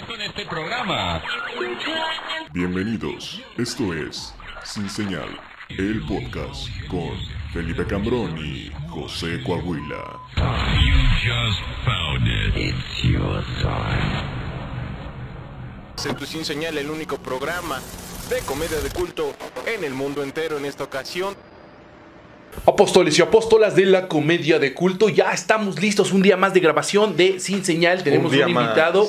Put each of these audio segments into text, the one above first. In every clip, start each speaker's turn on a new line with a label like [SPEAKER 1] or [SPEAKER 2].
[SPEAKER 1] esto en este programa.
[SPEAKER 2] Bienvenidos, esto es Sin Señal, el podcast con Felipe Cambrón y José Coahuila.
[SPEAKER 3] You just found it. It's your time.
[SPEAKER 4] En tu Sin Señal, el único programa de comedia de culto en el mundo entero en esta ocasión.
[SPEAKER 5] Apóstoles y apóstolas de la comedia de culto, ya estamos listos un día más de grabación de Sin Señal. Tenemos un,
[SPEAKER 4] día más.
[SPEAKER 5] invitado,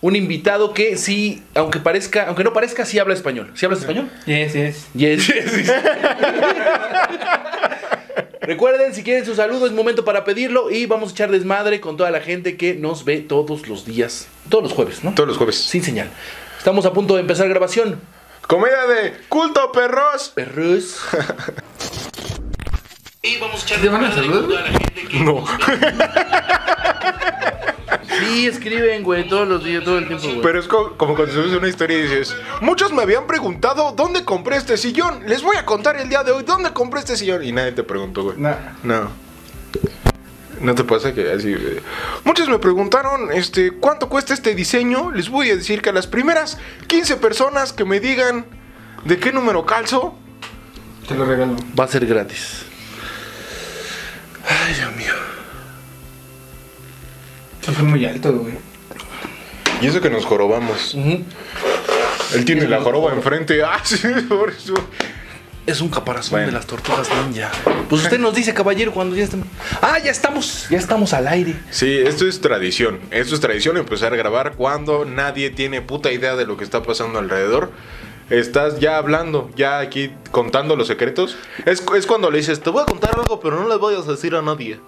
[SPEAKER 5] un invitado que sí, aunque parezca, aunque no parezca, sí habla español. ¿Sí hablas español?
[SPEAKER 6] Yes, yes.
[SPEAKER 5] Yes. Recuerden, si quieren su saludo, es momento para pedirlo y vamos a echar desmadre con toda la gente que nos ve todos los días, todos los jueves, ¿no?
[SPEAKER 4] Todos los jueves.
[SPEAKER 5] Sin señal. Estamos a punto de empezar grabación.
[SPEAKER 4] Comedia de culto, perros.
[SPEAKER 5] Perros. y vamos a echar
[SPEAKER 6] ¿Te van a
[SPEAKER 5] desmadre
[SPEAKER 6] saludar?
[SPEAKER 5] con toda la gente que
[SPEAKER 4] No.
[SPEAKER 5] Sí, escriben, güey, todos los días, todo el tiempo, güey.
[SPEAKER 4] Pero es co- como cuando subes una historia y dices, muchos me habían preguntado dónde compré este sillón. Les voy a contar el día de hoy dónde compré este sillón. Y nadie te preguntó, güey.
[SPEAKER 6] No.
[SPEAKER 4] No. ¿No te pasa que así? eh, Muchos me preguntaron, este, ¿cuánto cuesta este diseño? Les voy a decir que a las primeras 15 personas que me digan de qué número calzo,
[SPEAKER 6] Te lo regalo.
[SPEAKER 5] Va a ser gratis. Ay, Dios mío.
[SPEAKER 6] Yo soy muy alto, güey.
[SPEAKER 4] Y eso que nos jorobamos. Él tiene la joroba enfrente. Ah, sí, por eso.
[SPEAKER 5] Es un caparazón
[SPEAKER 4] Bueno.
[SPEAKER 5] de las tortugas ninja. Pues usted nos dice, caballero, cuando ya estamos. ¡Ah, ya estamos! Ya estamos al aire.
[SPEAKER 4] Sí, esto es tradición. Esto es tradición empezar a grabar cuando nadie tiene puta idea de lo que está pasando alrededor. Estás ya hablando, ya aquí contando los secretos. Es, es cuando le dices, te voy a contar algo, pero no le vayas a decir a nadie.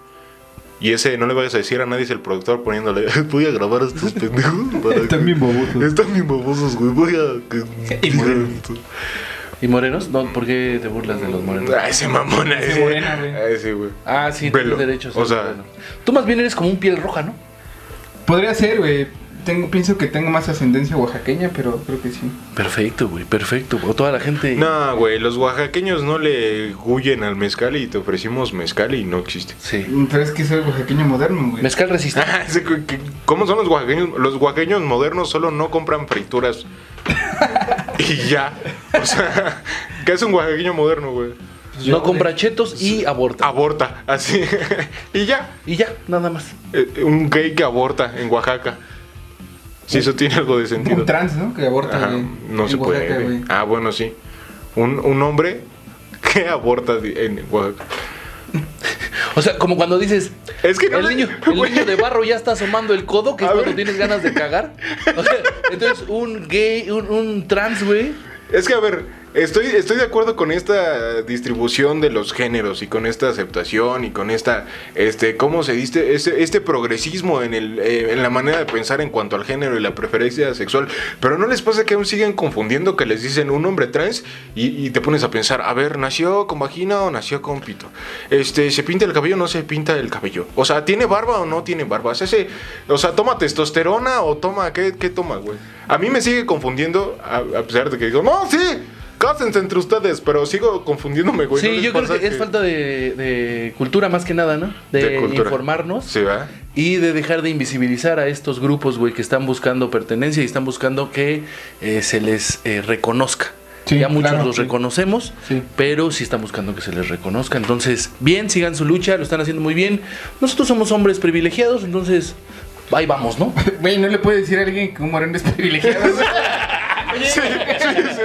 [SPEAKER 4] Y ese no le vayas a decir a nadie es el productor poniéndole, voy a grabar a estos pendejos. para que-
[SPEAKER 6] Están bien babosos.
[SPEAKER 4] Están bien babosos, güey. Voy a... que-
[SPEAKER 6] Y mueren.
[SPEAKER 5] ¿Y morenos? No, ¿por qué te burlas de los morenos?
[SPEAKER 4] Ah, ese mamón. Ese,
[SPEAKER 6] morena, güey.
[SPEAKER 4] Ah, ese, güey.
[SPEAKER 5] Ah, sí,
[SPEAKER 4] Velo.
[SPEAKER 5] tienes derechos.
[SPEAKER 4] O sea-
[SPEAKER 5] Tú más bien eres como un piel roja, ¿no?
[SPEAKER 6] Podría ser, güey. Tengo, pienso que tengo más ascendencia oaxaqueña, pero creo que sí.
[SPEAKER 5] Perfecto, güey, perfecto. O toda la gente.
[SPEAKER 4] No, güey, los oaxaqueños no le huyen al mezcal y te ofrecimos mezcal y no existe.
[SPEAKER 5] Sí.
[SPEAKER 6] Pero es que soy oaxaqueño moderno, güey.
[SPEAKER 5] Mezcal resistente.
[SPEAKER 4] Ah, ese cu- que- ¿Cómo son los oaxaqueños? Los oaxaqueños modernos solo no compran frituras. y ya. O sea, ¿qué es un oaxaqueño moderno, güey?
[SPEAKER 5] no compra chetos y aborta.
[SPEAKER 4] Aborta, así. y ya.
[SPEAKER 5] y ya, nada más.
[SPEAKER 4] Eh, Un gay que aborta en Oaxaca. Si eso tiene algo de sentido.
[SPEAKER 6] Un trans, ¿no? Que aborta,
[SPEAKER 4] Ajá,
[SPEAKER 6] güey.
[SPEAKER 4] no
[SPEAKER 6] en
[SPEAKER 4] se puede.
[SPEAKER 6] Oaxaca,
[SPEAKER 4] güey.
[SPEAKER 6] güey.
[SPEAKER 4] Ah, bueno, sí. Un, un hombre que aborta di- en Oaxaca.
[SPEAKER 5] O sea, como cuando dices,
[SPEAKER 4] Es que no
[SPEAKER 5] el,
[SPEAKER 4] le-
[SPEAKER 5] niño, el
[SPEAKER 4] güey.
[SPEAKER 5] niño de barro ya está asomando el codo, que es
[SPEAKER 4] A
[SPEAKER 5] cuando
[SPEAKER 4] ver.
[SPEAKER 5] tienes ganas de cagar. O sea, entonces un gay, un, un trans, güey.
[SPEAKER 4] Es que, a ver, estoy, estoy de acuerdo con esta distribución de los géneros y con esta aceptación y con esta, este, ¿cómo se dice? Este, este progresismo en, el, eh, en la manera de pensar en cuanto al género y la preferencia sexual. Pero ¿no les pasa que aún siguen confundiendo que les dicen un hombre trans y, y te pones a pensar, a ver, ¿nació con vagina o nació con pito? Este, ¿se pinta el cabello o no se pinta el cabello? O sea, ¿tiene barba o no tiene barba? ¿Se hace- o sea, ¿toma testosterona o toma, qué, qué toma, güey? A mí me sigue confundiendo, a, a pesar de que digo, no, sí, cásense entre ustedes, pero sigo confundiéndome, güey. ¿No
[SPEAKER 5] sí,
[SPEAKER 4] les
[SPEAKER 5] yo creo
[SPEAKER 4] pasa
[SPEAKER 5] que, es falta de, de cultura más que nada, ¿no? De,
[SPEAKER 4] cultura?
[SPEAKER 5] informarnos
[SPEAKER 4] Sí, ¿verdad?
[SPEAKER 5] y de dejar de invisibilizar a estos grupos, güey, que están buscando pertenencia y están buscando que eh, se les eh, reconozca.
[SPEAKER 6] Sí,
[SPEAKER 5] ya muchos
[SPEAKER 6] claro,
[SPEAKER 5] los
[SPEAKER 6] sí.
[SPEAKER 5] reconocemos,
[SPEAKER 6] Sí.
[SPEAKER 5] pero sí están buscando que se les reconozca. Entonces, bien, sigan su lucha, lo están haciendo muy bien. Nosotros somos hombres privilegiados, entonces ahí vamos, ¿no?
[SPEAKER 6] Güey, no le puedes decir a alguien que un moreno es privilegiado. güey.
[SPEAKER 4] Sí, sí, sí, sí.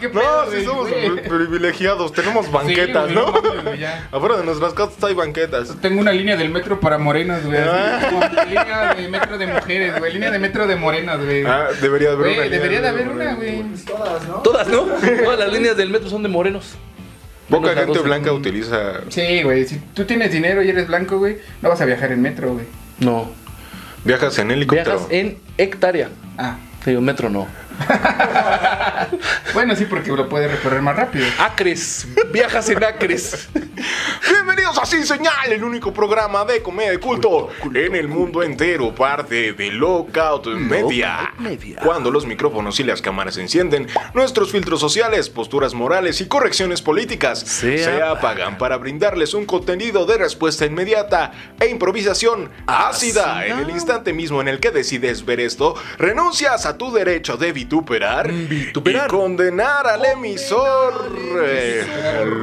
[SPEAKER 6] ¿Qué pedo,
[SPEAKER 4] No, sí
[SPEAKER 6] güey,
[SPEAKER 4] somos
[SPEAKER 6] güey?
[SPEAKER 4] privilegiados, tenemos banquetas,
[SPEAKER 6] güey,
[SPEAKER 4] ¿no?
[SPEAKER 6] no mames, güey, ya.
[SPEAKER 4] Afuera de nuestras casas hay banquetas.
[SPEAKER 6] Tengo una línea del metro para morenos, güey.
[SPEAKER 4] Ah.
[SPEAKER 6] así, como Línea de metro de mujeres, güey. Línea de metro de morenos, güey.
[SPEAKER 4] Ah, debería haber una.
[SPEAKER 6] Güey,
[SPEAKER 4] línea
[SPEAKER 6] debería de haber
[SPEAKER 4] güey.
[SPEAKER 6] una, güey.
[SPEAKER 5] Todas, ¿no? Todas las líneas del metro son de morenos.
[SPEAKER 4] Poca
[SPEAKER 5] Menos la
[SPEAKER 4] gente
[SPEAKER 5] doce.
[SPEAKER 4] blanca utiliza.
[SPEAKER 6] Sí, güey. Si tú tienes dinero y eres blanco, güey, no vas a viajar en metro, güey.
[SPEAKER 5] No.
[SPEAKER 4] Viajas en helicóptero.
[SPEAKER 5] Viajas en hectárea.
[SPEAKER 6] Ah.
[SPEAKER 5] Digo, metro no.
[SPEAKER 6] Bueno, sí, porque lo puedes recorrer más rápido.
[SPEAKER 5] Acres. Viajas en acres.
[SPEAKER 4] Bienvenidos Bienvenidos a Sin Señal, el único programa de comedia de culto, en el mundo entero, parte de Lockout Media.
[SPEAKER 5] Media.
[SPEAKER 4] Cuando los micrófonos y las cámaras se encienden, nuestros filtros sociales, posturas morales y correcciones políticas
[SPEAKER 5] Se
[SPEAKER 4] se, apagan para brindarles un contenido de respuesta inmediata e improvisación ácida.
[SPEAKER 5] Ácida.
[SPEAKER 4] En el instante mismo en el que decides ver esto, renuncias a tu derecho de vituperar,
[SPEAKER 5] Mm, vituperar.
[SPEAKER 4] y condenar al emisor. Eh,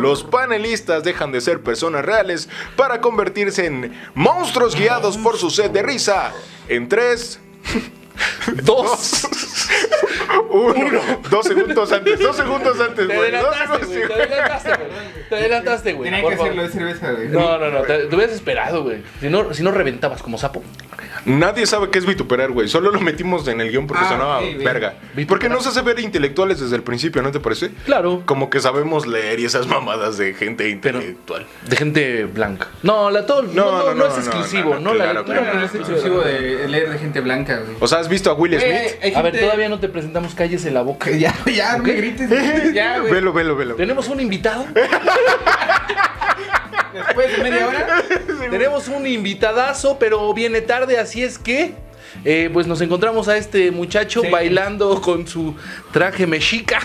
[SPEAKER 4] Los panelistas dejan de ser personas reales para convertirse en monstruos guiados por su sed de risa. En 3,
[SPEAKER 5] Dos.
[SPEAKER 4] 1, 2 segundos antes, 2 segundos antes,
[SPEAKER 5] Te
[SPEAKER 4] güey, dos
[SPEAKER 5] adelantaste, güey. Te
[SPEAKER 4] segundos.
[SPEAKER 5] adelantaste, güey. Te adelantaste, güey.
[SPEAKER 6] Tenía
[SPEAKER 5] por
[SPEAKER 6] que
[SPEAKER 5] favor.
[SPEAKER 6] hacerlo de cerveza, güey.
[SPEAKER 5] No, no, no. Te, te hubieras esperado, güey. Si no, si no reventabas como sapo.
[SPEAKER 4] Nadie sabe qué es vituperar, güey. Solo lo metimos en el guión porque
[SPEAKER 6] Ah,
[SPEAKER 4] sonaba
[SPEAKER 6] sí, bien.
[SPEAKER 4] verga.
[SPEAKER 5] Vituperar.
[SPEAKER 4] Porque nos hace ver intelectuales desde el principio, ¿no te parece?
[SPEAKER 5] Claro.
[SPEAKER 4] Como que sabemos leer y esas mamadas de gente
[SPEAKER 5] Pero
[SPEAKER 4] intelectual.
[SPEAKER 5] de gente blanca. No, la todo, no, no, no, es exclusivo,
[SPEAKER 4] no,
[SPEAKER 5] no,
[SPEAKER 4] no,
[SPEAKER 5] la
[SPEAKER 4] claro,
[SPEAKER 5] lectura
[SPEAKER 4] claro,
[SPEAKER 5] no Eh, es
[SPEAKER 6] No es
[SPEAKER 4] claro.
[SPEAKER 5] exclusiva.
[SPEAKER 6] exclusivo de leer de gente blanca, güey.
[SPEAKER 4] O sea, ¿has visto a Will Smith?
[SPEAKER 6] Güey, hay
[SPEAKER 5] A ver,
[SPEAKER 6] gente-
[SPEAKER 5] todavía no te presentamos, cállese la boca.
[SPEAKER 6] Que Ya, ya, no me
[SPEAKER 5] Ok.
[SPEAKER 6] grites. Ya, güey.
[SPEAKER 4] Velo, velo, velo.
[SPEAKER 5] Tenemos un invitado.
[SPEAKER 6] Después de media hora.
[SPEAKER 5] Tenemos un invitadazo, pero viene tarde, así es que. eh, pues nos encontramos a este muchacho
[SPEAKER 6] Sí.
[SPEAKER 5] bailando con su traje mexica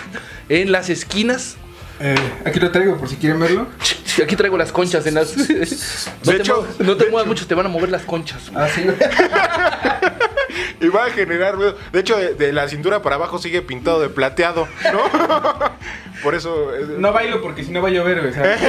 [SPEAKER 5] en las esquinas.
[SPEAKER 6] Eh, aquí lo traigo por si quieren verlo.
[SPEAKER 5] Aquí traigo las conchas en las. No
[SPEAKER 4] De
[SPEAKER 5] te,
[SPEAKER 4] hecho,
[SPEAKER 5] muevas- no te muevas mucho, te van a mover las conchas. güey.
[SPEAKER 6] Ah, sí, güey.
[SPEAKER 4] Y va a generar ruido. De hecho, de, de la cintura para abajo sigue pintado de plateado, ¿no? Por eso, eh,
[SPEAKER 6] No bailo porque si no va a llover, güey. ¿sabes?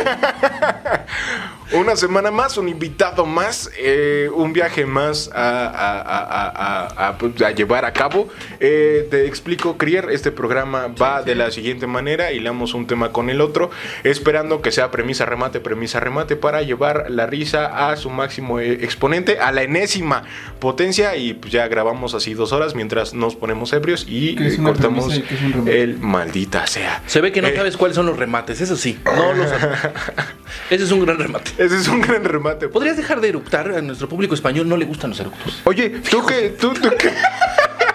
[SPEAKER 4] una semana más, un invitado más, eh, un viaje más a, a- a- a- a- a, pues, a llevar a cabo. Eh, te explico, Crier, este programa va de la siguiente manera, hilamos un tema con el otro, esperando que sea premisa, remate, premisa, remate, para llevar la risa a su máximo eh, exponente, a la enésima potencia, y pues, ya grabamos así dos horas mientras nos ponemos ebrios y
[SPEAKER 6] ¿Qué es
[SPEAKER 4] eh,
[SPEAKER 6] una
[SPEAKER 4] cortamos
[SPEAKER 6] premisa y qué es un remate?
[SPEAKER 4] el maldita sea.
[SPEAKER 5] Se ve que no
[SPEAKER 4] Eh.
[SPEAKER 5] sabes cuáles son los remates, eso sí. No los Ese es un gran remate.
[SPEAKER 4] Ese es un gran remate.
[SPEAKER 6] Pues,
[SPEAKER 5] ¿Podrías dejar de eructar? A nuestro público español no le gustan los eructos.
[SPEAKER 4] Oye, tú que, tú, tú que...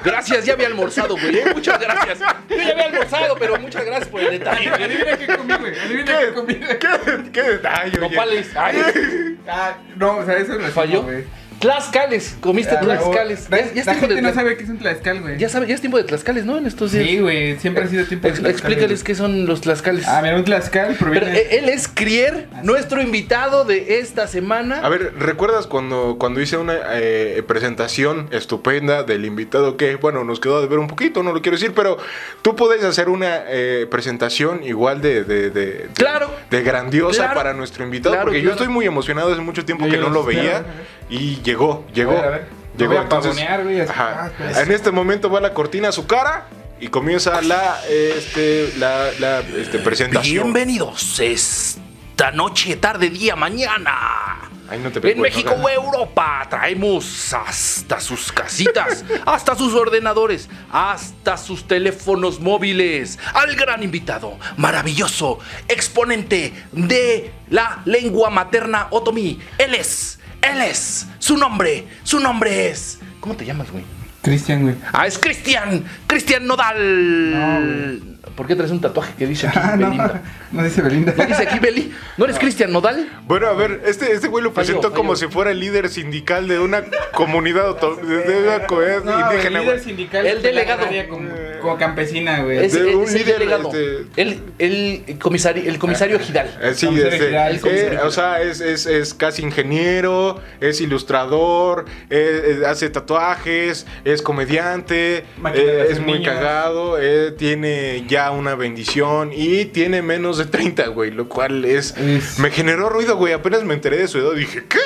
[SPEAKER 5] Gracias, ya había almorzado, güey. ¿eh? Muchas gracias. Yo ya había almorzado, pero muchas gracias por el detalle. güey.
[SPEAKER 6] Adivina qué comí, güey. Adivina qué comí. güey.
[SPEAKER 4] ¿Qué, qué detalle, oye.
[SPEAKER 5] Nopales. Ay,
[SPEAKER 6] Ah, no, o sea, eso lo
[SPEAKER 5] falló.
[SPEAKER 6] güey.
[SPEAKER 5] Tlaxcales. Comiste
[SPEAKER 6] Ah,
[SPEAKER 5] tlaxcales.
[SPEAKER 6] La,
[SPEAKER 5] Ya, ya es
[SPEAKER 6] la
[SPEAKER 5] tiempo de
[SPEAKER 6] gente no
[SPEAKER 5] tla-
[SPEAKER 6] sabe qué es un tlaxcal, güey.
[SPEAKER 5] ya sabe- ya es tiempo de tlaxcales, ¿no? En estos días.
[SPEAKER 6] Sí, güey. Siempre ha sido tiempo de
[SPEAKER 5] Ex-
[SPEAKER 6] tlaxcales.
[SPEAKER 5] Explícales qué son los tlaxcales.
[SPEAKER 6] Ah, mira, un tlaxcal
[SPEAKER 5] Pero
[SPEAKER 6] proviene...
[SPEAKER 5] eh, él es Crier, nuestro invitado de esta semana.
[SPEAKER 4] A ver, ¿recuerdas cuando, cuando hice una eh, presentación estupenda del invitado que, bueno, nos quedó de ver un poquito, no lo quiero decir, pero tú podés hacer una eh, presentación igual de, de, de- de-
[SPEAKER 5] Claro.
[SPEAKER 4] de grandiosa
[SPEAKER 5] Claro.
[SPEAKER 4] para nuestro invitado?
[SPEAKER 5] Claro,
[SPEAKER 4] porque yo
[SPEAKER 5] claro.
[SPEAKER 4] estoy muy emocionado, hace mucho tiempo
[SPEAKER 6] Yo
[SPEAKER 4] que
[SPEAKER 6] ya
[SPEAKER 4] no
[SPEAKER 6] lo
[SPEAKER 4] lo veía
[SPEAKER 6] esperaba,
[SPEAKER 4] y llegó, llegó.
[SPEAKER 6] A ver, a ver.
[SPEAKER 4] Llegó,
[SPEAKER 6] Voy a
[SPEAKER 4] entonces-
[SPEAKER 6] pavonear, güey, así.
[SPEAKER 4] Ajá.
[SPEAKER 6] Ah, pues.
[SPEAKER 4] En este momento va la cortina a su cara y comienza la, eh, este, la, la, este, presentación.
[SPEAKER 5] Bienvenidos esta noche, tarde, día, mañana.
[SPEAKER 4] Ay, no te
[SPEAKER 5] En
[SPEAKER 4] preocupes,
[SPEAKER 5] México
[SPEAKER 4] no
[SPEAKER 5] o Europa traemos hasta sus casitas, hasta sus ordenadores, hasta sus teléfonos móviles al gran invitado, maravilloso exponente de la lengua materna otomí. Él es, él es, su nombre, su nombre es. ¿Cómo te llamas, güey?
[SPEAKER 6] Cristian, güey.
[SPEAKER 5] Ah, es Cristian, Cristian Nodal. ¿Por qué traes un tatuaje que dice aquí
[SPEAKER 6] Ah, no.
[SPEAKER 5] Belinda?
[SPEAKER 6] No dice Belinda.
[SPEAKER 5] ¿No dice aquí Beli? ¿No eres Cristian Nodal?
[SPEAKER 4] Bueno, a ver, este, este güey lo
[SPEAKER 5] Fallo,
[SPEAKER 4] presentó
[SPEAKER 5] fallo.
[SPEAKER 4] como si fuera el líder sindical de una comunidad, auto- de una comunidad
[SPEAKER 6] No, el
[SPEAKER 4] indígena,
[SPEAKER 6] líder
[SPEAKER 4] güey. Eh.
[SPEAKER 6] sindical.
[SPEAKER 5] El
[SPEAKER 6] de la
[SPEAKER 5] delegado.
[SPEAKER 6] agraria Como, como campesina, güey.
[SPEAKER 5] Es,
[SPEAKER 4] De
[SPEAKER 5] es-
[SPEAKER 4] un
[SPEAKER 5] es el
[SPEAKER 4] líder,
[SPEAKER 5] delegado.
[SPEAKER 4] este-
[SPEAKER 5] El, el comisario, el comisario Gidal.
[SPEAKER 4] Eh, sí,
[SPEAKER 6] Comisario
[SPEAKER 4] este,
[SPEAKER 6] general,
[SPEAKER 4] eh,
[SPEAKER 6] comisario
[SPEAKER 4] o sea, es, es, es casi ingeniero, es ilustrador, eh, eh, hace tatuajes, es comediante,
[SPEAKER 6] Máquina de
[SPEAKER 4] eh,
[SPEAKER 6] hacer
[SPEAKER 4] es muy
[SPEAKER 6] niños.
[SPEAKER 4] cagado, eh, tiene ya una bendición y tiene menos de 30, güey, lo cual es...
[SPEAKER 6] Es-
[SPEAKER 4] Me generó ruido, güey, apenas me enteré de su edad, dije, ¿qué?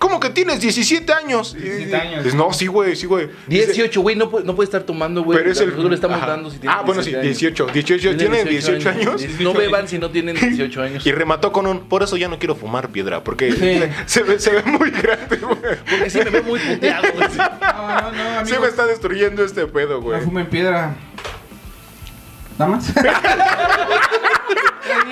[SPEAKER 4] ¿Cómo que tienes 17 años? Y-
[SPEAKER 6] 17 años.
[SPEAKER 4] y- No, sí, güey, sí, güey. Dice-
[SPEAKER 5] 18, güey, no, puede- no puede estar tomando, güey.
[SPEAKER 4] Pero es el.
[SPEAKER 5] Nosotros le estamos
[SPEAKER 4] ajá.
[SPEAKER 5] dando si tiene
[SPEAKER 4] ah, bueno, sí,
[SPEAKER 5] 17
[SPEAKER 4] 18. 18
[SPEAKER 5] años.
[SPEAKER 4] tiene 18 años.
[SPEAKER 5] No beban si no tienen 18 años.
[SPEAKER 4] Y remató con un. Por eso ya no quiero fumar piedra, porque se, se ve, se ve muy grande, güey.
[SPEAKER 5] Porque sí me veo muy puteado, güey.
[SPEAKER 6] No, no, no,
[SPEAKER 4] Se
[SPEAKER 6] amigo.
[SPEAKER 4] me está destruyendo este pedo,
[SPEAKER 6] No
[SPEAKER 4] güey.
[SPEAKER 6] fumen piedra. ¿Nada más?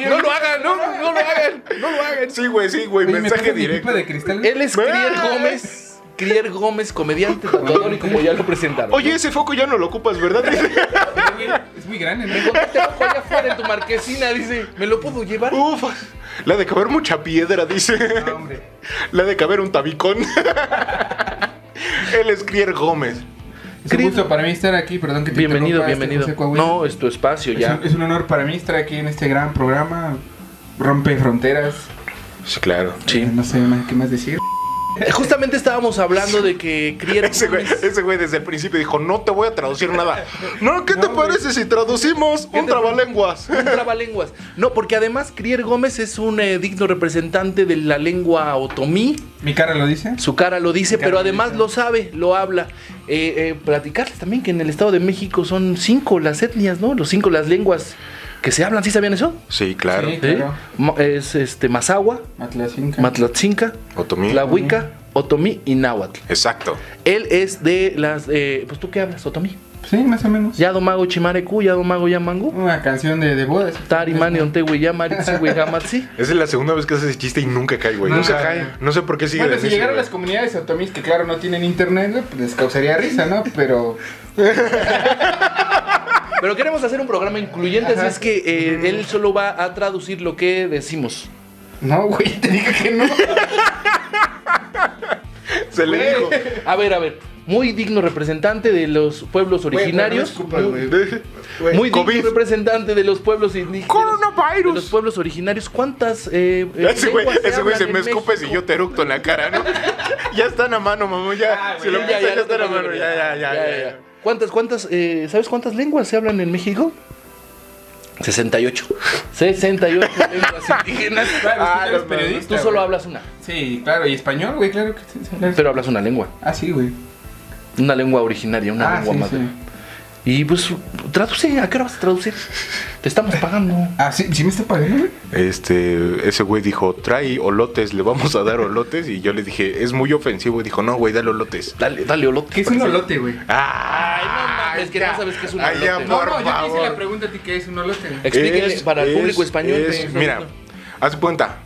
[SPEAKER 5] No lo hagan, no, no lo hagan.
[SPEAKER 4] No lo hagan. Sí, güey, sí, güey.
[SPEAKER 6] Oye, ¿me
[SPEAKER 4] Mensaje
[SPEAKER 6] pasas mi
[SPEAKER 4] directo.
[SPEAKER 6] pipa de cristal?
[SPEAKER 5] Él es
[SPEAKER 4] Ve.
[SPEAKER 5] Crier Gómez. Crier Gómez, comediante, tatuador y como ya lo presentaron.
[SPEAKER 4] Oye, ese foco ya no lo ocupas, ¿verdad?
[SPEAKER 6] Sí, güey, Es muy grande, ¿no?
[SPEAKER 4] Uh.
[SPEAKER 5] Encontraste abajo allá afuera en tu marquesina, dice. ¿Me lo puedo llevar?
[SPEAKER 4] Uf. La de caber mucha piedra, dice.
[SPEAKER 6] No, hombre.
[SPEAKER 4] La de caber un tabicón. Él es Crier Gómez.
[SPEAKER 6] Es un gusto para mí estar aquí, perdón que te
[SPEAKER 5] Bienvenido,
[SPEAKER 6] interrumpa, este
[SPEAKER 5] bienvenido.
[SPEAKER 6] José Coahuila.
[SPEAKER 5] No, es tu espacio
[SPEAKER 6] es,
[SPEAKER 5] ya.
[SPEAKER 6] un, es un honor para mí estar aquí en este gran programa. Rompe fronteras. Eh,
[SPEAKER 4] Sí, claro.
[SPEAKER 5] Sí.
[SPEAKER 6] No sé más- qué más decir.
[SPEAKER 5] Eh, Justamente estábamos hablando de que Crier
[SPEAKER 4] Ese güey,
[SPEAKER 5] Gómez-
[SPEAKER 4] ese güey desde el principio dijo, no te voy a traducir nada. No, ¿qué te parece si traducimos un
[SPEAKER 5] te-
[SPEAKER 4] trabalenguas?
[SPEAKER 5] un trabalenguas. No, porque además Crier Gómez es un eh, digno representante de la lengua otomí.
[SPEAKER 6] Mi cara lo dice.
[SPEAKER 5] Su cara lo dice,
[SPEAKER 6] Mi cara
[SPEAKER 5] pero
[SPEAKER 6] lo
[SPEAKER 5] además
[SPEAKER 6] dice.
[SPEAKER 5] lo sabe, lo habla. Eh, eh, platicarles también que en el Estado de México son cinco las etnias, ¿no? Los cinco las lenguas que se hablan. ¿Sí sabían eso?
[SPEAKER 4] Sí, claro.
[SPEAKER 6] Sí.
[SPEAKER 5] ¿Eh?
[SPEAKER 6] Claro.
[SPEAKER 5] Ma- Es este Mazahua,
[SPEAKER 6] Matlacinca.
[SPEAKER 5] Matlatzinca,
[SPEAKER 4] Otomí.
[SPEAKER 5] Tlahuica, Otomí y Náhuatl.
[SPEAKER 4] Exacto.
[SPEAKER 5] Él es de las. eh, pues tú qué hablas, Otomí.
[SPEAKER 6] sí, más o menos.
[SPEAKER 5] Yado Mago Chimarecu, Yado Mago Yamango,
[SPEAKER 6] Una canción de, de bodas.
[SPEAKER 5] Tari Mani Ontehui Yamaritzihui Hamatzi.
[SPEAKER 4] Esa es la segunda vez que haces ese chiste y nunca cae, güey. O
[SPEAKER 6] Nunca
[SPEAKER 4] sea,
[SPEAKER 6] cae.
[SPEAKER 4] No sé por qué sigue.
[SPEAKER 6] Bueno,
[SPEAKER 4] en
[SPEAKER 6] si
[SPEAKER 4] ese,
[SPEAKER 6] llegaran
[SPEAKER 4] güey.
[SPEAKER 6] las comunidades otomís que claro no tienen internet, güey, pues les causaría risa, ¿no? Pero
[SPEAKER 5] Pero queremos hacer un programa incluyente, así
[SPEAKER 6] Ajá.
[SPEAKER 5] es que eh, él solo va a traducir lo que decimos.
[SPEAKER 6] no, güey, te dije que no.
[SPEAKER 4] Se le dijo.
[SPEAKER 5] A ver, a ver. Muy digno representante de los pueblos originarios. muy
[SPEAKER 4] COVID.
[SPEAKER 5] digno representante de los pueblos indígenas.
[SPEAKER 4] Coronavirus.
[SPEAKER 5] De los pueblos originarios. ¿Cuántas. eh, eh,
[SPEAKER 4] Ese güey,
[SPEAKER 5] lenguas
[SPEAKER 4] ese güey
[SPEAKER 5] hablan
[SPEAKER 4] se
[SPEAKER 5] en
[SPEAKER 4] me escupes y
[SPEAKER 5] México?
[SPEAKER 4] yo te eructo en la cara, ¿no? ya están a mano, mamá. Ya,
[SPEAKER 6] Ah, güey,
[SPEAKER 4] si lo
[SPEAKER 5] Ya,
[SPEAKER 4] piensas,
[SPEAKER 5] ya,
[SPEAKER 4] ya,
[SPEAKER 5] no te
[SPEAKER 4] están a
[SPEAKER 5] puedo
[SPEAKER 4] mano.
[SPEAKER 5] ver,
[SPEAKER 4] Ya, ya, ya. ya, ya.
[SPEAKER 5] ¿Cuántas, cuántas, eh, ¿Sabes cuántas lenguas se hablan en México? 68. 68 lenguas indígenas.
[SPEAKER 6] Claro, es que
[SPEAKER 4] Ah,
[SPEAKER 6] tú
[SPEAKER 4] no
[SPEAKER 6] eres
[SPEAKER 4] mames.
[SPEAKER 6] periodista.
[SPEAKER 5] Tú solo
[SPEAKER 6] güey.
[SPEAKER 5] hablas una,
[SPEAKER 6] Sí, claro, y español, güey, claro que sí. sí, claro.
[SPEAKER 5] pero hablas una lengua.
[SPEAKER 6] Ah, sí, güey.
[SPEAKER 5] Una lengua originaria, una
[SPEAKER 6] ah,
[SPEAKER 5] lengua
[SPEAKER 6] sí,
[SPEAKER 5] madre.
[SPEAKER 6] sí.
[SPEAKER 5] Y pues, traduce, ¿a qué hora vas a traducir? Te estamos pagando.
[SPEAKER 6] Ah, sí, sí me está pagando, güey.
[SPEAKER 4] Este, ese güey dijo, trae olotes, le vamos a dar olotes. Y yo le dije, es muy ofensivo. Y dijo, no, güey, dale olotes.
[SPEAKER 5] Dale, dale, olote.
[SPEAKER 6] ¿Qué es un olote, güey?
[SPEAKER 4] Ay,
[SPEAKER 5] no mames, que no sabes qué es un
[SPEAKER 4] Ay,
[SPEAKER 5] olote.
[SPEAKER 4] ya,
[SPEAKER 6] No,
[SPEAKER 4] por
[SPEAKER 6] no, yo te hice
[SPEAKER 4] favor.
[SPEAKER 6] la pregunta a ti qué es un olote. güey.
[SPEAKER 5] Explíquenle
[SPEAKER 4] Es-
[SPEAKER 5] para el
[SPEAKER 4] es-
[SPEAKER 5] público español.
[SPEAKER 4] es-
[SPEAKER 5] güey.
[SPEAKER 4] mira, haz cuenta.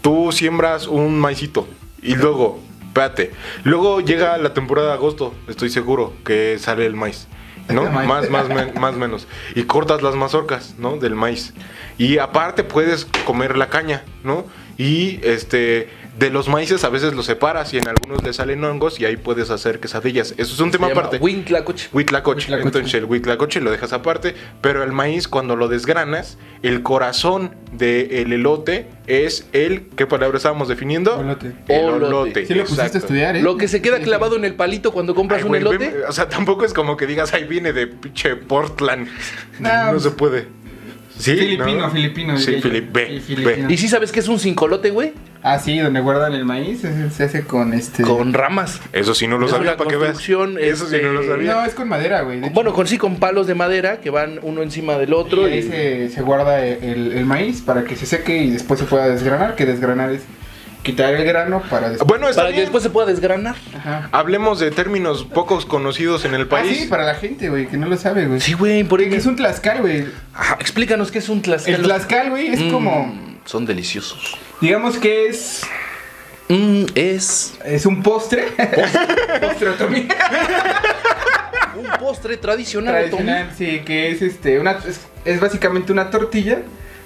[SPEAKER 4] Tú siembras un maicito y luego, espérate, luego llega la temporada de agosto, estoy seguro que sale el maíz. ¿No?
[SPEAKER 6] Maíz.
[SPEAKER 4] más, más, men- más, menos. Y cortas las mazorcas, ¿no? Del maíz. Y aparte puedes comer la caña, ¿no? Y este, de los maíces a veces los separas y en algunos le salen hongos y ahí puedes hacer quesadillas. Eso es un
[SPEAKER 5] Se
[SPEAKER 4] tema
[SPEAKER 5] llama
[SPEAKER 4] aparte.
[SPEAKER 5] Huitlacoche.
[SPEAKER 4] Huitlacoche.
[SPEAKER 6] Huitlacoche.
[SPEAKER 4] Entonces el huitlacoche lo dejas aparte, pero el maíz cuando lo desgranas, el corazón del elote es el, ¿qué palabra estábamos definiendo?
[SPEAKER 6] Olote.
[SPEAKER 4] El
[SPEAKER 5] Olote.
[SPEAKER 4] olote.
[SPEAKER 6] Sí lo pusiste a
[SPEAKER 4] exacto.
[SPEAKER 6] estudiar, ¿eh?
[SPEAKER 5] Lo que se queda clavado en el palito cuando compras
[SPEAKER 4] Ay,
[SPEAKER 5] un
[SPEAKER 4] güey,
[SPEAKER 5] elote.
[SPEAKER 4] ven, o sea, tampoco es como que digas, ahí viene de pinche Portland. No,
[SPEAKER 6] No,
[SPEAKER 4] se puede. Sí,
[SPEAKER 6] Filipino,
[SPEAKER 4] ¿no?
[SPEAKER 6] filipino,
[SPEAKER 4] Sí,
[SPEAKER 6] diría yo.
[SPEAKER 4] Filip- ve,
[SPEAKER 6] Sí, filipino.
[SPEAKER 5] ¿Y si sabes que es un cincolote, güey?
[SPEAKER 6] Ah, sí, donde guardan el maíz, ese se hace con este...
[SPEAKER 5] Con ramas.
[SPEAKER 4] ve. Eso sí no lo
[SPEAKER 5] Es
[SPEAKER 4] sabía,
[SPEAKER 5] una
[SPEAKER 4] para que veas.
[SPEAKER 5] construcción,
[SPEAKER 4] Eso sí no lo
[SPEAKER 5] este,
[SPEAKER 4] sabía.
[SPEAKER 6] No, es con madera, güey. de hecho.
[SPEAKER 5] Bueno, con sí, con palos de madera que van uno encima del otro.
[SPEAKER 6] Y ahí
[SPEAKER 5] y-
[SPEAKER 6] se, se guarda el, el maíz para que se seque y después se pueda desgranar, que desgranar es quitar el grano para después...
[SPEAKER 4] Bueno, está
[SPEAKER 5] Para que
[SPEAKER 4] bien.
[SPEAKER 5] después se pueda desgranar.
[SPEAKER 6] Ajá.
[SPEAKER 4] Hablemos de términos pocos conocidos en el
[SPEAKER 6] Ah,
[SPEAKER 4] país.
[SPEAKER 6] sí, para la gente, güey, que no lo sabe, güey.
[SPEAKER 5] Sí, güey, por ahí.
[SPEAKER 6] Porque es un tlaxcal, güey.
[SPEAKER 5] Ajá, Explícanos qué es un tlaxcal.
[SPEAKER 6] El tlaxcal, güey, es
[SPEAKER 5] Mm,
[SPEAKER 6] como...
[SPEAKER 5] Son deliciosos.
[SPEAKER 6] Digamos que es...
[SPEAKER 5] Mm, es
[SPEAKER 6] Es un postre. postre otomí.
[SPEAKER 5] un postre tradicional.
[SPEAKER 6] Tradicional, sí, que es este... Una, es, es básicamente una tortilla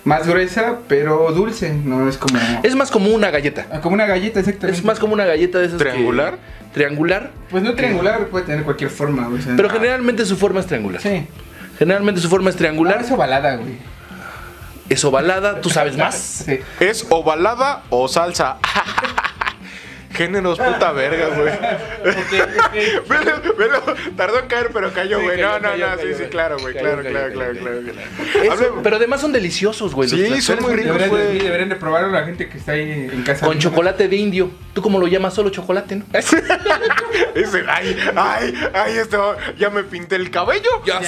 [SPEAKER 6] más gruesa, pero dulce. No es como...
[SPEAKER 5] Tommy. Es más como una galleta.
[SPEAKER 6] Ah, Como una galleta, exactamente.
[SPEAKER 5] Es más como una galleta de esas. que-
[SPEAKER 4] ¿Triangular?
[SPEAKER 5] triangular.
[SPEAKER 6] Pues no triangular, puede tener cualquier forma, güey. o sea,
[SPEAKER 5] Pero
[SPEAKER 4] Ah.
[SPEAKER 5] generalmente su forma es triangular.
[SPEAKER 6] Sí.
[SPEAKER 5] Generalmente su forma es
[SPEAKER 6] La
[SPEAKER 5] triangular.
[SPEAKER 6] es ovalada, güey.
[SPEAKER 5] Es ovalada. Tú sabes más.
[SPEAKER 6] Sí.
[SPEAKER 4] ¿Es ovalada o salsa? Géneros puta verga, güey. velo, velo, tardó en caer, pero cayó,
[SPEAKER 5] Sí,
[SPEAKER 4] güey.
[SPEAKER 5] cayó,
[SPEAKER 4] no, no,
[SPEAKER 5] cayó,
[SPEAKER 4] no,
[SPEAKER 5] cayó,
[SPEAKER 4] sí, sí,
[SPEAKER 5] cayó,
[SPEAKER 4] claro, güey.
[SPEAKER 5] cayó,
[SPEAKER 4] Claro,
[SPEAKER 5] cayó,
[SPEAKER 4] claro, claro,
[SPEAKER 5] cayó,
[SPEAKER 4] claro, claro.
[SPEAKER 5] Eso,
[SPEAKER 4] Hablemos-
[SPEAKER 5] pero además son deliciosos, güey. los
[SPEAKER 4] Sí,
[SPEAKER 5] tlaxcales.
[SPEAKER 4] son muy ricos,
[SPEAKER 6] Deberían,
[SPEAKER 4] güey.
[SPEAKER 6] de- deberían de probarlo la gente que está ahí en casa.
[SPEAKER 5] Con chocolate de indio. ¿Tú como lo llamas? Solo chocolate, ¿no?
[SPEAKER 4] ¿Eh? Ese- ay, ay, ay, este, ya me pinté el cabello.
[SPEAKER 5] Ya.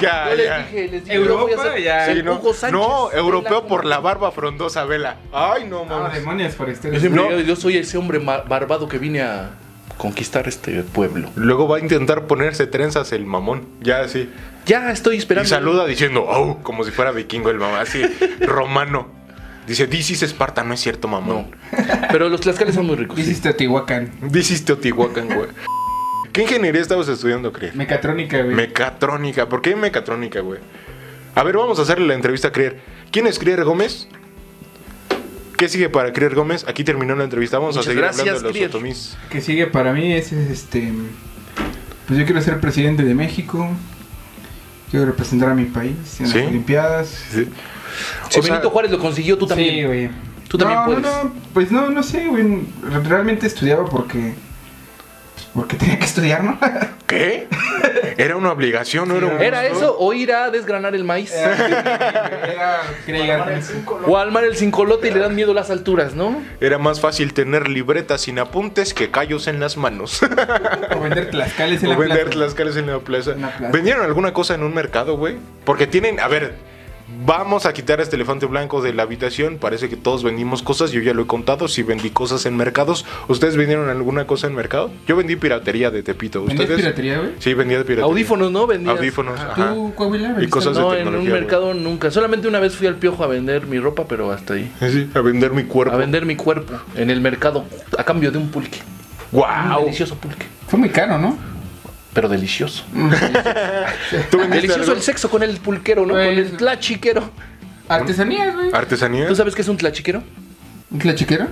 [SPEAKER 4] Ya,
[SPEAKER 5] Yo les
[SPEAKER 4] ya.
[SPEAKER 5] dije, les dije.
[SPEAKER 6] Europa,
[SPEAKER 5] yo voy a hacer
[SPEAKER 6] ya.
[SPEAKER 5] el
[SPEAKER 4] Sí, no,
[SPEAKER 5] Hugo Sánchez.
[SPEAKER 4] no,
[SPEAKER 5] de la
[SPEAKER 4] europeo
[SPEAKER 5] comunidad.
[SPEAKER 4] por la barba frondosa, vela. Ay, no,
[SPEAKER 6] Ah,
[SPEAKER 4] mames.
[SPEAKER 6] demonios,
[SPEAKER 5] Yo
[SPEAKER 6] foresteros.
[SPEAKER 5] siempre
[SPEAKER 4] No.
[SPEAKER 5] digo, yo soy ese hombre ma- barbado que vine a conquistar este pueblo.
[SPEAKER 4] Luego va a intentar ponerse trenzas el mamón. Ya, así.
[SPEAKER 5] Ya estoy
[SPEAKER 4] Y
[SPEAKER 5] esperando.
[SPEAKER 4] saluda diciendo, oh, como si fuera vikingo el mamá, así, romano. Dice, this is Esparta, no es cierto,
[SPEAKER 5] No.
[SPEAKER 4] mamón.
[SPEAKER 5] Pero los tlaxcales son muy ricos. sí.
[SPEAKER 6] Hiciste Teotihuacán.
[SPEAKER 4] This is Teotihuacán, güey. ¿Qué ingeniería estabas estudiando, Crier?
[SPEAKER 6] Mecatrónica, güey.
[SPEAKER 4] Mecatrónica. ¿Por qué mecatrónica, güey? A ver, vamos a hacerle la entrevista a Crier. ¿Quién es Crier Gómez? ¿Qué sigue para Crier Gómez? Aquí terminó la entrevista. Vamos
[SPEAKER 5] Muchas
[SPEAKER 4] a seguir
[SPEAKER 5] gracias,
[SPEAKER 4] hablando de
[SPEAKER 5] Crier.
[SPEAKER 4] los otomís.
[SPEAKER 6] que sigue para mí es este pues yo quiero ser presidente de México quiero representar a mi país en
[SPEAKER 4] ¿Sí?
[SPEAKER 6] las olimpiadas
[SPEAKER 4] Sí.
[SPEAKER 5] Si
[SPEAKER 4] O sea,
[SPEAKER 5] Benito Juárez lo consiguió, tú también.
[SPEAKER 6] sí güey
[SPEAKER 5] Tú también
[SPEAKER 6] no,
[SPEAKER 5] puedes.
[SPEAKER 6] no no pues no no sé güey Re- realmente estudiaba porque pues, porque tenía que estudiar no
[SPEAKER 4] ¿Qué? Era una obligación, no era un
[SPEAKER 5] ¿Era ¿eh?
[SPEAKER 4] gusto?
[SPEAKER 5] eso o ir a desgranar el maíz?
[SPEAKER 4] Eh,
[SPEAKER 6] era quería llegar con eso.
[SPEAKER 5] O armar el cincolote y le dan miedo las alturas, ¿no?
[SPEAKER 4] Era más fácil tener libretas sin apuntes que callos en las manos.
[SPEAKER 6] o vender tlaxcales en
[SPEAKER 4] o
[SPEAKER 6] la
[SPEAKER 4] vender
[SPEAKER 6] plaza.
[SPEAKER 4] las caras en la plaza.
[SPEAKER 6] En la plaza.
[SPEAKER 4] ¿Vendieron alguna cosa en un mercado, güey? Porque tienen, a ver, vamos a quitar a este elefante blanco de la habitación. Parece que todos vendimos cosas, yo ya lo he contado, si vendí cosas en mercados. ¿Ustedes vendieron alguna cosa en mercado? Yo vendí piratería de Tepito.
[SPEAKER 6] ¿Vendías
[SPEAKER 4] ¿Ustedes?
[SPEAKER 6] piratería güey Ah,
[SPEAKER 4] Sí, vendía piratería.
[SPEAKER 5] Audífonos, ¿no? Vendías.
[SPEAKER 4] Audífonos, ajá.
[SPEAKER 6] tú Coahuila
[SPEAKER 4] Y
[SPEAKER 6] vendiste
[SPEAKER 4] cosas de
[SPEAKER 5] No, en un
[SPEAKER 4] tecnología, güey.
[SPEAKER 5] mercado nunca. Solamente una vez fui al piojo a vender mi ropa, pero hasta ahí.
[SPEAKER 4] Sí, a vender mi cuerpo.
[SPEAKER 5] A vender mi cuerpo en el mercado a cambio de un pulque. Un
[SPEAKER 4] ¡Wow!
[SPEAKER 5] delicioso pulque.
[SPEAKER 6] fue muy caro no
[SPEAKER 5] Pero delicioso.
[SPEAKER 4] ¿Tú vendiste
[SPEAKER 5] Delicioso
[SPEAKER 4] algo?
[SPEAKER 5] el sexo con el pulquero, ¿no?
[SPEAKER 6] Pues-
[SPEAKER 5] Con el tlachiquero.
[SPEAKER 6] artesanías güey
[SPEAKER 4] ¿Artesanía?
[SPEAKER 5] ¿Tú sabes qué es un tlachiquero?
[SPEAKER 6] un tlachiquero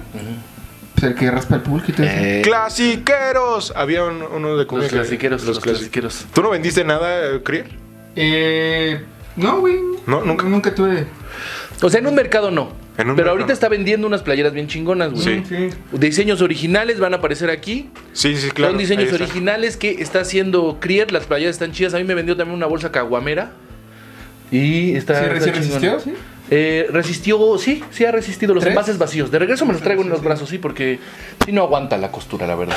[SPEAKER 6] pues el que raspa el pulque y todo eso.
[SPEAKER 5] Eh,
[SPEAKER 4] ¡Clasiqueros! Había un- uno de comida
[SPEAKER 5] los
[SPEAKER 4] que-
[SPEAKER 5] clasiqueros, los
[SPEAKER 4] clasi-
[SPEAKER 5] clasiqueros.
[SPEAKER 4] ¿Tú no vendiste nada, eh, Crier?
[SPEAKER 6] Eh, no, güey.
[SPEAKER 4] No, nunca.
[SPEAKER 6] Nunca tuve.
[SPEAKER 5] O sea, en un mercado no.
[SPEAKER 4] En un
[SPEAKER 5] pero
[SPEAKER 4] mercado.
[SPEAKER 5] ahorita está vendiendo unas playeras bien chingonas, güey.
[SPEAKER 4] Sí.
[SPEAKER 6] Sí.
[SPEAKER 5] Diseños originales van a aparecer aquí.
[SPEAKER 4] Sí, sí, claro.
[SPEAKER 5] Son
[SPEAKER 4] ahí
[SPEAKER 5] diseños
[SPEAKER 4] está.
[SPEAKER 5] originales que está haciendo Crier. Las playeras están chidas. A mí me vendió también una bolsa caguamera. Y está.
[SPEAKER 6] ¿Sí,
[SPEAKER 5] está
[SPEAKER 6] sí
[SPEAKER 5] chingona.
[SPEAKER 6] resistió? Sí.
[SPEAKER 5] Eh, resistió, sí, sí ha resistido los
[SPEAKER 6] ¿Tres?
[SPEAKER 5] envases vacíos. De regreso me los traigo en los brazos, sí, porque sí no aguanta la costura, la verdad.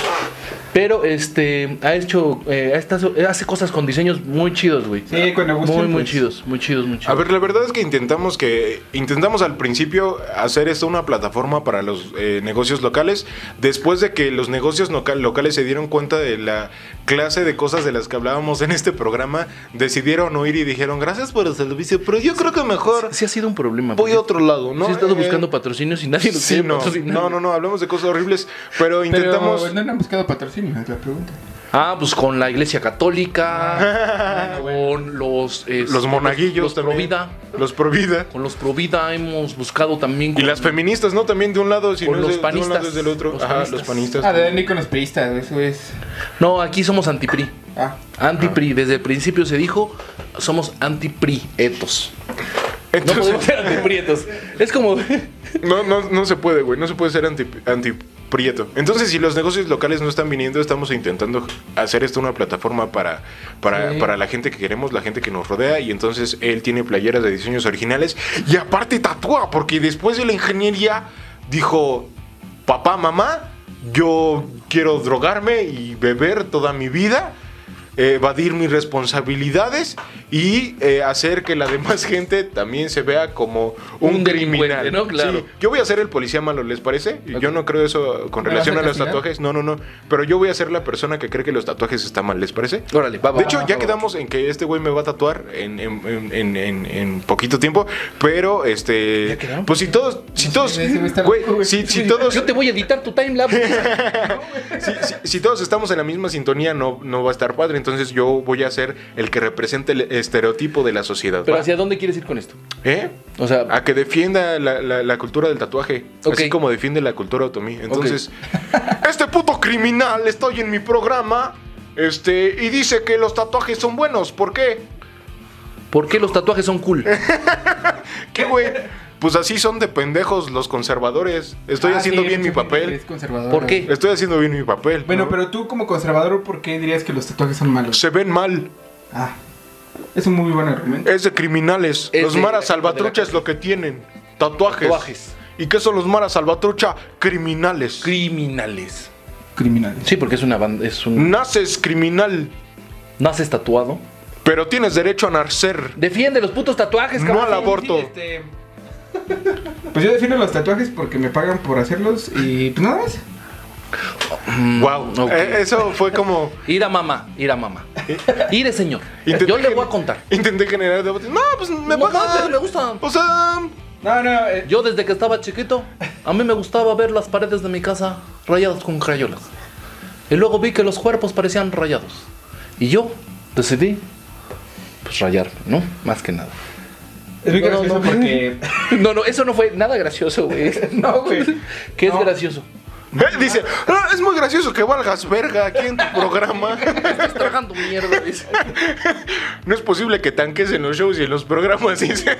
[SPEAKER 5] Pero este ha hecho, eh, ha estado- eh, hace cosas con diseños muy chidos, güey.
[SPEAKER 6] Sí, cuando gusten,
[SPEAKER 5] Muy, muy
[SPEAKER 6] pues.
[SPEAKER 5] chidos, muy chidos, muy chidos.
[SPEAKER 4] A ver, la verdad es que intentamos que intentamos al principio hacer esto una plataforma para los eh, negocios locales. Después de que los negocios loca- locales se dieron cuenta de la clase de cosas de las que hablábamos en este programa, decidieron oír y dijeron gracias por el servicio, pero yo creo que mejor
[SPEAKER 5] sí ha sido un problema.
[SPEAKER 4] voy
[SPEAKER 5] porque
[SPEAKER 4] a otro lado, ¿no?
[SPEAKER 5] sí he estado
[SPEAKER 4] Eh,
[SPEAKER 5] buscando patrocinios y nadie nos
[SPEAKER 4] sí,
[SPEAKER 5] quiere
[SPEAKER 4] no,
[SPEAKER 5] patrocinar.
[SPEAKER 4] no, no, no, hablamos de cosas horribles, pero
[SPEAKER 6] Pero
[SPEAKER 4] intentamos.
[SPEAKER 6] no han buscado patrocinio, es la pregunta.
[SPEAKER 5] Ah, pues con la iglesia católica, con los... este,
[SPEAKER 4] los monaguillos
[SPEAKER 5] los,
[SPEAKER 4] también.
[SPEAKER 5] Provida,
[SPEAKER 4] Los Provida.
[SPEAKER 5] con los Provida hemos buscado también...
[SPEAKER 4] Y
[SPEAKER 5] con-
[SPEAKER 4] las feministas, ¿no? También de un lado, si
[SPEAKER 5] Con
[SPEAKER 4] no es
[SPEAKER 5] los
[SPEAKER 4] de, de un lado
[SPEAKER 5] panistas.
[SPEAKER 4] es del otro.
[SPEAKER 5] Los
[SPEAKER 4] Ajá,
[SPEAKER 5] panistas.
[SPEAKER 4] los panistas.
[SPEAKER 6] Ah, de Dani con los peristas, eso es.
[SPEAKER 5] No, aquí somos antipri.
[SPEAKER 6] Ah.
[SPEAKER 5] Anti-PRI, desde el principio se dijo, somos anti-PRI-etos. No podemos ser anti-PRI-etos. Es como...
[SPEAKER 4] No, no, no se puede, güey. No se puede ser anti, antiprieto. Entonces, si los negocios locales no están viniendo, estamos intentando hacer esto una plataforma para, para,
[SPEAKER 6] Sí.
[SPEAKER 4] para la gente que queremos, la gente que nos rodea. Y entonces él tiene playeras de diseños originales. Y aparte tatúa, porque después de la ingeniería dijo, papá, mamá, yo quiero drogarme y beber toda mi vida. eh, Evadir mis responsabilidades y eh, hacer que la demás gente también se vea como un,
[SPEAKER 5] Un delincuente,
[SPEAKER 4] criminal.
[SPEAKER 5] ¿no? Claro.
[SPEAKER 4] Sí, yo voy a ser el policía malo, ¿les parece? Y Yo no creo eso con
[SPEAKER 6] ¿Me
[SPEAKER 4] relación a,
[SPEAKER 6] vas a
[SPEAKER 4] los
[SPEAKER 6] castigar?
[SPEAKER 4] tatuajes. No, no, no. Pero yo voy a ser la persona que cree que los tatuajes están mal, ¿les parece?
[SPEAKER 5] Órale, va, va,
[SPEAKER 4] De
[SPEAKER 5] va,
[SPEAKER 4] hecho,
[SPEAKER 5] va,
[SPEAKER 4] ya
[SPEAKER 5] va.
[SPEAKER 4] quedamos en que este güey me va a tatuar en, en- en- en- en- en poquito tiempo. Pero, este.
[SPEAKER 5] ¿Ya quedaron?
[SPEAKER 4] Pues si todos. Si
[SPEAKER 6] No
[SPEAKER 4] todos.
[SPEAKER 6] sé, ese güey está
[SPEAKER 4] güey,
[SPEAKER 6] loco, güey.
[SPEAKER 4] si, si todos.
[SPEAKER 5] Yo te voy a editar tu timelapse.
[SPEAKER 4] Si, si- si todos estamos en la misma sintonía, no, no va a estar padre. Entonces yo voy a ser el que represente el estereotipo de la sociedad.
[SPEAKER 5] Pero
[SPEAKER 4] ¿va?
[SPEAKER 5] ¿hacia dónde quieres ir con esto?
[SPEAKER 4] ¿Eh?
[SPEAKER 5] O sea,
[SPEAKER 4] A que defienda la, la- la cultura del tatuaje.
[SPEAKER 5] Ok.
[SPEAKER 4] Así como defiende la cultura otomí. Entonces, este puto criminal está hoy en mi programa. Este, y dice que los tatuajes son buenos. ¿Por qué?
[SPEAKER 5] ¿por qué los tatuajes son cool?
[SPEAKER 4] ¿Qué, güey? Pues así son de pendejos los conservadores. Estoy
[SPEAKER 6] Ah,
[SPEAKER 4] haciendo
[SPEAKER 6] sí,
[SPEAKER 4] bien mi
[SPEAKER 6] mucha gente que
[SPEAKER 4] papel.
[SPEAKER 6] Es conservador.
[SPEAKER 5] ¿Por qué?
[SPEAKER 4] Estoy haciendo bien mi papel.
[SPEAKER 6] Bueno,
[SPEAKER 4] ¿no?
[SPEAKER 6] pero tú como conservador, ¿por qué dirías que los tatuajes son malos?
[SPEAKER 4] Se ven mal.
[SPEAKER 6] Ah. Es un muy buen argumento.
[SPEAKER 4] Es de criminales.
[SPEAKER 5] Es
[SPEAKER 4] los
[SPEAKER 5] de-
[SPEAKER 4] maras
[SPEAKER 5] de-
[SPEAKER 4] salvatrucha
[SPEAKER 5] de
[SPEAKER 4] es lo que tienen. Tatuajes.
[SPEAKER 5] Tatuajes.
[SPEAKER 4] ¿Y qué son los maras salvatrucha? Criminales.
[SPEAKER 5] Criminales.
[SPEAKER 6] Criminales.
[SPEAKER 5] Sí, porque es una banda, es un...
[SPEAKER 4] Naces criminal,
[SPEAKER 5] Naces tatuado.
[SPEAKER 4] pero tienes derecho a nacer.
[SPEAKER 5] Defiende los putos tatuajes,
[SPEAKER 4] No
[SPEAKER 5] cabrón.
[SPEAKER 4] al aborto.
[SPEAKER 6] este, Pues yo defiendo los tatuajes porque me pagan por hacerlos y pues nada más.
[SPEAKER 4] wow.
[SPEAKER 5] ok.
[SPEAKER 4] Eh, eso fue como.
[SPEAKER 5] Ir a mamá, ir a mamá. Ir, señor.
[SPEAKER 4] Intenté
[SPEAKER 5] Yo le voy
[SPEAKER 4] gener-
[SPEAKER 5] a contar.
[SPEAKER 4] Intenté generar debate. No, pues me
[SPEAKER 5] No,
[SPEAKER 4] pagan.
[SPEAKER 5] no, me gustan.
[SPEAKER 4] O sea,
[SPEAKER 6] No, no, eh,
[SPEAKER 5] Yo desde que estaba chiquito, a mí me gustaba ver las paredes de mi casa rayadas con crayolas. Y luego vi que los cuerpos parecían rayados. Y yo decidí, pues rayar, ¿no? Más que nada.
[SPEAKER 6] Es muy
[SPEAKER 5] No, no,
[SPEAKER 6] gracioso
[SPEAKER 5] no.
[SPEAKER 6] porque.
[SPEAKER 5] No, no, eso no fue nada gracioso, güey.
[SPEAKER 6] No, güey.
[SPEAKER 5] ¿Qué es
[SPEAKER 6] No.
[SPEAKER 5] gracioso?
[SPEAKER 4] Ve, Dice, "Ah, es muy gracioso que valgas verga aquí en tu programa.
[SPEAKER 5] Estás tragando mierda, dice.
[SPEAKER 4] No es posible que tanques en los shows y en los programas. dice.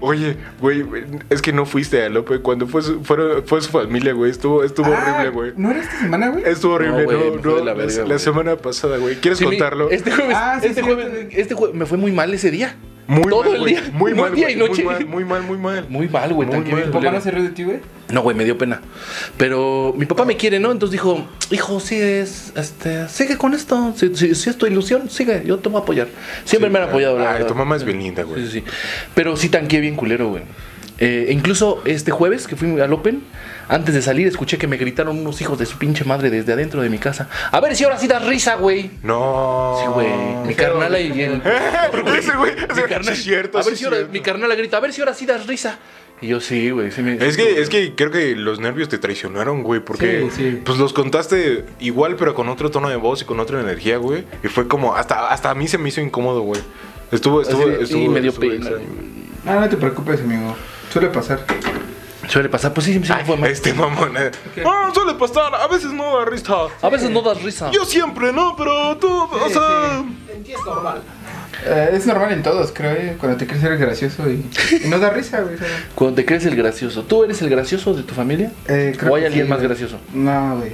[SPEAKER 4] Oye, güey, es que no fuiste a Lope. Cuando fue su, fueron- fue su familia, güey, estuvo, estuvo
[SPEAKER 6] Ah,
[SPEAKER 4] horrible, güey.
[SPEAKER 6] ¿No era esta semana, güey?
[SPEAKER 4] Estuvo horrible,
[SPEAKER 5] No, güey,
[SPEAKER 4] no,
[SPEAKER 5] me fue
[SPEAKER 4] no,
[SPEAKER 5] de la
[SPEAKER 4] la,
[SPEAKER 5] verga,
[SPEAKER 4] la
[SPEAKER 5] güey.
[SPEAKER 4] semana pasada, güey. ¿Quieres
[SPEAKER 5] Sí, mi-
[SPEAKER 4] contarlo?
[SPEAKER 5] Este jueves,
[SPEAKER 6] Ah, sí,
[SPEAKER 5] este,
[SPEAKER 6] es
[SPEAKER 5] jueves
[SPEAKER 6] cierto, güey.
[SPEAKER 5] este jueves me fue muy mal ese día.
[SPEAKER 4] Muy
[SPEAKER 5] Todo
[SPEAKER 4] mal,
[SPEAKER 5] el
[SPEAKER 4] güey.
[SPEAKER 5] día.
[SPEAKER 4] Muy
[SPEAKER 5] No,
[SPEAKER 4] mal,
[SPEAKER 5] día y
[SPEAKER 4] güey.
[SPEAKER 5] noche.
[SPEAKER 4] Muy mal, muy mal, muy mal.
[SPEAKER 5] Muy mal, güey.
[SPEAKER 4] Muy
[SPEAKER 5] tan que bien
[SPEAKER 4] mal.
[SPEAKER 6] ¿Tu papá
[SPEAKER 5] culero.
[SPEAKER 6] no se rió de ti, güey?
[SPEAKER 5] No, güey, me dio pena. Pero mi papá me quiere, ¿no? Entonces dijo, hijo, sí es, este, sigue con esto. Si, si- si es tu ilusión, sigue, yo te voy a apoyar. Siempre me han apoyado, la
[SPEAKER 4] Ay,
[SPEAKER 5] verdad.
[SPEAKER 4] tu mamá es bien linda, güey.
[SPEAKER 5] Sí, sí, sí. Pero sí tanqué bien culero, güey. Eh, incluso este jueves que fui al Open, antes de salir escuché que me gritaron unos hijos de su pinche madre desde adentro de mi casa. A ver si ahora sí das risa, güey.
[SPEAKER 4] No.
[SPEAKER 5] Sí, güey. Mi carnala y el...
[SPEAKER 4] Ese güey, ese
[SPEAKER 5] Mi
[SPEAKER 4] güey, sí
[SPEAKER 5] carnal-
[SPEAKER 4] es cierto,
[SPEAKER 5] a ver
[SPEAKER 4] sí es
[SPEAKER 5] si ahora-
[SPEAKER 4] cierto.
[SPEAKER 5] mi carnala grita, a ver si ahora sí das risa. Y yo sí, güey. sí me-
[SPEAKER 4] Es que, es que creo que los nervios te traicionaron, güey, porque
[SPEAKER 6] Sí, sí.
[SPEAKER 4] pues los contaste igual, pero con otro tono de voz y con otra energía, güey. Y fue como, hasta, hasta a mí se me hizo incómodo, güey. Estuvo,
[SPEAKER 5] Así
[SPEAKER 4] estuvo,
[SPEAKER 5] de-
[SPEAKER 4] estuvo.
[SPEAKER 5] y me dio
[SPEAKER 4] estuvo
[SPEAKER 5] pena.
[SPEAKER 4] extraño.
[SPEAKER 6] Ah, no te preocupes, amigo. Suele pasar.
[SPEAKER 5] Suele pasar, pues sí, sí, me fue mal.
[SPEAKER 4] Este mamón. eh. Ah, suele pasar, a veces no da risa.
[SPEAKER 5] A veces no das risa.
[SPEAKER 4] Yo siempre, ¿no? Pero tú, o sea.
[SPEAKER 6] Eh, es normal en todos, creo, ¿eh? Cuando te crees eres gracioso y, y no da risa, güey. o sea,
[SPEAKER 5] Cuando te crees el gracioso. ¿Tú eres el gracioso de tu familia?
[SPEAKER 6] eh, creo
[SPEAKER 5] ¿O hay
[SPEAKER 6] que
[SPEAKER 5] alguien
[SPEAKER 6] sí,
[SPEAKER 5] más
[SPEAKER 6] güey.
[SPEAKER 5] gracioso?
[SPEAKER 6] No, güey.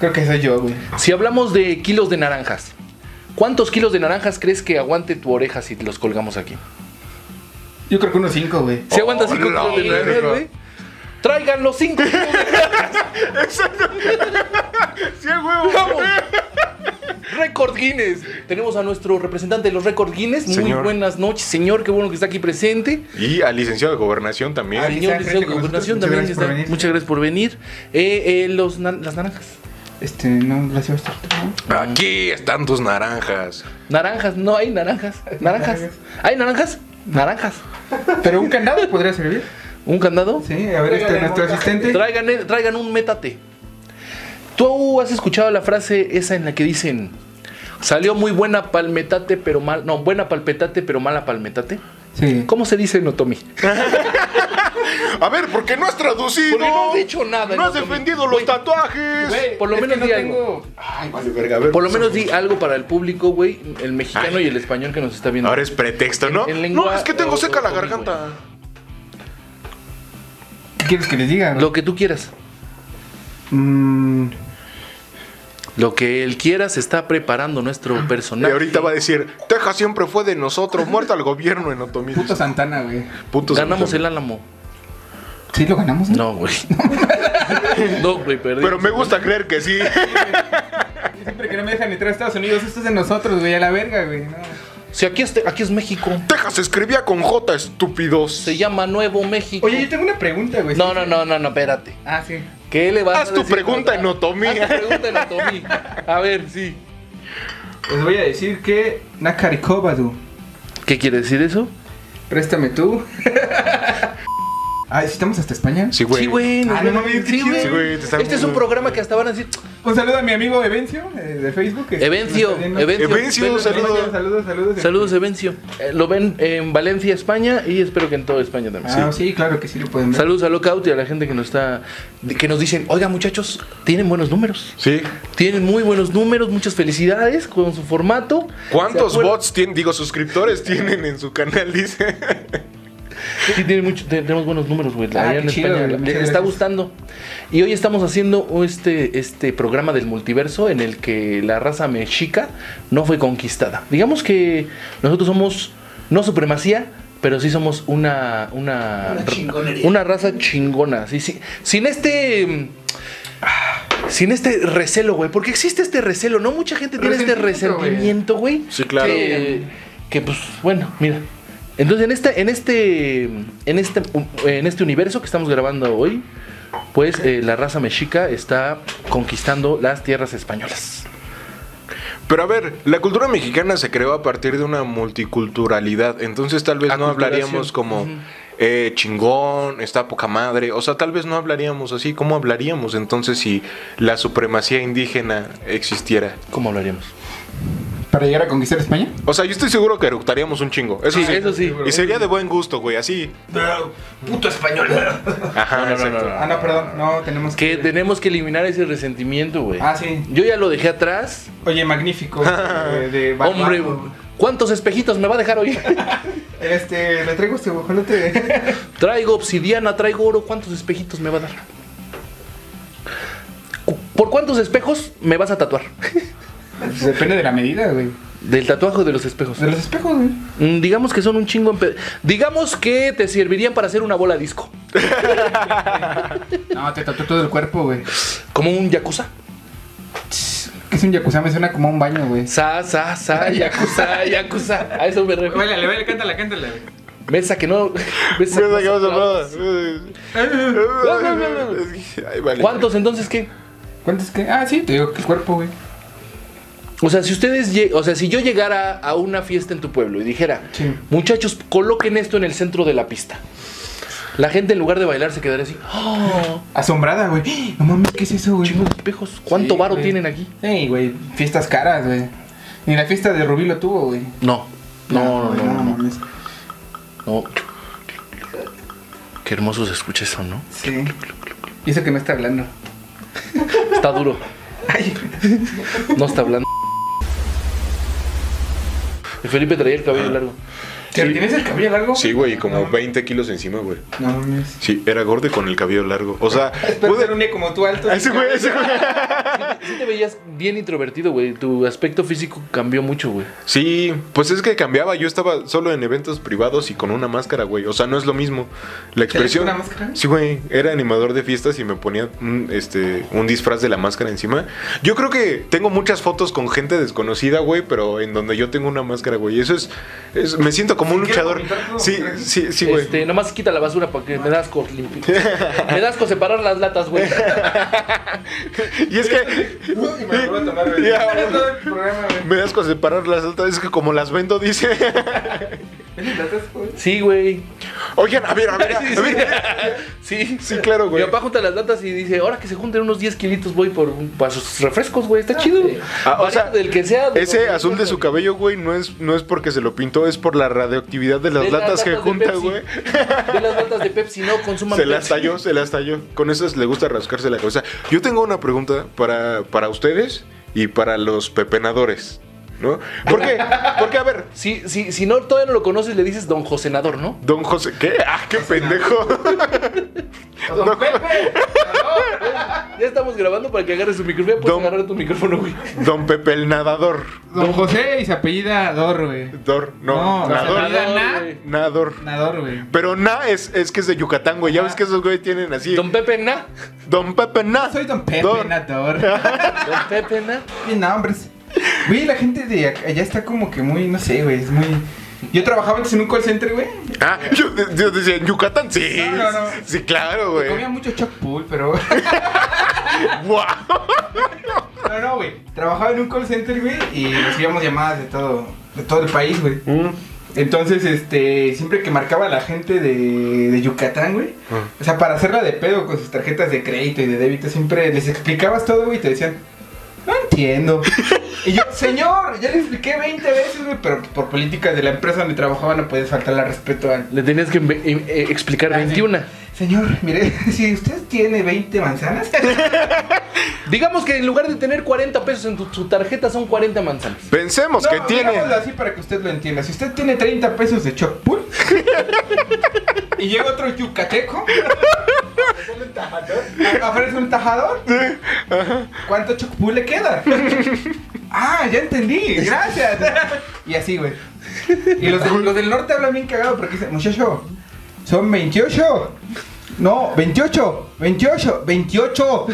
[SPEAKER 6] Creo que soy yo, güey.
[SPEAKER 5] Si hablamos de kilos de naranjas, ¿cuántos kilos de naranjas crees que aguante tu oreja si los colgamos aquí?
[SPEAKER 6] Yo creo que unos cinco, güey.
[SPEAKER 5] Si aguanta 5
[SPEAKER 4] la
[SPEAKER 5] kilos de naranjas,
[SPEAKER 4] verga.
[SPEAKER 5] güey. Traigan los 5 kilos de naranjas.
[SPEAKER 4] Sí, güey.
[SPEAKER 5] ¡Vamos! Record Guinness. Tenemos a nuestro representante de los Record Guinness. Muy
[SPEAKER 4] Señor.
[SPEAKER 5] buenas noches, señor. Qué bueno que está aquí presente.
[SPEAKER 4] Y al licenciado de gobernación también.
[SPEAKER 6] Ay,
[SPEAKER 5] Señor
[SPEAKER 6] está
[SPEAKER 5] licenciado
[SPEAKER 6] presente
[SPEAKER 5] de
[SPEAKER 6] con
[SPEAKER 5] Gobernación
[SPEAKER 6] nosotros.
[SPEAKER 5] también.
[SPEAKER 6] Muchas gracias por
[SPEAKER 5] está- Muchas
[SPEAKER 6] venir.
[SPEAKER 5] gracias por venir. Eh, eh, los nan- las naranjas.
[SPEAKER 6] Este, no, las llevas tú, ¿no?
[SPEAKER 4] Aquí están tus naranjas.
[SPEAKER 5] Naranjas, no hay naranjas. Naranjas.
[SPEAKER 6] Naranjas.
[SPEAKER 5] ¿Hay naranjas? Naranjas.
[SPEAKER 6] Pero un candado podría servir.
[SPEAKER 5] ¿Un candado?
[SPEAKER 6] Sí, a ver, este, nuestro asistente.
[SPEAKER 5] Traigan, eh, traigan un métate. ¿Tú has escuchado la frase esa en la que dicen salió muy buena palmetate pero mal no buena palpetate pero mala palmetate?
[SPEAKER 6] Sí.
[SPEAKER 5] ¿Cómo se dice en Otomi?
[SPEAKER 4] A ver, porque no has traducido.
[SPEAKER 5] Porque no has dicho nada,
[SPEAKER 4] No has
[SPEAKER 5] Nozomi.
[SPEAKER 4] defendido los
[SPEAKER 5] Güey.
[SPEAKER 4] tatuajes.
[SPEAKER 6] Güey,
[SPEAKER 5] Por lo
[SPEAKER 6] es que
[SPEAKER 5] menos di
[SPEAKER 6] no
[SPEAKER 5] algo.
[SPEAKER 6] tengo.
[SPEAKER 4] Ay, vale, verga. A ver,
[SPEAKER 5] Por lo menos di algo para el público, güey, el mexicano y el español que nos está viendo.
[SPEAKER 4] Ahora es pretexto, ¿no?
[SPEAKER 5] En- en lengua-
[SPEAKER 4] no, es que tengo
[SPEAKER 5] o-
[SPEAKER 4] seca la
[SPEAKER 5] o-
[SPEAKER 4] garganta.
[SPEAKER 6] ¿Qué quieres que les diga?
[SPEAKER 5] Lo que tú quieras.
[SPEAKER 6] Mm,
[SPEAKER 5] Lo que él quiera se está preparando nuestro
[SPEAKER 4] Ah, Y
[SPEAKER 5] personaje.
[SPEAKER 4] ahorita va a decir, Texas siempre fue de nosotros, muerta al gobierno en Otomí.
[SPEAKER 6] puto Santana, güey.
[SPEAKER 4] Putos
[SPEAKER 5] Ganamos el
[SPEAKER 4] Otomí.
[SPEAKER 5] álamo.
[SPEAKER 6] ¿Sí lo ganamos?
[SPEAKER 5] No, güey. No, güey, perdí.
[SPEAKER 4] Pero me gusta creer que sí.
[SPEAKER 6] Siempre que no me dejan entrar a Estados Unidos, esto es de nosotros, güey, a la verga, güey. No.
[SPEAKER 5] Si aquí es, aquí es México.
[SPEAKER 4] Texas escribía con J, estúpidos.
[SPEAKER 5] Se llama Nuevo México.
[SPEAKER 6] Oye, yo tengo una pregunta, güey.
[SPEAKER 5] No, no, no, no, no, espérate.
[SPEAKER 6] Ah, sí.
[SPEAKER 5] ¿Qué le vas
[SPEAKER 4] Haz
[SPEAKER 5] a
[SPEAKER 4] tu
[SPEAKER 5] decir?
[SPEAKER 4] pregunta en otomí.
[SPEAKER 5] Haz tu pregunta en otomí. A ver, sí.
[SPEAKER 6] Les voy a decir que Nakarikobadu.
[SPEAKER 5] ¿Qué quiere decir eso?
[SPEAKER 6] Préstame tú. ah, ¿estamos hasta España?
[SPEAKER 4] Sí, güey.
[SPEAKER 5] Sí, güey. nos
[SPEAKER 6] Ah, no
[SPEAKER 5] van a-
[SPEAKER 6] mames, qué
[SPEAKER 5] sí,
[SPEAKER 6] chido.
[SPEAKER 5] güey.
[SPEAKER 4] Sí, güey, te está
[SPEAKER 5] Este es un
[SPEAKER 4] muy-
[SPEAKER 5] programa que hasta van a decir.
[SPEAKER 6] Un saludo a mi amigo Evencio eh, de Facebook. que
[SPEAKER 5] Evencio,
[SPEAKER 6] nos está viendo.
[SPEAKER 5] Evencio.
[SPEAKER 4] Evencio,
[SPEAKER 6] Saludos,
[SPEAKER 4] saludo.
[SPEAKER 6] Evencio, saludos, saludos.
[SPEAKER 5] Saludos, Evencio. Eh, lo ven en Valencia, España y espero que en toda España también.
[SPEAKER 6] Ah, sí, claro que sí lo pueden ver.
[SPEAKER 5] Saludos a Lockout y a la gente que nos está. que nos dicen, oiga muchachos, tienen buenos números.
[SPEAKER 4] Sí.
[SPEAKER 5] Tienen muy buenos números, muchas felicidades con su formato.
[SPEAKER 4] ¿Cuántos
[SPEAKER 5] ¿Se acuerdan?
[SPEAKER 4] bots tienen, digo, suscriptores tienen en su canal? Dice.
[SPEAKER 5] Sí, tiene mucho- te- tenemos buenos números, güey.
[SPEAKER 6] Ah,
[SPEAKER 5] Allá
[SPEAKER 6] qué
[SPEAKER 5] en
[SPEAKER 6] chido,
[SPEAKER 5] España
[SPEAKER 6] güey.
[SPEAKER 5] la-
[SPEAKER 6] Muchas
[SPEAKER 5] les está
[SPEAKER 6] gracias.
[SPEAKER 5] gustando. Y hoy estamos haciendo este, este programa del multiverso en el que la raza mexica no fue conquistada. Digamos que nosotros somos, no supremacía, pero sí somos una. Una, una raza chingona. Sí, sí. Sin este. mm, ah, Sin este recelo, güey. Porque existe este recelo, ¿no? Mucha gente tiene este
[SPEAKER 6] Resentimiento, güey.
[SPEAKER 5] resentimiento, güey.
[SPEAKER 4] Sí, claro.
[SPEAKER 5] Que, que, pues, bueno, mira. Entonces, en este, en este, en este, en este universo que estamos grabando hoy, pues eh, la raza mexica está conquistando las tierras españolas.
[SPEAKER 4] Pero a ver, la cultura mexicana se creó a partir de una multiculturalidad, entonces tal vez no
[SPEAKER 5] Aculturación.
[SPEAKER 4] hablaríamos como eh, chingón, está poca madre, o sea, tal vez no hablaríamos así, ¿cómo hablaríamos entonces si la supremacía indígena existiera?
[SPEAKER 5] ¿Cómo hablaríamos?
[SPEAKER 6] para llegar a conquistar España?
[SPEAKER 4] O sea, yo estoy seguro que eructaríamos un chingo. Eso
[SPEAKER 5] Sí,
[SPEAKER 4] sí.
[SPEAKER 5] eso sí.
[SPEAKER 4] Y sería de buen gusto, güey, así.
[SPEAKER 6] Puto español.
[SPEAKER 4] Ajá, exacto.
[SPEAKER 6] Ah, no, perdón, no, tenemos
[SPEAKER 5] Que tenemos que eliminar ese resentimiento, güey.
[SPEAKER 6] Ah, sí.
[SPEAKER 5] Yo ya lo dejé atrás.
[SPEAKER 6] Oye, magnífico. eh, de Bad
[SPEAKER 5] Hombre,
[SPEAKER 6] Bunny.
[SPEAKER 5] ¿cuántos espejitos me va a dejar hoy?
[SPEAKER 6] Este, le traigo este guajolote.
[SPEAKER 5] traigo obsidiana, traigo oro. ¿Cuántos espejitos me va a dar? Cu- ¿Por cuántos espejos me vas a tatuar?
[SPEAKER 6] Pues depende de la medida, güey.
[SPEAKER 5] Del tatuaje Pues de los espejos.
[SPEAKER 6] De los espejos, güey.
[SPEAKER 5] Mm, Digamos que son un chingo. en pe- Digamos que te servirían para hacer una bola disco.
[SPEAKER 6] No, te tatué todo el cuerpo, güey.
[SPEAKER 5] Como un yakuza.
[SPEAKER 6] ¿Qué es un yakuza? Me suena como a un baño, güey.
[SPEAKER 5] Sa, sa, sa, yakuza, yakuza. A eso me refiero.
[SPEAKER 1] Báilale, báilale, cántala, cántala. güey.
[SPEAKER 5] Mesa que no. mesa que no
[SPEAKER 4] Mira, que vamos
[SPEAKER 5] sopla.
[SPEAKER 4] a probar. Ay, vale.
[SPEAKER 5] ¿Cuántos entonces qué?
[SPEAKER 6] ¿Cuántos que? Ah, sí, te digo que el cuerpo, güey.
[SPEAKER 5] O sea, si ustedes, lle- o sea, si yo llegara a una fiesta en tu pueblo y dijera,
[SPEAKER 6] Sí.
[SPEAKER 5] muchachos, coloquen esto en el centro de la pista. La gente en lugar de bailar se quedaría así. ¡Oh!
[SPEAKER 6] Asombrada, güey. No mames, ¿qué es eso, güey?
[SPEAKER 5] Chingos de espejos. ¿Cuánto
[SPEAKER 6] Sí,
[SPEAKER 5] varo
[SPEAKER 6] güey.
[SPEAKER 5] tienen aquí?
[SPEAKER 6] Ey, güey, fiestas caras, güey. Ni la fiesta de Rubí lo tuvo, güey.
[SPEAKER 5] No. No, no,
[SPEAKER 6] güey,
[SPEAKER 5] no, no,
[SPEAKER 6] mames.
[SPEAKER 5] no. Qué hermoso se escucha eso, ¿no?
[SPEAKER 6] Sí. Y eso que no está hablando.
[SPEAKER 5] Está duro.
[SPEAKER 6] Ay.
[SPEAKER 5] No está hablando. Y Felipe traía el
[SPEAKER 4] Ah.
[SPEAKER 5] cabello largo.
[SPEAKER 6] ¿Te tienes el cabello largo?
[SPEAKER 4] Sí, güey, como 20 kilos encima, güey.
[SPEAKER 6] No mames.
[SPEAKER 4] Sí, era gordo y con el cabello largo. O sea,
[SPEAKER 6] Espero ser un día como tú alto.
[SPEAKER 4] Ah, Ese güey, ese güey.
[SPEAKER 5] Sí te veías bien introvertido, güey. Tu aspecto físico cambió mucho, güey.
[SPEAKER 4] Sí, pues es que cambiaba. Yo estaba solo en eventos privados y con una máscara, güey. O sea, no es lo mismo. La expresión.
[SPEAKER 6] una máscara?
[SPEAKER 4] Sí, güey. Era animador de fiestas y me ponía un, este, un disfraz de la máscara encima. Yo creo que tengo muchas fotos con gente desconocida, güey, pero en donde yo tengo una máscara, güey. Eso es. es- me siento como un luchador. Sí, sí, sí, güey.
[SPEAKER 5] este, nomás quita la basura para que me das asco limpio. me das asco separar las latas, güey.
[SPEAKER 4] Y es que.
[SPEAKER 6] Y me lo voy a tomar, güey.
[SPEAKER 4] Ya,
[SPEAKER 6] Todo el programa, güey.
[SPEAKER 4] Me das con separar las altas. Es que como las vendo, dice.
[SPEAKER 6] ¿Ese platas, güey?
[SPEAKER 5] Sí, güey.
[SPEAKER 4] Oigan, a ver, a ver, a
[SPEAKER 5] Sí, sí.
[SPEAKER 4] ver.
[SPEAKER 5] Sí.
[SPEAKER 4] Sí, claro, güey.
[SPEAKER 5] Mi papá junta las latas y dice, ahora que se junten unos 10 kilitos voy por un- para sus refrescos, güey. Está chido.
[SPEAKER 4] Ah, o
[SPEAKER 5] Variado
[SPEAKER 4] sea,
[SPEAKER 5] del que sea.
[SPEAKER 4] Ese
[SPEAKER 5] güey.
[SPEAKER 4] azul de su cabello, güey, no es, no es porque se lo pintó, es por la radioactividad de las
[SPEAKER 5] De
[SPEAKER 4] latas que
[SPEAKER 5] de
[SPEAKER 4] junta,
[SPEAKER 5] Pepsi.
[SPEAKER 4] güey.
[SPEAKER 5] De las latas de Pepsi, no consuman
[SPEAKER 4] Se las
[SPEAKER 5] Pepsi.
[SPEAKER 4] talló, se las talló. Con esas le gusta rascarse la cabeza. Yo tengo una pregunta para, para ustedes y para los pepenadores, ¿no? ¿Por qué? Porque, a ver,
[SPEAKER 5] Si, si, si no, todavía no lo conoces, le dices don Josenador, ¿no?
[SPEAKER 4] don José, ¿qué? ¡Ah, qué pendejo!
[SPEAKER 6] Don Pepe.
[SPEAKER 5] Ya estamos grabando para que agarres tu micrófono. Puedes
[SPEAKER 4] Don-
[SPEAKER 5] agarrar tu micrófono, güey.
[SPEAKER 4] Don Pepe el nadador.
[SPEAKER 6] Don José y se apellida Dor, güey.
[SPEAKER 4] Dor, no,
[SPEAKER 6] No,
[SPEAKER 4] nador.
[SPEAKER 6] nadador.
[SPEAKER 5] Nadador, güey.
[SPEAKER 4] Nador.
[SPEAKER 6] Nador, güey.
[SPEAKER 4] Pero na es, es que es de Yucatán, güey.
[SPEAKER 6] Ah.
[SPEAKER 4] Ya ves que esos güey tienen así. Don,
[SPEAKER 5] Don Pepe Na.
[SPEAKER 4] Pepe na.
[SPEAKER 6] Soy Don Pepe,
[SPEAKER 4] Dor.
[SPEAKER 6] Nador.
[SPEAKER 5] Don Pepe Na.
[SPEAKER 6] Bien, no, hombre. es- Güey, la gente de ac- allá está como que muy, no sé, güey, es muy... Yo trabajaba antes en un call center, güey.
[SPEAKER 4] Ah, yo, yo decía, ¿en Yucatán? Sí.
[SPEAKER 6] No, no, no.
[SPEAKER 4] Sí, claro,
[SPEAKER 6] Comía
[SPEAKER 4] güey.
[SPEAKER 6] mucho choc pool, pero...
[SPEAKER 4] ¡Guau!
[SPEAKER 6] No, no, güey. Trabajaba en un call center, güey, y recibíamos llamadas de todo, de todo el país, güey. Entonces, este, siempre que marcaba la gente de, de Yucatán, güey, o sea, para hacerla de pedo con sus tarjetas de crédito y de débito, siempre les explicabas todo, güey, y te decían, no entiendo. Y yo, señor, ya le expliqué 20 veces, güey, pero por políticas de la empresa donde trabajaba no podías faltarle al respeto al...
[SPEAKER 5] Le tenías que em- em- eh, explicar
[SPEAKER 6] Ah, sí.
[SPEAKER 5] 21.
[SPEAKER 6] Señor, mire, si usted tiene 20 manzanas,
[SPEAKER 5] Digamos que en lugar de tener 40 pesos en tu, tu tarjeta son 40 manzanas.
[SPEAKER 4] Pensemos que
[SPEAKER 6] No,
[SPEAKER 4] tiene.
[SPEAKER 6] digámoslo así para que usted lo entienda. Si usted tiene 30 pesos de chocpul y llega otro yucateco a ofrecerle un tajador, ¿cuánto chocpul le queda? Ah, ya entendí, gracias. Y así, güey. Y los, de- los del norte hablan bien cagado porque dicen, muchacho, son 28. No, 28, 28, 28.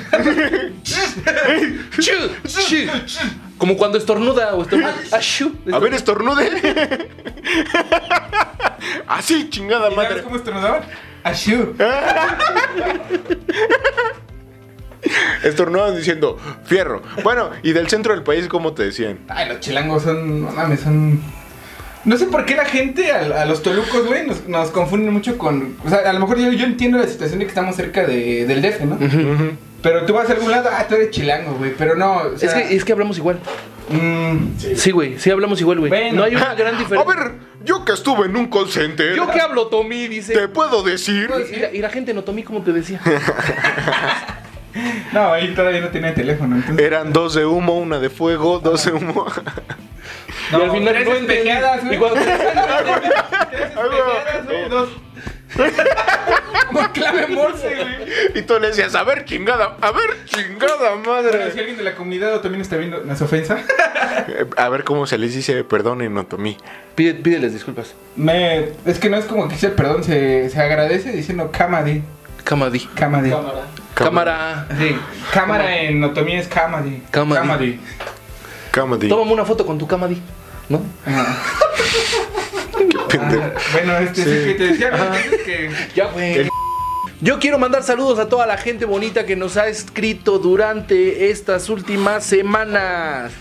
[SPEAKER 5] Chu, chu. Como cuando estornuda o estornuda. Ah, Ashu.
[SPEAKER 4] A ver, estornude. Así, chingada
[SPEAKER 6] ¿Y sabes
[SPEAKER 4] madre.
[SPEAKER 6] cómo estornudaban? Ashu.
[SPEAKER 4] Estornudaban diciendo, fierro. Bueno, y del centro del país, ¿cómo te decían?
[SPEAKER 6] Ay, los chilangos son. No mames, son. No sé por qué la gente, a, a los tolucos, güey, nos, nos confunden mucho con. O sea, a lo mejor yo, yo entiendo la situación de que estamos cerca de, del DF, ¿no? Pero tú vas a algún lado, ah, tú eres chilango, güey. Pero no. o
[SPEAKER 5] Es
[SPEAKER 6] sea,
[SPEAKER 5] que, es que hablamos igual.
[SPEAKER 6] Mm,
[SPEAKER 5] Sí, güey, sí hablamos igual, güey.
[SPEAKER 6] Bueno.
[SPEAKER 5] No hay una gran
[SPEAKER 4] A
[SPEAKER 5] diferencia.
[SPEAKER 4] ver, yo que estuve en un call center,
[SPEAKER 5] Yo que hablo Tommy, dice.
[SPEAKER 4] te puedo decir.
[SPEAKER 5] Y la, y la gente no Tommy como te decía.
[SPEAKER 6] no, ahí todavía no tenía teléfono. Entonces,
[SPEAKER 4] Eran dos de humo, una de fuego, dos de humo.
[SPEAKER 6] no,
[SPEAKER 5] y al final
[SPEAKER 6] tres
[SPEAKER 5] no entendí.
[SPEAKER 6] espejeadas, güey.
[SPEAKER 5] Y cuando-
[SPEAKER 6] Tres espejeadas, güey. Dos. Como clave morse, güey.
[SPEAKER 4] Y tú le decías, a ver, chingada, a ver, chingada
[SPEAKER 6] Pero si
[SPEAKER 4] madre.
[SPEAKER 6] alguien de la comunidad o también está viendo las ofensas,
[SPEAKER 4] Eh, A ver cómo se les dice perdón en otomí.
[SPEAKER 5] Pide- pídeles disculpas.
[SPEAKER 6] me, es que no es como que dice perdón, se, se agradece diciendo cámara,
[SPEAKER 5] Camadi.
[SPEAKER 6] cámara.
[SPEAKER 5] Cámara.
[SPEAKER 6] Sí, cámara en otomí es cámara.
[SPEAKER 5] Cámara.
[SPEAKER 4] Cámara.
[SPEAKER 5] Tómame una foto con tu Camadi. ¿No?
[SPEAKER 6] Ah,
[SPEAKER 5] Ah,
[SPEAKER 4] pendejo.
[SPEAKER 6] bueno, este sí. que te decía, ¿no? Entonces que
[SPEAKER 5] Ya, güey. Yo quiero mandar saludos a toda la gente bonita que nos ha escrito durante estas últimas semanas.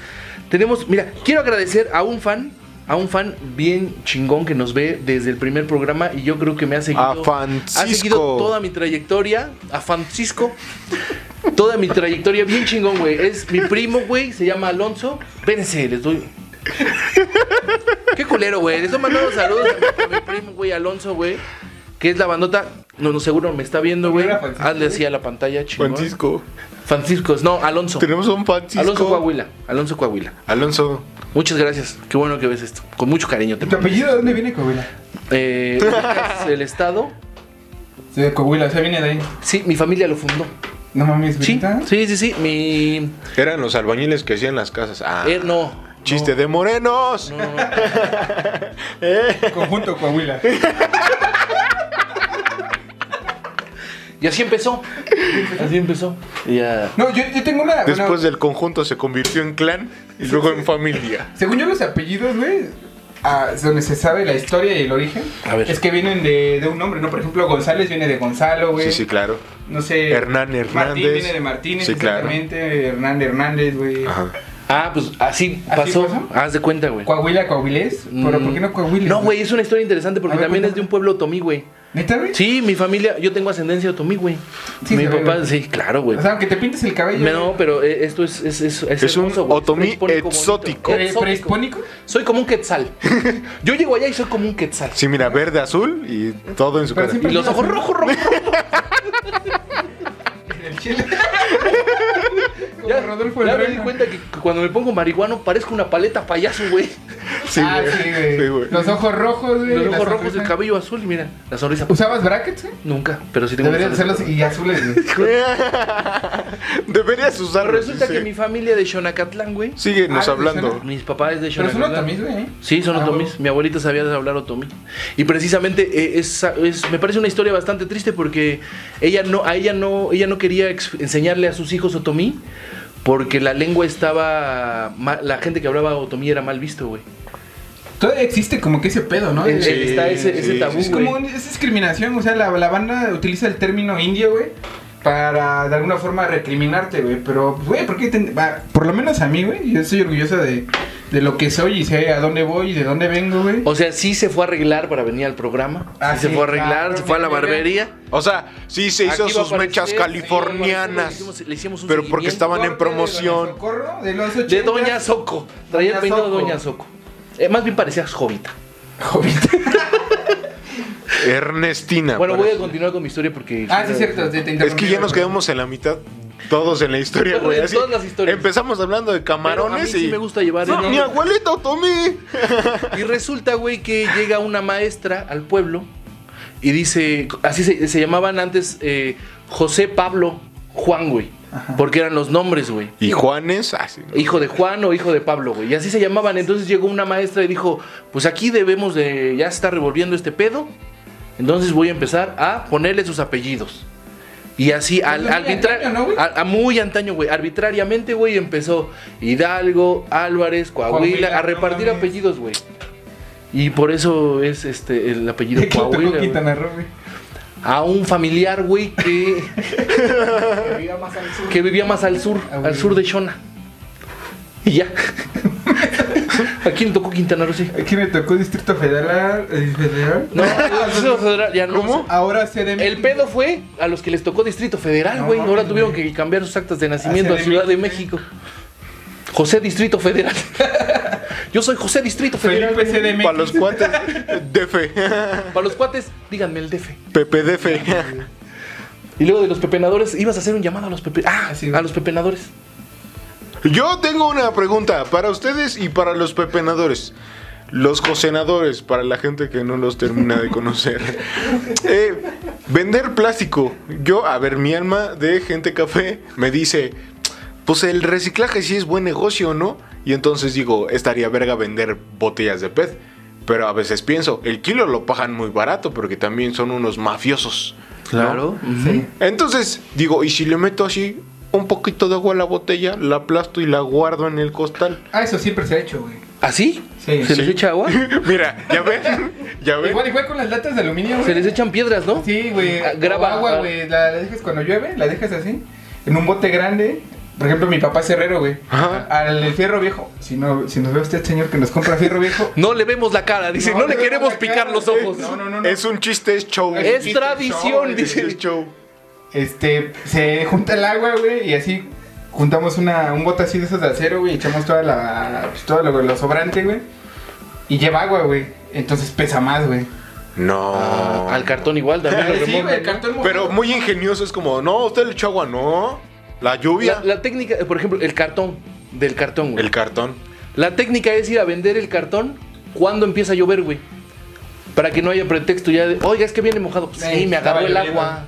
[SPEAKER 5] Tenemos, mira, quiero agradecer a un fan, a un fan bien chingón que nos ve desde el primer programa y yo creo que me ha seguido.
[SPEAKER 4] A Francisco.
[SPEAKER 5] Ha seguido toda mi trayectoria. A Francisco. Toda mi trayectoria, bien chingón, güey. Es mi primo, güey, se llama Alonso. Vénse, les doy. Qué culero, güey. Les estoy mandando saludos a mi, a mi primo, güey, Alonso, güey. Que es la bandota. No, no, seguro me está viendo, güey.
[SPEAKER 6] Era Francisco,
[SPEAKER 5] Hazle así a la pantalla, chingón. Francisco.
[SPEAKER 4] Francisco.
[SPEAKER 5] no, Alonso.
[SPEAKER 4] Tenemos un Francisco.
[SPEAKER 5] Alonso Coahuila. Alonso Coahuila.
[SPEAKER 4] Alonso.
[SPEAKER 5] Muchas gracias. Qué bueno que ves esto. Con mucho cariño te
[SPEAKER 6] ¿Tu
[SPEAKER 5] mando.
[SPEAKER 6] apellido de dónde viene Coahuila?
[SPEAKER 5] Eh, ubicas el estado.
[SPEAKER 6] Sí, de Coahuila, o sea, viene de ahí.
[SPEAKER 5] Sí, mi familia lo fundó.
[SPEAKER 6] No mames,
[SPEAKER 5] Sí,
[SPEAKER 6] ¿verdad?
[SPEAKER 5] sí, sí, sí. Mi.
[SPEAKER 4] Eran los albañiles que hacían las casas. Ah,
[SPEAKER 5] eh, no.
[SPEAKER 4] chiste de morenos.
[SPEAKER 5] No, no, no.
[SPEAKER 6] Conjunto Coahuila.
[SPEAKER 5] Y así empezó. Así empezó. Y ya.
[SPEAKER 6] No, yo, yo tengo una.
[SPEAKER 4] Después
[SPEAKER 6] bueno,
[SPEAKER 4] del conjunto se convirtió en clan y luego en familia.
[SPEAKER 6] Según yo, los apellidos, güey. ah, donde se sabe la historia y el origen.
[SPEAKER 5] A ver.
[SPEAKER 6] Es que vienen de, de un nombre, ¿no? Por ejemplo, González viene de Gonzalo, güey.
[SPEAKER 4] Sí, sí, claro.
[SPEAKER 6] No sé.
[SPEAKER 4] Hernán
[SPEAKER 6] Martín
[SPEAKER 4] Hernández.
[SPEAKER 6] viene de Martínez,
[SPEAKER 4] Sí, claro.
[SPEAKER 6] exactamente. Hernán Hernández, güey.
[SPEAKER 4] Ajá.
[SPEAKER 5] Ah, pues así
[SPEAKER 6] ¿Así
[SPEAKER 5] pasó.
[SPEAKER 6] pasó?
[SPEAKER 5] Haz de cuenta, güey. Mm.
[SPEAKER 6] Coahuila, Coahuilés. Pero ¿por qué no Coahuila?
[SPEAKER 5] No, güey, es una historia interesante porque
[SPEAKER 6] A ver,
[SPEAKER 5] también es de
[SPEAKER 6] cuéntame.
[SPEAKER 5] un pueblo otomí, güey.
[SPEAKER 6] ¿Neta, güey?
[SPEAKER 5] Sí, mi familia, yo tengo ascendencia otomí, güey.
[SPEAKER 6] Sí,
[SPEAKER 5] mi
[SPEAKER 6] se ve,
[SPEAKER 5] papá,
[SPEAKER 6] güey.
[SPEAKER 5] sí, claro, güey.
[SPEAKER 6] O sea, aunque te pintes el cabello.
[SPEAKER 5] Me-
[SPEAKER 6] güey,
[SPEAKER 5] no, pero eh, esto es es, es,
[SPEAKER 4] Es un
[SPEAKER 5] hermoso, güey.
[SPEAKER 4] otomí
[SPEAKER 5] prehispónico bonito.
[SPEAKER 4] exótico.
[SPEAKER 6] ¿pre- ¿Prehispónico?
[SPEAKER 5] Soy como un quetzal. Yo llego allá y soy como un quetzal.
[SPEAKER 4] Sí, mira, verde, azul y todo en su
[SPEAKER 6] Pero
[SPEAKER 4] cara.
[SPEAKER 6] siempre-
[SPEAKER 5] Y los ojos rojos, rojos.
[SPEAKER 6] El chile. Como
[SPEAKER 5] Ya,
[SPEAKER 6] Rodolfo el
[SPEAKER 5] ya me di
[SPEAKER 6] Reno.
[SPEAKER 5] cuenta que cuando me pongo marihuano parezco una paleta payaso, güey.
[SPEAKER 4] Sí,
[SPEAKER 6] ah,
[SPEAKER 4] güey.
[SPEAKER 6] sí, güey.
[SPEAKER 4] Sí, güey.
[SPEAKER 6] Los ojos rojos, güey.
[SPEAKER 5] Los
[SPEAKER 6] la
[SPEAKER 5] ojos rojos, el
[SPEAKER 6] sonrisa.
[SPEAKER 5] cabello azul y mira, la sonrisa.
[SPEAKER 6] ¿Usabas brackets, güey?
[SPEAKER 5] Nunca, pero sí tengo
[SPEAKER 6] Deberían
[SPEAKER 5] una sonrisa.
[SPEAKER 6] hacerlos y azules, güey.
[SPEAKER 4] Deberías usar
[SPEAKER 5] Resulta que mi familia de Xonacatlán, güey.
[SPEAKER 4] Síguenos
[SPEAKER 6] Ah,
[SPEAKER 4] hablando.
[SPEAKER 6] Luciana.
[SPEAKER 5] Mis papás de
[SPEAKER 6] Pero son
[SPEAKER 5] Xonacatlán.
[SPEAKER 6] otomís, güey.
[SPEAKER 5] Sí, son
[SPEAKER 6] Ah,
[SPEAKER 5] otomís. Mi abuelita sabía hablar otomí. Y precisamente eh, es- es- me parece una historia bastante triste porque ella no, a ella no, ella no quería ex- enseñarle a sus hijos otomí porque la lengua estaba, ma- la gente que hablaba otomí era mal visto, güey.
[SPEAKER 6] Todavía existe como que ese pedo, ¿no?
[SPEAKER 5] Eh,
[SPEAKER 6] El-
[SPEAKER 4] sí,
[SPEAKER 5] Está ese, ese
[SPEAKER 4] sí,
[SPEAKER 5] tabú,
[SPEAKER 6] es como
[SPEAKER 5] güey.
[SPEAKER 6] un- es discriminación, o sea, la, la banda utiliza el término indio, güey, para de alguna forma recriminarte, güey. Pero, güey, ¿por qué? te- va, por lo menos a mí, güey, yo estoy orgullosa de, de lo que soy y sé a dónde voy y de dónde vengo, güey.
[SPEAKER 5] O sea, sí se fue a arreglar para venir al programa.
[SPEAKER 6] Ah,
[SPEAKER 5] sí, se
[SPEAKER 6] sí,
[SPEAKER 5] fue a arreglar,
[SPEAKER 6] claro,
[SPEAKER 5] se fue a la
[SPEAKER 6] mira, mira.
[SPEAKER 5] barbería.
[SPEAKER 4] O sea, sí se hizo
[SPEAKER 5] Aquí va a
[SPEAKER 4] sus mechas
[SPEAKER 5] aparecer,
[SPEAKER 4] californianas.
[SPEAKER 5] sí, le hicimos- le hicimos un
[SPEAKER 4] pero porque
[SPEAKER 5] seguimiento.
[SPEAKER 4] estaban en
[SPEAKER 6] Corte de Doña
[SPEAKER 4] promoción.
[SPEAKER 6] Socorro, de los
[SPEAKER 5] De
[SPEAKER 6] 80.
[SPEAKER 5] Doña Soco. Traía el
[SPEAKER 6] Doña
[SPEAKER 5] peinado de
[SPEAKER 6] Soco.
[SPEAKER 5] Doña Soco. Eh, más bien parecías jovita.
[SPEAKER 6] Jovita.
[SPEAKER 4] Ernestina.
[SPEAKER 5] Bueno, voy
[SPEAKER 4] parece.
[SPEAKER 5] a continuar con mi historia porque.
[SPEAKER 6] Ah, sí, es cierto, te, te
[SPEAKER 4] Es que
[SPEAKER 6] interrumpí,
[SPEAKER 4] ya nos
[SPEAKER 6] güey.
[SPEAKER 4] quedamos en la mitad. Todos en la historia,
[SPEAKER 5] Todos
[SPEAKER 4] güey.
[SPEAKER 5] en
[SPEAKER 4] así.
[SPEAKER 5] todas las historias.
[SPEAKER 4] Empezamos hablando de
[SPEAKER 5] Pero a mí
[SPEAKER 4] camarones y.
[SPEAKER 5] sí me gusta llevar. el-
[SPEAKER 4] ¡Mi abuelito, Tommy!
[SPEAKER 5] Y resulta, güey, que llega una maestra al pueblo y dice, así se, se llamaban antes eh, José Pablo Juan, güey. Porque eran los nombres, güey.
[SPEAKER 4] Y Juanes, ah, sí, no.
[SPEAKER 5] Hijo de Juan o hijo de Pablo, güey. Y así se llamaban. Entonces llegó una maestra y dijo, pues aquí debemos de, ya se está revolviendo este pedo. Entonces voy a empezar a ponerle sus apellidos. Y así, al,
[SPEAKER 6] Pues muy
[SPEAKER 5] arbitra-
[SPEAKER 6] antaño, ¿no, güey?
[SPEAKER 5] a, a muy antaño, güey. Arbitrariamente, güey, empezó Hidalgo, Álvarez, Coahuila,
[SPEAKER 6] Coahuila,
[SPEAKER 5] a
[SPEAKER 6] no
[SPEAKER 5] repartir
[SPEAKER 6] mames.
[SPEAKER 5] apellidos, güey. Y por eso es este el apellido
[SPEAKER 6] De Quintana
[SPEAKER 5] Coahuila.
[SPEAKER 6] Roo,
[SPEAKER 5] güey.
[SPEAKER 6] Quintana Roo, güey.
[SPEAKER 5] A un familiar, güey, que, que vivía más al sur,
[SPEAKER 6] Ah,
[SPEAKER 5] al
[SPEAKER 6] güey.
[SPEAKER 5] sur de Shona. Y ya. ¿A quién le tocó Quintana Roo? Sí.
[SPEAKER 6] Aquí me tocó Distrito Federal. eh, Federal.
[SPEAKER 5] No, Distrito Federal, ya no.
[SPEAKER 4] ¿Cómo?
[SPEAKER 6] Ahora CDMX.
[SPEAKER 5] El pedo fue a los que les tocó Distrito Federal,
[SPEAKER 6] No
[SPEAKER 5] güey. Ahora
[SPEAKER 6] mames,
[SPEAKER 5] tuvieron
[SPEAKER 6] güey.
[SPEAKER 5] que cambiar sus actas de nacimiento a
[SPEAKER 6] CDMX,
[SPEAKER 5] Ciudad de
[SPEAKER 6] güey.
[SPEAKER 5] México. José Distrito Federal. Yo soy José Distrito Federal.
[SPEAKER 6] Felipe CDMX.
[SPEAKER 4] Para los cuates, DF,
[SPEAKER 5] Para los cuates, díganme el DF.
[SPEAKER 4] PPDF.
[SPEAKER 5] Y luego de los pepenadores, ibas a hacer un llamado a los pepe... ah,
[SPEAKER 6] Así es.
[SPEAKER 5] a los pepenadores.
[SPEAKER 4] Yo tengo una pregunta para ustedes y para los pepenadores. Los cosenadores, para la gente que no los termina de conocer. Eh, vender plástico. Yo, a ver, mi alma de gente café me dice, pues el reciclaje sí es buen negocio, ¿no? Y entonces digo, estaría verga vender botellas de PET. Pero a veces pienso, el kilo lo pagan muy barato porque también son unos mafiosos. ¿no?
[SPEAKER 6] Sí.
[SPEAKER 4] Entonces, digo, ¿y si le meto así un poquito de agua a la botella, la aplasto y la guardo en el costal?
[SPEAKER 6] Ah, eso siempre se ha hecho, güey.
[SPEAKER 5] ¿Así?
[SPEAKER 6] Sí.
[SPEAKER 5] ¿Ah, ¿Se les
[SPEAKER 4] Sí.
[SPEAKER 5] echa agua?
[SPEAKER 4] Mira, ya ven, ya ven.
[SPEAKER 6] Igual, igual con las latas de aluminio, güey.
[SPEAKER 5] Se les echan piedras, ¿no?
[SPEAKER 6] Sí, güey.
[SPEAKER 5] Ah, graba.
[SPEAKER 6] O agua,
[SPEAKER 5] Ah.
[SPEAKER 6] güey. La dejas cuando llueve, la dejas así. En un bote grande. Por ejemplo, mi papá es herrero, güey.
[SPEAKER 4] Ajá.
[SPEAKER 6] Al fierro viejo. Si, no, si nos ve usted, señor, que nos compra fierro viejo.
[SPEAKER 5] No le vemos la cara, dice, no, le
[SPEAKER 6] veo
[SPEAKER 5] queremos
[SPEAKER 6] la cara,
[SPEAKER 5] picar los
[SPEAKER 6] güey.
[SPEAKER 5] ojos.
[SPEAKER 6] No, no, no. no.
[SPEAKER 4] Es un chiste, es show.
[SPEAKER 5] Es
[SPEAKER 6] Sí,
[SPEAKER 5] tradición,
[SPEAKER 6] show,
[SPEAKER 5] dice.
[SPEAKER 4] Es show.
[SPEAKER 6] Este, se junta el agua, güey, y así juntamos una, un bote así de esos de acero, güey, y echamos toda la, pues, todo lo, lo sobrante, güey. Y lleva agua, güey. Entonces pesa más, güey.
[SPEAKER 4] No.
[SPEAKER 5] Ah, Al cartón igual, también lo
[SPEAKER 6] Sí,
[SPEAKER 5] remojan,
[SPEAKER 6] güey, el
[SPEAKER 5] ¿no?
[SPEAKER 6] cartón mojado.
[SPEAKER 4] Pero muy ingenioso, es como, no, usted le echó agua, no. La lluvia,
[SPEAKER 5] La, la técnica, eh, por ejemplo, el cartón. Del cartón, güey.
[SPEAKER 4] el cartón.
[SPEAKER 5] La técnica es ir a vender el cartón cuando empieza a llover, güey. Para que no haya pretexto ya de, oiga, es que viene mojado. Sí,
[SPEAKER 6] Ey,
[SPEAKER 5] me agarró
[SPEAKER 6] estaba
[SPEAKER 5] el
[SPEAKER 6] lloviendo.
[SPEAKER 5] agua.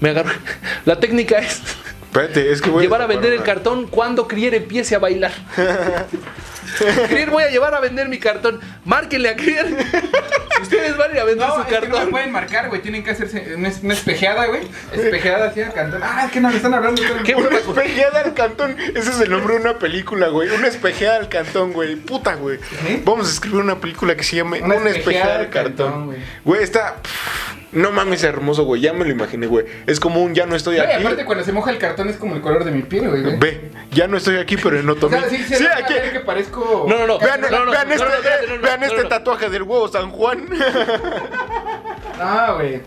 [SPEAKER 5] Me agarró. La técnica es
[SPEAKER 4] Espérate, es que voy
[SPEAKER 5] llevar a vender el
[SPEAKER 4] preparar
[SPEAKER 5] cartón cuando Crier empiece a bailar. Crier, voy a llevar a vender mi cartón. Márquenle a Crier. Si ustedes van a ir a vender
[SPEAKER 6] No,
[SPEAKER 5] su
[SPEAKER 6] es que no
[SPEAKER 5] cartón.
[SPEAKER 6] me pueden marcar, güey. Tienen que hacerse una, es- una espejeada, güey. Espejeada así al cartón. Ah, es que no, me están hablando.
[SPEAKER 5] Qué
[SPEAKER 6] güey.
[SPEAKER 4] una espejeada al cantón. Ese es el nombre de una película, güey. Una espejeada al cantón, güey. Puta, güey.
[SPEAKER 6] ¿Sí?
[SPEAKER 4] Vamos a escribir una película que se llame Una, espejeada al cantón.
[SPEAKER 6] güey.
[SPEAKER 4] Güey, está. pff, No mames, hermoso, güey. Ya me lo imaginé, güey. Es como un ya no estoy
[SPEAKER 6] Güey,
[SPEAKER 4] aquí.
[SPEAKER 6] aparte cuando se moja el cartón es como el color de mi piel, güey. güey.
[SPEAKER 4] Ve, ya no estoy aquí, pero en
[SPEAKER 6] O
[SPEAKER 4] Otomí.
[SPEAKER 6] sea, sí, sí,
[SPEAKER 4] Sí,
[SPEAKER 6] no,
[SPEAKER 4] aquí.
[SPEAKER 6] a ver que parezco...
[SPEAKER 5] No, no, no.
[SPEAKER 4] Vean,
[SPEAKER 5] no, no,
[SPEAKER 4] vean
[SPEAKER 5] no,
[SPEAKER 4] este,
[SPEAKER 5] no, no, espérate, no, no,
[SPEAKER 4] vean
[SPEAKER 5] no,
[SPEAKER 4] este
[SPEAKER 5] no.
[SPEAKER 4] tatuaje del huevo San Juan.
[SPEAKER 6] Ah, güey.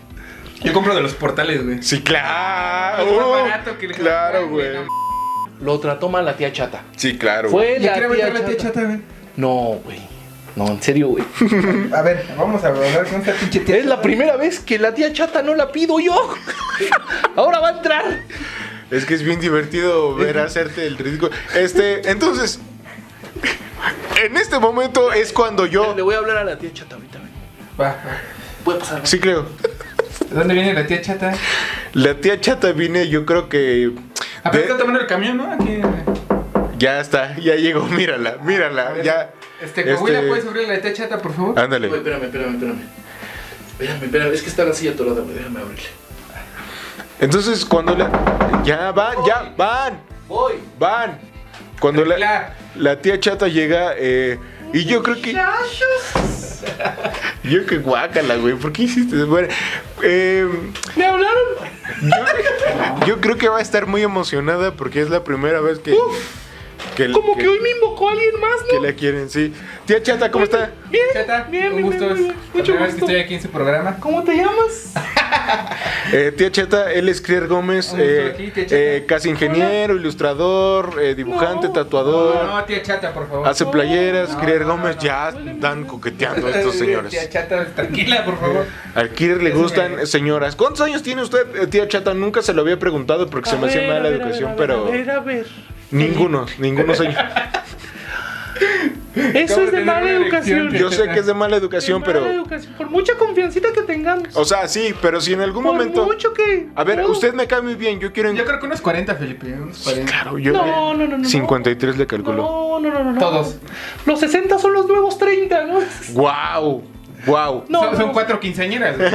[SPEAKER 6] Yo compro de los portales, güey.
[SPEAKER 4] sí, claro.
[SPEAKER 6] Es más barato que el
[SPEAKER 4] Oh, claro,
[SPEAKER 6] San Juan,
[SPEAKER 4] güey.
[SPEAKER 6] güey, no
[SPEAKER 5] Lo trató mal la tía chata.
[SPEAKER 4] Sí, claro. güey.
[SPEAKER 5] Fue
[SPEAKER 6] Yo
[SPEAKER 5] la
[SPEAKER 6] quiero
[SPEAKER 5] tía
[SPEAKER 6] meter la tía
[SPEAKER 5] chata.
[SPEAKER 6] chata, güey.
[SPEAKER 5] No, güey. No, en serio, güey.
[SPEAKER 6] A ver, vamos a hablar con esta pinche tía.
[SPEAKER 5] Es la
[SPEAKER 6] chata.
[SPEAKER 5] primera vez que la tía chata no la pido yo. Ahora va a entrar.
[SPEAKER 4] Es que es bien divertido ver hacerte el ridículo. Este, entonces. En este momento es cuando yo.
[SPEAKER 5] Le voy a hablar a la tía chata ahorita. güey.
[SPEAKER 6] Va, va.
[SPEAKER 5] Voy a pasar.
[SPEAKER 4] Sí, creo.
[SPEAKER 6] ¿De dónde viene la tía chata?
[SPEAKER 4] La tía chata viene, yo creo que.
[SPEAKER 6] Ah,
[SPEAKER 4] de-
[SPEAKER 6] pero está tomando el camión, ¿no? Aquí.
[SPEAKER 4] ya está, ya llegó, mírala,
[SPEAKER 6] A
[SPEAKER 4] mírala,
[SPEAKER 6] ver,
[SPEAKER 4] ya.
[SPEAKER 6] Este, Coahuila,
[SPEAKER 4] Este, Ah.
[SPEAKER 6] ¿puedes abrir la tía chata, por favor?
[SPEAKER 5] Güey,
[SPEAKER 4] Ándale.
[SPEAKER 5] espérame, espérame, espérame. Espérame, espérame. Es que está la silla atorada, güey. Déjame abrirle.
[SPEAKER 4] Entonces, cuando la. Ya van, ya, van,
[SPEAKER 5] Voy.
[SPEAKER 4] van. Cuando la,
[SPEAKER 6] Tranquila.
[SPEAKER 4] la tía chata llega, eh, y yo creo que. Yo que guácala, güey, ¿por qué hiciste eso? Bueno, eh,
[SPEAKER 5] ¿Me hablaron?
[SPEAKER 4] yo creo que va a estar muy emocionada porque es la primera vez que. que
[SPEAKER 5] Como que hoy me invocó alguien más,
[SPEAKER 4] que
[SPEAKER 5] ¿no?
[SPEAKER 4] la quieren, sí. Tía chata, ¿cómo está?
[SPEAKER 5] Bien,
[SPEAKER 6] Chata,
[SPEAKER 5] bien,
[SPEAKER 6] un
[SPEAKER 5] bien,
[SPEAKER 6] gusto.
[SPEAKER 5] bien,
[SPEAKER 6] es
[SPEAKER 5] bien,
[SPEAKER 6] la
[SPEAKER 5] Mucho
[SPEAKER 6] primera vez que
[SPEAKER 5] gusto.
[SPEAKER 6] estoy aquí en su programa.
[SPEAKER 5] ¿Cómo te llamas?
[SPEAKER 4] Eh, tía Cheta, él es Crier Gómez,
[SPEAKER 6] Un gusto
[SPEAKER 4] eh,
[SPEAKER 6] aquí, tía Cheta.
[SPEAKER 4] eh, casi ingeniero, ilustrador, eh, dibujante,
[SPEAKER 5] No.
[SPEAKER 4] tatuador,
[SPEAKER 6] No, tía chata, por favor.
[SPEAKER 4] hace playeras,
[SPEAKER 6] No,
[SPEAKER 4] Crier
[SPEAKER 6] no,
[SPEAKER 4] Gómez,
[SPEAKER 6] no.
[SPEAKER 4] ya están coqueteando a estos
[SPEAKER 6] Eh, Tía
[SPEAKER 4] señores.
[SPEAKER 6] chata, tranquila, por favor.
[SPEAKER 4] Al Crier le
[SPEAKER 6] Eso me-
[SPEAKER 4] gustan señoras. ¿Cuántos años tiene usted, eh, tía Chata? Nunca se lo había preguntado porque se me hacía mala educación, pero
[SPEAKER 5] A ver, a ver.
[SPEAKER 4] ninguno, ninguno señor.
[SPEAKER 5] Eso
[SPEAKER 6] Acabo
[SPEAKER 5] es
[SPEAKER 6] de
[SPEAKER 5] de
[SPEAKER 6] tener
[SPEAKER 5] mala
[SPEAKER 6] una erección,
[SPEAKER 5] educación.
[SPEAKER 6] tía
[SPEAKER 4] Yo sé que es de mala educación,
[SPEAKER 5] De mala
[SPEAKER 4] pero...
[SPEAKER 5] educación, Por mucha confiancita que tengamos.
[SPEAKER 4] O sea, sí, pero si en algún
[SPEAKER 5] por
[SPEAKER 4] momento...
[SPEAKER 5] mucho que.
[SPEAKER 4] A ver,
[SPEAKER 5] no.
[SPEAKER 4] usted me cae muy bien, yo quiero... en-
[SPEAKER 6] Yo creo que unos 40, Felipe. Unos 40.
[SPEAKER 4] Claro, yo...
[SPEAKER 5] No, no, no, no.
[SPEAKER 4] 53 le calculó.
[SPEAKER 5] No, no, no, no, no.
[SPEAKER 6] Todos.
[SPEAKER 5] Los 60 son los nuevos 30, ¿no?
[SPEAKER 4] Wow, wow.
[SPEAKER 5] No,
[SPEAKER 6] son,
[SPEAKER 5] no,
[SPEAKER 6] son
[SPEAKER 5] no.
[SPEAKER 6] cuatro quinceañeras, güey.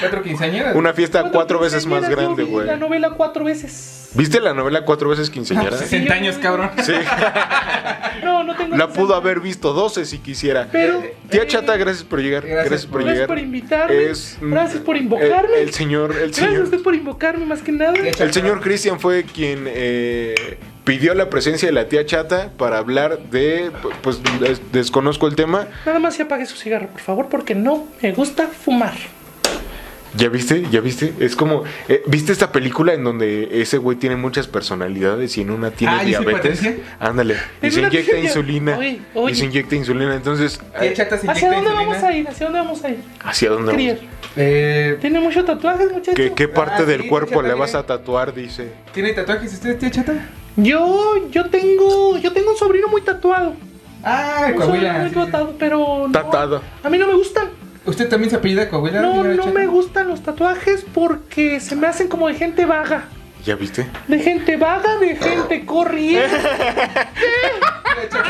[SPEAKER 6] cuatro quinceañeras.
[SPEAKER 4] Una fiesta cuatro veces más
[SPEAKER 5] quinceañeras, yo
[SPEAKER 4] grande,
[SPEAKER 5] vi
[SPEAKER 4] güey.
[SPEAKER 5] La novela cuatro veces.
[SPEAKER 4] ¿Viste la novela cuatro veces
[SPEAKER 6] No,
[SPEAKER 5] Ah,
[SPEAKER 4] quinceañera?
[SPEAKER 6] pues, 60 años, cabrón.
[SPEAKER 4] Sí,
[SPEAKER 5] No, no tengo.
[SPEAKER 4] la
[SPEAKER 5] 60.
[SPEAKER 4] pudo haber visto 12 si quisiera.
[SPEAKER 5] Pero.
[SPEAKER 4] Tía
[SPEAKER 5] eh,
[SPEAKER 4] Chata, gracias por llegar. Gracias,
[SPEAKER 6] gracias
[SPEAKER 4] por
[SPEAKER 6] por-
[SPEAKER 4] llegar.
[SPEAKER 5] Gracias por invitarme.
[SPEAKER 4] Es- mm,
[SPEAKER 5] gracias por invocarme.
[SPEAKER 4] El, el señor, el
[SPEAKER 5] Gracias a
[SPEAKER 4] señor,
[SPEAKER 5] usted por invocarme, más que nada.
[SPEAKER 6] Tía
[SPEAKER 4] el señor Cristian fue quien eh, pidió la presencia de la tía Chata para hablar de, pues des- desconozco el tema.
[SPEAKER 5] Nada más se apague su cigarro, por favor, porque no me gusta fumar.
[SPEAKER 4] ¿Ya viste? ¿Ya viste? Es como. eh, ¿Viste esta película en donde ese güey tiene muchas personalidades y en una tiene
[SPEAKER 6] Ah, ¿yo soy
[SPEAKER 4] diabetes?
[SPEAKER 6] Patricia?
[SPEAKER 4] Ándale. Y
[SPEAKER 1] Es
[SPEAKER 4] se
[SPEAKER 1] una
[SPEAKER 4] inyecta
[SPEAKER 1] tiene-
[SPEAKER 4] insulina.
[SPEAKER 1] Oye,
[SPEAKER 4] Y
[SPEAKER 1] oye.
[SPEAKER 4] se inyecta insulina. Entonces, eh,
[SPEAKER 6] Tía Chata se
[SPEAKER 1] ¿Hacia
[SPEAKER 6] inyecta
[SPEAKER 1] dónde vamos
[SPEAKER 6] insulina.
[SPEAKER 1] a ir? ¿Hacia dónde vamos a ir?
[SPEAKER 4] ¿hacia dónde vamos?
[SPEAKER 1] Crier.
[SPEAKER 6] Eh,
[SPEAKER 1] Tiene muchos tatuajes, muchachos.
[SPEAKER 4] ¿Qué, qué parte
[SPEAKER 6] Ah,
[SPEAKER 4] del
[SPEAKER 6] sí,
[SPEAKER 4] cuerpo
[SPEAKER 6] chata,
[SPEAKER 4] le vas
[SPEAKER 6] mira.
[SPEAKER 4] a tatuar? Dice.
[SPEAKER 6] ¿Tiene tatuajes usted, tía Chata?
[SPEAKER 1] Yo, yo tengo, yo tengo un sobrino muy tatuado.
[SPEAKER 6] Ah,
[SPEAKER 1] Un sobrino
[SPEAKER 6] Coahuila.
[SPEAKER 1] muy
[SPEAKER 6] sí.
[SPEAKER 1] tatuado, pero no,
[SPEAKER 4] Tatado.
[SPEAKER 1] A mí no me gustan.
[SPEAKER 6] ¿Usted también se apellida Coahuila?
[SPEAKER 1] No,
[SPEAKER 6] señora
[SPEAKER 1] no
[SPEAKER 6] Chata?
[SPEAKER 1] me gustan los tatuajes porque se me hacen como de gente vaga.
[SPEAKER 4] ¿Ya viste?
[SPEAKER 1] De gente vaga, de gente corriente.
[SPEAKER 6] Tía Chata.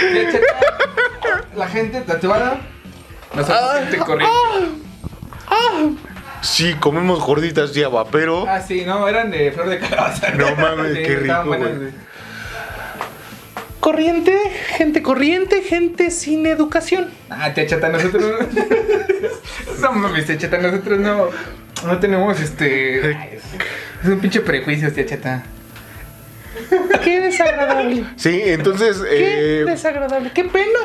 [SPEAKER 6] Tía Chata, La gente tatuada. No somos
[SPEAKER 1] Ah.
[SPEAKER 6] gente corriente.
[SPEAKER 4] Sí, comemos gorditas de haba, pero.
[SPEAKER 6] Ah, sí, no, eran de flor de calabaza.
[SPEAKER 4] No mames,
[SPEAKER 6] Sí,
[SPEAKER 4] qué
[SPEAKER 6] estaban
[SPEAKER 4] rico,
[SPEAKER 6] buenas,
[SPEAKER 4] güey.
[SPEAKER 1] Corriente, gente corriente, gente sin educación.
[SPEAKER 6] Ah, tía Chata, nosotros no. no mames, tía Chata, nosotros no. No tenemos este. ay, Es es un pinche prejuicio, tía Chata.
[SPEAKER 1] Qué desagradable.
[SPEAKER 4] Sí, entonces.
[SPEAKER 1] Qué
[SPEAKER 4] eh,
[SPEAKER 1] desagradable. Qué pena.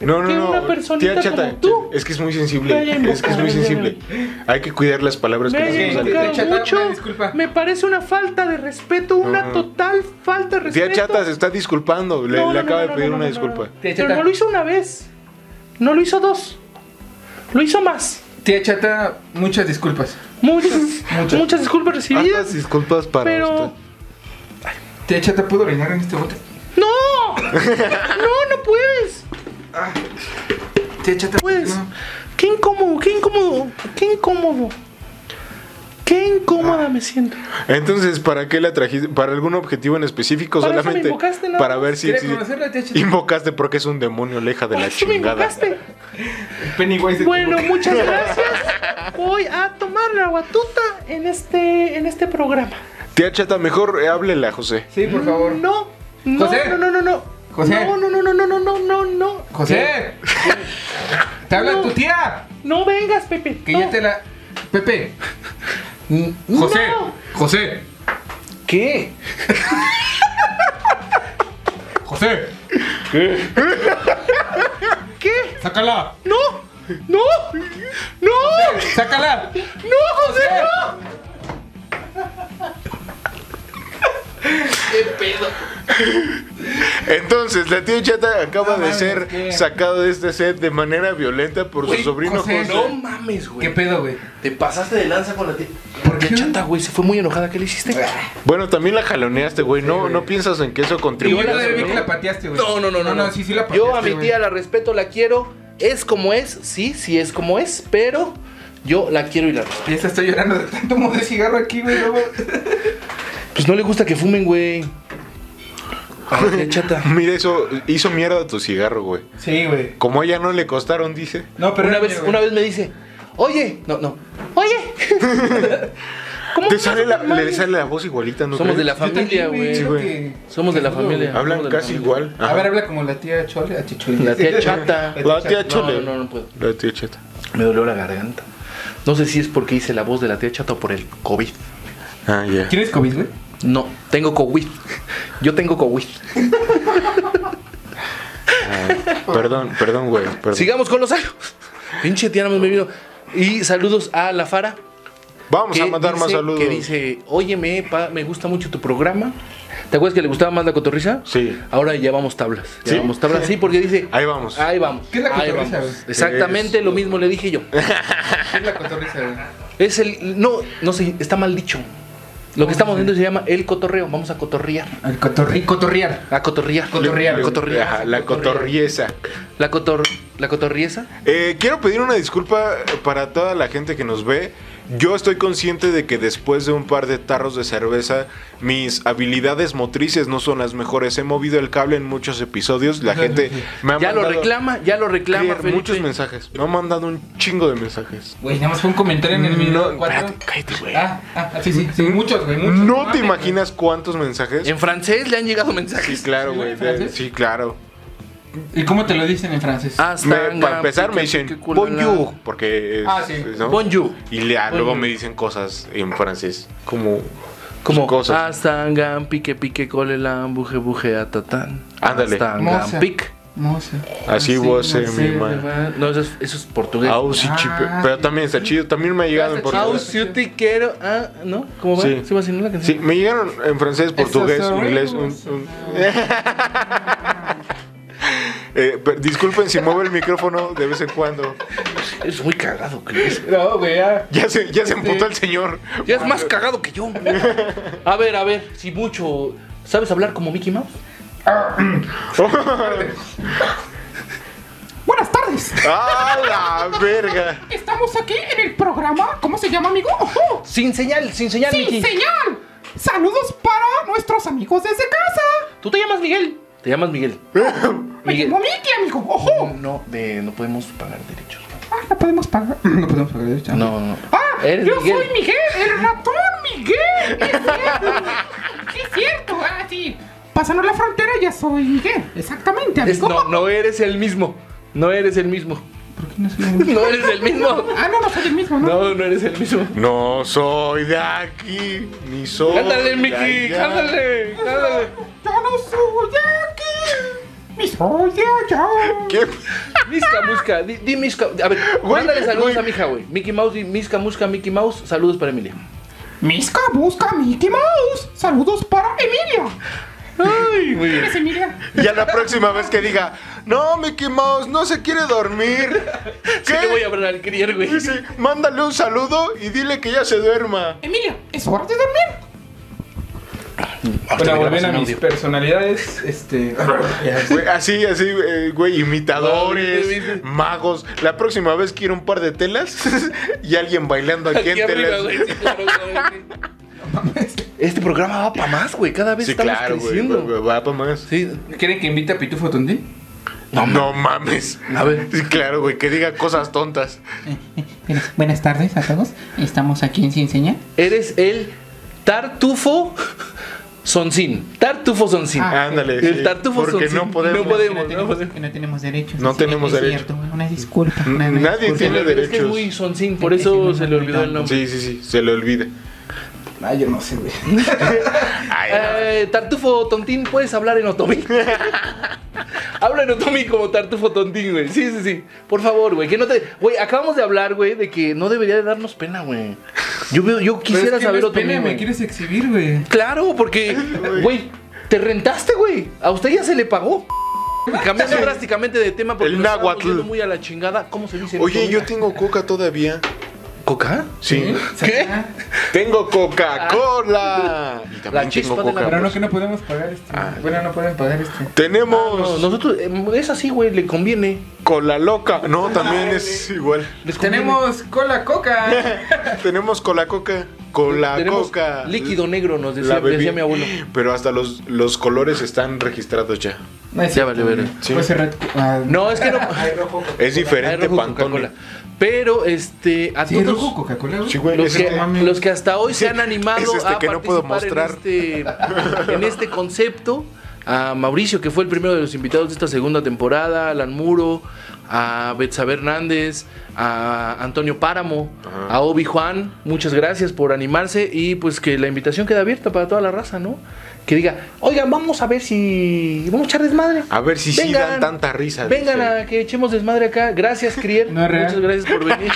[SPEAKER 4] No, no,
[SPEAKER 1] que
[SPEAKER 4] no.
[SPEAKER 1] una personita
[SPEAKER 4] Tía Chata,
[SPEAKER 1] como tú
[SPEAKER 4] es que es muy
[SPEAKER 1] me haya
[SPEAKER 4] sensible. Es que es muy
[SPEAKER 1] invocado,
[SPEAKER 4] sensible. Hay que cuidar las palabras
[SPEAKER 1] Me
[SPEAKER 4] pues que nos
[SPEAKER 1] haya
[SPEAKER 6] Sí,
[SPEAKER 4] vamos a
[SPEAKER 1] invocado
[SPEAKER 6] tía Chata, una
[SPEAKER 1] mucho.
[SPEAKER 6] disculpa.
[SPEAKER 1] Me parece una falta de respeto, una
[SPEAKER 4] No.
[SPEAKER 1] total falta de respeto.
[SPEAKER 4] Tía Chata se está disculpando. Le,
[SPEAKER 1] No, no,
[SPEAKER 4] le acaba
[SPEAKER 1] no,
[SPEAKER 4] de
[SPEAKER 1] no,
[SPEAKER 4] pedir
[SPEAKER 1] no,
[SPEAKER 4] una
[SPEAKER 1] no, no,
[SPEAKER 4] disculpa.
[SPEAKER 1] no.
[SPEAKER 6] Tía
[SPEAKER 1] Pero
[SPEAKER 6] Chata.
[SPEAKER 1] no lo hizo una vez. No lo hizo dos. Lo hizo más.
[SPEAKER 6] Tía Chata, muchas disculpas.
[SPEAKER 1] Muchas,
[SPEAKER 6] Muchas.
[SPEAKER 1] muchas disculpas
[SPEAKER 4] Tantas
[SPEAKER 1] recibidas.
[SPEAKER 4] Ah, disculpas para
[SPEAKER 1] pero-
[SPEAKER 4] usted.
[SPEAKER 6] Tía Chata, ¿puedo orinar en este bote?
[SPEAKER 1] ¡No! ¡No, no puedes!
[SPEAKER 6] Tía Chata,
[SPEAKER 1] Pues,
[SPEAKER 6] no.
[SPEAKER 1] qué incómodo, qué incómodo, qué incómodo. Qué
[SPEAKER 4] Ah,
[SPEAKER 1] incómoda me siento.
[SPEAKER 4] Entonces, ¿para qué la trajiste? ¿Para algún objetivo en específico?
[SPEAKER 1] Para eso me
[SPEAKER 4] Solamente
[SPEAKER 1] invocaste, nada
[SPEAKER 4] para
[SPEAKER 1] más.
[SPEAKER 4] ver si,
[SPEAKER 6] Quería
[SPEAKER 4] si-
[SPEAKER 6] conocerla, tía Chata.
[SPEAKER 4] invocaste porque es un demonio leja de
[SPEAKER 1] Por
[SPEAKER 4] la
[SPEAKER 1] eso me
[SPEAKER 4] chingada.
[SPEAKER 1] invocaste.
[SPEAKER 6] Pennywise.
[SPEAKER 1] Bueno, muchas gracias. Voy a tomar la batuta en este, en este programa.
[SPEAKER 4] Tía Chata, mejor eh, háblele a José.
[SPEAKER 6] Sí, por favor.
[SPEAKER 1] No, no,
[SPEAKER 6] José.
[SPEAKER 1] no, no, no, no.
[SPEAKER 6] José.
[SPEAKER 1] No, no, no, no, no, no, no, no, no.
[SPEAKER 6] José. Te habla
[SPEAKER 1] No.
[SPEAKER 6] tu tía.
[SPEAKER 1] No vengas, Pepe.
[SPEAKER 6] Que
[SPEAKER 1] no.
[SPEAKER 6] ya te la. Pepe. José.
[SPEAKER 1] No.
[SPEAKER 6] José.
[SPEAKER 5] ¿Qué?
[SPEAKER 6] José.
[SPEAKER 1] ¿Qué?
[SPEAKER 6] Sácala.
[SPEAKER 1] ¡No! ¡No! ¡No!
[SPEAKER 6] Sácala.
[SPEAKER 1] ¡No, José! ¡No!
[SPEAKER 4] Entonces, la tía Chata acaba
[SPEAKER 6] No
[SPEAKER 4] de
[SPEAKER 6] mames,
[SPEAKER 4] ser
[SPEAKER 6] ¿qué?
[SPEAKER 4] sacada de este set de manera violenta por
[SPEAKER 5] Güey,
[SPEAKER 4] su sobrino
[SPEAKER 6] José,
[SPEAKER 4] José.
[SPEAKER 5] No mames, güey.
[SPEAKER 6] ¿Qué pedo, güey?
[SPEAKER 5] Te pasaste de lanza con la tía.
[SPEAKER 6] ¿Por
[SPEAKER 5] Tía
[SPEAKER 6] qué? Ah,
[SPEAKER 5] Chata, güey, se fue muy enojada. ¿Qué le hiciste?
[SPEAKER 4] Bueno, también la jaloneaste, güey. No, no piensas en que eso
[SPEAKER 6] Yo
[SPEAKER 4] contribuye.
[SPEAKER 6] la
[SPEAKER 4] a
[SPEAKER 6] vi
[SPEAKER 4] eso,
[SPEAKER 6] que
[SPEAKER 4] ¿no?
[SPEAKER 6] la pateaste, güey. Ah,
[SPEAKER 5] No, no, no, no.
[SPEAKER 6] No, sí, sí la pateaste.
[SPEAKER 5] Yo a mi
[SPEAKER 6] güey.
[SPEAKER 5] tía la respeto, la quiero. Es como es, sí, sí es como es, pero yo la quiero y la respeto.
[SPEAKER 6] Ya se estoy llorando de tanto modo de cigarro aquí, güey. luego.
[SPEAKER 5] Pues no le gusta que fumen, güey. A la tía Chata.
[SPEAKER 4] Mira, eso hizo mierda tu cigarro, güey.
[SPEAKER 6] Sí, güey.
[SPEAKER 4] Como a ella no le costaron, dice.
[SPEAKER 6] No, pero
[SPEAKER 5] una,
[SPEAKER 6] era
[SPEAKER 5] vez,
[SPEAKER 6] mío, güey.
[SPEAKER 5] una vez me dice, oye, no, no,
[SPEAKER 1] Oye. ¿Cómo
[SPEAKER 4] Te
[SPEAKER 1] vas
[SPEAKER 4] sale
[SPEAKER 1] a
[SPEAKER 4] la,
[SPEAKER 1] tomar?
[SPEAKER 4] le sale la voz igualita, ¿no?
[SPEAKER 5] somos
[SPEAKER 4] crees?
[SPEAKER 5] de la familia,
[SPEAKER 6] también, güey,
[SPEAKER 5] güey.
[SPEAKER 4] Sí, güey.
[SPEAKER 6] creo que-
[SPEAKER 5] Somos de la
[SPEAKER 6] que seguro,
[SPEAKER 5] familia.
[SPEAKER 4] Hablan
[SPEAKER 5] somos de la
[SPEAKER 4] casi
[SPEAKER 5] familia.
[SPEAKER 4] igual.
[SPEAKER 6] güey. A
[SPEAKER 4] Ajá.
[SPEAKER 6] ver, habla como la tía Chole, a Chichule.
[SPEAKER 5] La tía Chata.
[SPEAKER 4] La tía
[SPEAKER 5] No,
[SPEAKER 4] Chole.
[SPEAKER 5] no, no puedo.
[SPEAKER 4] La tía Chata.
[SPEAKER 5] Me dolió la garganta. No sé si es porque hice la voz de la tía Chata o por el COVID.
[SPEAKER 4] Ah, ya.
[SPEAKER 6] ¿Quieres COVID, güey?
[SPEAKER 5] No, tengo COVID. Yo tengo COVID.
[SPEAKER 4] Perdón, perdón, güey. perdón.
[SPEAKER 5] Sigamos con los años. Pinche tía, no me vino. Y saludos a la Fara.
[SPEAKER 4] Vamos a
[SPEAKER 5] que
[SPEAKER 4] mandar más
[SPEAKER 5] dice-
[SPEAKER 4] saludos.
[SPEAKER 5] Que dice, óyeme, pa, me gusta mucho tu programa. ¿Te acuerdas que le gustaba más la cotorriza?
[SPEAKER 4] Sí.
[SPEAKER 5] Ahora llevamos tablas.
[SPEAKER 4] ¿Sí?
[SPEAKER 5] Llevamos tablas, sí, porque dice...
[SPEAKER 4] Ahí vamos.
[SPEAKER 5] Ahí vamos.
[SPEAKER 6] ¿Qué es la
[SPEAKER 5] ahí
[SPEAKER 6] cotorriza,
[SPEAKER 5] vamos.
[SPEAKER 6] güey?
[SPEAKER 5] Exactamente
[SPEAKER 4] Es-
[SPEAKER 5] lo mismo le dije yo.
[SPEAKER 6] Es la cotorriza, güey.
[SPEAKER 5] Es el... No, no sé, está mal dicho. Lo que estamos haciendo se llama el cotorreo. Vamos a cotorrear.
[SPEAKER 6] El cotorri cotorriar.
[SPEAKER 5] A cotorrear.
[SPEAKER 6] Cotorrear.
[SPEAKER 5] Cotorrear.
[SPEAKER 4] Ajá, la cotorrieza.
[SPEAKER 5] La cotor... La cotorrieza.
[SPEAKER 4] Eh, quiero pedir una disculpa para toda la gente que nos ve. Yo estoy consciente de que después de un par de tarros de cerveza, mis habilidades motrices no son las mejores. He movido el cable en muchos episodios. La gente me ha
[SPEAKER 5] Ya lo
[SPEAKER 4] mandado-
[SPEAKER 5] reclama, ya lo reclama,
[SPEAKER 4] Clear,
[SPEAKER 5] Felipe.
[SPEAKER 4] muchos mensajes. Me han mandado un chingo de mensajes.
[SPEAKER 6] Güey, nada más fue un comentario en el minuto 4.
[SPEAKER 5] cállate, Mm, güey. Mm,
[SPEAKER 6] Ah, ah, sí, sí, sí, muchos, güey, muchos.
[SPEAKER 4] No te
[SPEAKER 6] mames,
[SPEAKER 4] imaginas cuántos mensajes.
[SPEAKER 5] En francés le han llegado
[SPEAKER 4] Sí,
[SPEAKER 5] mensajes.
[SPEAKER 4] claro, güey.
[SPEAKER 6] en francés?
[SPEAKER 4] Sí, claro.
[SPEAKER 6] güey. ¿Y cómo te lo dicen en francés?
[SPEAKER 5] Hasta
[SPEAKER 4] Me- para empezar me dicen bonjour porque es,
[SPEAKER 6] Ah, sí.
[SPEAKER 4] ¿no?
[SPEAKER 5] Bonjour.
[SPEAKER 4] y le- ah, luego
[SPEAKER 5] Bonjour.
[SPEAKER 4] me dicen cosas en francés como
[SPEAKER 5] Como ah,
[SPEAKER 4] cosas.
[SPEAKER 5] Hasta pique pique cole la buje buje atatán.
[SPEAKER 4] Ándale.
[SPEAKER 5] Hasta
[SPEAKER 6] Moza.
[SPEAKER 5] pic.
[SPEAKER 1] No sé.
[SPEAKER 4] Así vos, eh,
[SPEAKER 1] no
[SPEAKER 4] mi
[SPEAKER 1] sé,
[SPEAKER 4] man.
[SPEAKER 1] ¿verdad?
[SPEAKER 5] No, eso es, eso es portugués.
[SPEAKER 4] Ausi
[SPEAKER 6] Ah,
[SPEAKER 4] chipe.
[SPEAKER 6] sí.
[SPEAKER 4] Pero también está chido. También me ha llegado en
[SPEAKER 6] Está
[SPEAKER 1] Au,
[SPEAKER 4] portugués.
[SPEAKER 6] chido.
[SPEAKER 1] si yo te quiero. Ah, ¿no? ¿Cómo va?
[SPEAKER 4] Sí.
[SPEAKER 1] ¿Sí va haciendo la
[SPEAKER 4] Sí,
[SPEAKER 1] canción?
[SPEAKER 4] me llegaron en francés, portugués,
[SPEAKER 6] Eso es
[SPEAKER 4] inglés.
[SPEAKER 6] horrible.
[SPEAKER 4] un- un- Eh, per- disculpen si muevo el micrófono de vez en cuando.
[SPEAKER 5] Es muy cagado, Chris.
[SPEAKER 6] No, güey, ah. ya.
[SPEAKER 4] Ya se, ya se emputó el señor.
[SPEAKER 5] Ya es más cagado que yo. A ver, a ver, si mucho. ¿Sabes hablar como Mickey Mouse?
[SPEAKER 7] Buenas tardes.
[SPEAKER 4] ¡Ah, la verga!
[SPEAKER 7] Estamos aquí en el programa. ¿Cómo se llama, amigo? ¡Ojo!
[SPEAKER 5] Sin señal, sin señal,
[SPEAKER 7] ¡Sí,
[SPEAKER 5] Mickey.
[SPEAKER 7] señor! Saludos para nuestros amigos desde casa.
[SPEAKER 5] Tú te llamas Miguel. Te llamas Miguel.
[SPEAKER 7] Me
[SPEAKER 5] Miguel. Mm.
[SPEAKER 7] llamo Mickey, amigo. ¡Ojo!
[SPEAKER 5] No, de, no podemos pagar derechos.
[SPEAKER 7] Ah, no podemos pagar.
[SPEAKER 6] No podemos pagar el chavo.
[SPEAKER 5] No, no.
[SPEAKER 7] ¡Ah!
[SPEAKER 5] Eres
[SPEAKER 7] yo
[SPEAKER 5] Miguel.
[SPEAKER 7] soy Miguel, el ratón Miguel. Sí, Es cierto. Sí, es cierto. Ah, sí. Pasando la frontera ya soy Miguel. Exactamente,
[SPEAKER 5] Es-
[SPEAKER 7] amigo.
[SPEAKER 5] no, no eres el mismo. No eres el mismo.
[SPEAKER 6] ¿Por qué no soy un-
[SPEAKER 5] No eres el mismo.
[SPEAKER 7] Ah, no, no soy el mismo, ¿no?
[SPEAKER 5] No, no eres el mismo.
[SPEAKER 4] No soy de aquí, ni soy.
[SPEAKER 5] Cántale,
[SPEAKER 4] de
[SPEAKER 5] Mickey.
[SPEAKER 4] allá.
[SPEAKER 5] Cántale, cántale.
[SPEAKER 7] Yo no soy de aquí. Ni soy de allá.
[SPEAKER 4] ¿Qué?
[SPEAKER 5] Misca Musca, di, di Misca. A ver,
[SPEAKER 4] Güey,
[SPEAKER 5] mándale saludos
[SPEAKER 4] güey.
[SPEAKER 5] a mi hija, güey. Mickey Mouse, di Misca Musca, Mickey Mouse. Saludos para Emilia.
[SPEAKER 7] Misca busca Mickey Mouse. Saludos para Emilia.
[SPEAKER 5] Ay, muy bien.
[SPEAKER 7] ¿Eres Emilia?
[SPEAKER 4] Y a la próxima vez que diga, no, Mickey Mouse, no se quiere dormir.
[SPEAKER 5] Sí, le voy a
[SPEAKER 4] ¿Qué?
[SPEAKER 5] hablar al crier, güey.
[SPEAKER 4] Dice, mándale un saludo y dile que ya se duerma.
[SPEAKER 7] Emilia, es hora de dormir.
[SPEAKER 6] Bueno, volviendo a
[SPEAKER 5] Sin
[SPEAKER 6] mis
[SPEAKER 5] audio.
[SPEAKER 6] personalidades, este.
[SPEAKER 4] Güey, así, así, eh, güey, imitadores,
[SPEAKER 5] No, viste, viste.
[SPEAKER 4] magos. La próxima vez quiero un par de telas y alguien bailando aquí,
[SPEAKER 5] Aquí
[SPEAKER 4] en
[SPEAKER 5] arriba,
[SPEAKER 4] telas.
[SPEAKER 5] güey. sí, claro, claro, sí. Este programa va para más, güey. Cada vez
[SPEAKER 4] Sí,
[SPEAKER 5] estamos
[SPEAKER 4] claro, güey.
[SPEAKER 5] creciendo.
[SPEAKER 4] güey, Va para más.
[SPEAKER 5] Sí.
[SPEAKER 6] ¿Quieren que invite a Pitufo Tondí?
[SPEAKER 4] No, mames.
[SPEAKER 5] A ver.
[SPEAKER 4] Sí, claro, güey, que diga cosas tontas.
[SPEAKER 7] Buenas tardes a todos. Estamos aquí en Sin Señal.
[SPEAKER 5] Eres el tartufo soncín. Tartufo soncín.
[SPEAKER 7] Ah,
[SPEAKER 4] Ándale.
[SPEAKER 5] el
[SPEAKER 4] sí,
[SPEAKER 5] tartufo
[SPEAKER 4] Porque
[SPEAKER 5] soncín.
[SPEAKER 4] no podemos.
[SPEAKER 5] No podemos, no podemos.
[SPEAKER 7] no tenemos derechos.
[SPEAKER 4] No tenemos
[SPEAKER 7] es
[SPEAKER 4] derechos.
[SPEAKER 7] cierto, Una disculpa.
[SPEAKER 4] N- nadie
[SPEAKER 5] Es que
[SPEAKER 4] tiene
[SPEAKER 5] es que es
[SPEAKER 4] derechos.
[SPEAKER 5] muy soncín, por eso se le olvidó el nombre.
[SPEAKER 4] Sí, sí, sí, se le olvida.
[SPEAKER 6] Ah, yo no sé, güey.
[SPEAKER 4] Ay,
[SPEAKER 5] Eh, tartufo Tontín, puedes hablar en Otomí. Habla en Otomí como Tartufo Tontín, güey. Sí, sí, sí. Por favor, güey. Que no te. Güey, acabamos de hablar, güey, de que no debería de darnos pena, güey. Yo, veo- yo
[SPEAKER 6] Pero
[SPEAKER 5] quisiera
[SPEAKER 6] es que
[SPEAKER 5] saber
[SPEAKER 6] no es
[SPEAKER 5] Otomí.
[SPEAKER 6] pena,
[SPEAKER 5] güey.
[SPEAKER 6] me quieres exhibir, güey.
[SPEAKER 5] Claro, porque, güey, te rentaste, güey. A usted ya se le pagó. Cambiando drásticamente de tema porque
[SPEAKER 4] El
[SPEAKER 5] nos estamos
[SPEAKER 4] náhuatl.
[SPEAKER 5] yendo muy a la chingada. ¿Cómo se dice? en
[SPEAKER 4] Oye,
[SPEAKER 5] Otomí?
[SPEAKER 4] yo tengo coca todavía.
[SPEAKER 5] ¿Coca?
[SPEAKER 4] Sí.
[SPEAKER 5] ¿Qué?
[SPEAKER 4] Tengo Coca-Cola. Y
[SPEAKER 5] Ah. La
[SPEAKER 4] también
[SPEAKER 5] chispa
[SPEAKER 4] tengo
[SPEAKER 5] de la
[SPEAKER 4] coca.
[SPEAKER 6] Pero no,
[SPEAKER 4] pues.
[SPEAKER 6] que no podemos pagar este. Bueno, no pueden pagar este.
[SPEAKER 5] No,
[SPEAKER 4] Tenemos
[SPEAKER 5] nosotros. eh, es así, güey, le conviene.
[SPEAKER 4] cola loca. No, también es igual.
[SPEAKER 5] Les conviene.
[SPEAKER 6] Pues Tenemos cola coca.
[SPEAKER 4] Tenemos cola coca. Cola
[SPEAKER 5] Tenemos
[SPEAKER 4] coca.
[SPEAKER 5] líquido negro, nos decía,
[SPEAKER 4] La bebí.
[SPEAKER 5] decía mi abuelo.
[SPEAKER 4] Pero hasta los, los colores están registrados ya.
[SPEAKER 6] No es
[SPEAKER 5] Ya
[SPEAKER 6] cierto,
[SPEAKER 5] vale, vale.
[SPEAKER 6] güey.
[SPEAKER 4] Sí.
[SPEAKER 6] Puede ser red- ah,
[SPEAKER 5] No, es que no.
[SPEAKER 6] Hay rojo. Coca-
[SPEAKER 4] Es diferente,
[SPEAKER 5] Hay rojo
[SPEAKER 4] Pantone.
[SPEAKER 5] Coca-Cola. Pero, este. A
[SPEAKER 6] Sí, hay
[SPEAKER 5] todos
[SPEAKER 6] rojo Coca-Cola, güey.
[SPEAKER 4] Sí, güey,
[SPEAKER 5] los
[SPEAKER 4] es
[SPEAKER 5] que,
[SPEAKER 4] este.
[SPEAKER 5] los que hasta hoy se han animado
[SPEAKER 4] es este
[SPEAKER 5] a
[SPEAKER 4] que no puedo
[SPEAKER 5] participar en este, en este concepto. A Mauricio, que fue el primero de los invitados de esta segunda temporada, a Alan Muro, a Betsabe Hernández, a Antonio Páramo, a Obi Juan, muchas gracias por animarse y pues que la invitación queda abierta para toda la raza, ¿no? Que diga, oigan, vamos a ver si. Vamos a echar desmadre.
[SPEAKER 4] A ver si sí dan tanta risa.
[SPEAKER 5] Vengan
[SPEAKER 4] dice.
[SPEAKER 5] a que echemos desmadre acá. Gracias, Crier.
[SPEAKER 6] No es real.
[SPEAKER 5] Muchas gracias por venir.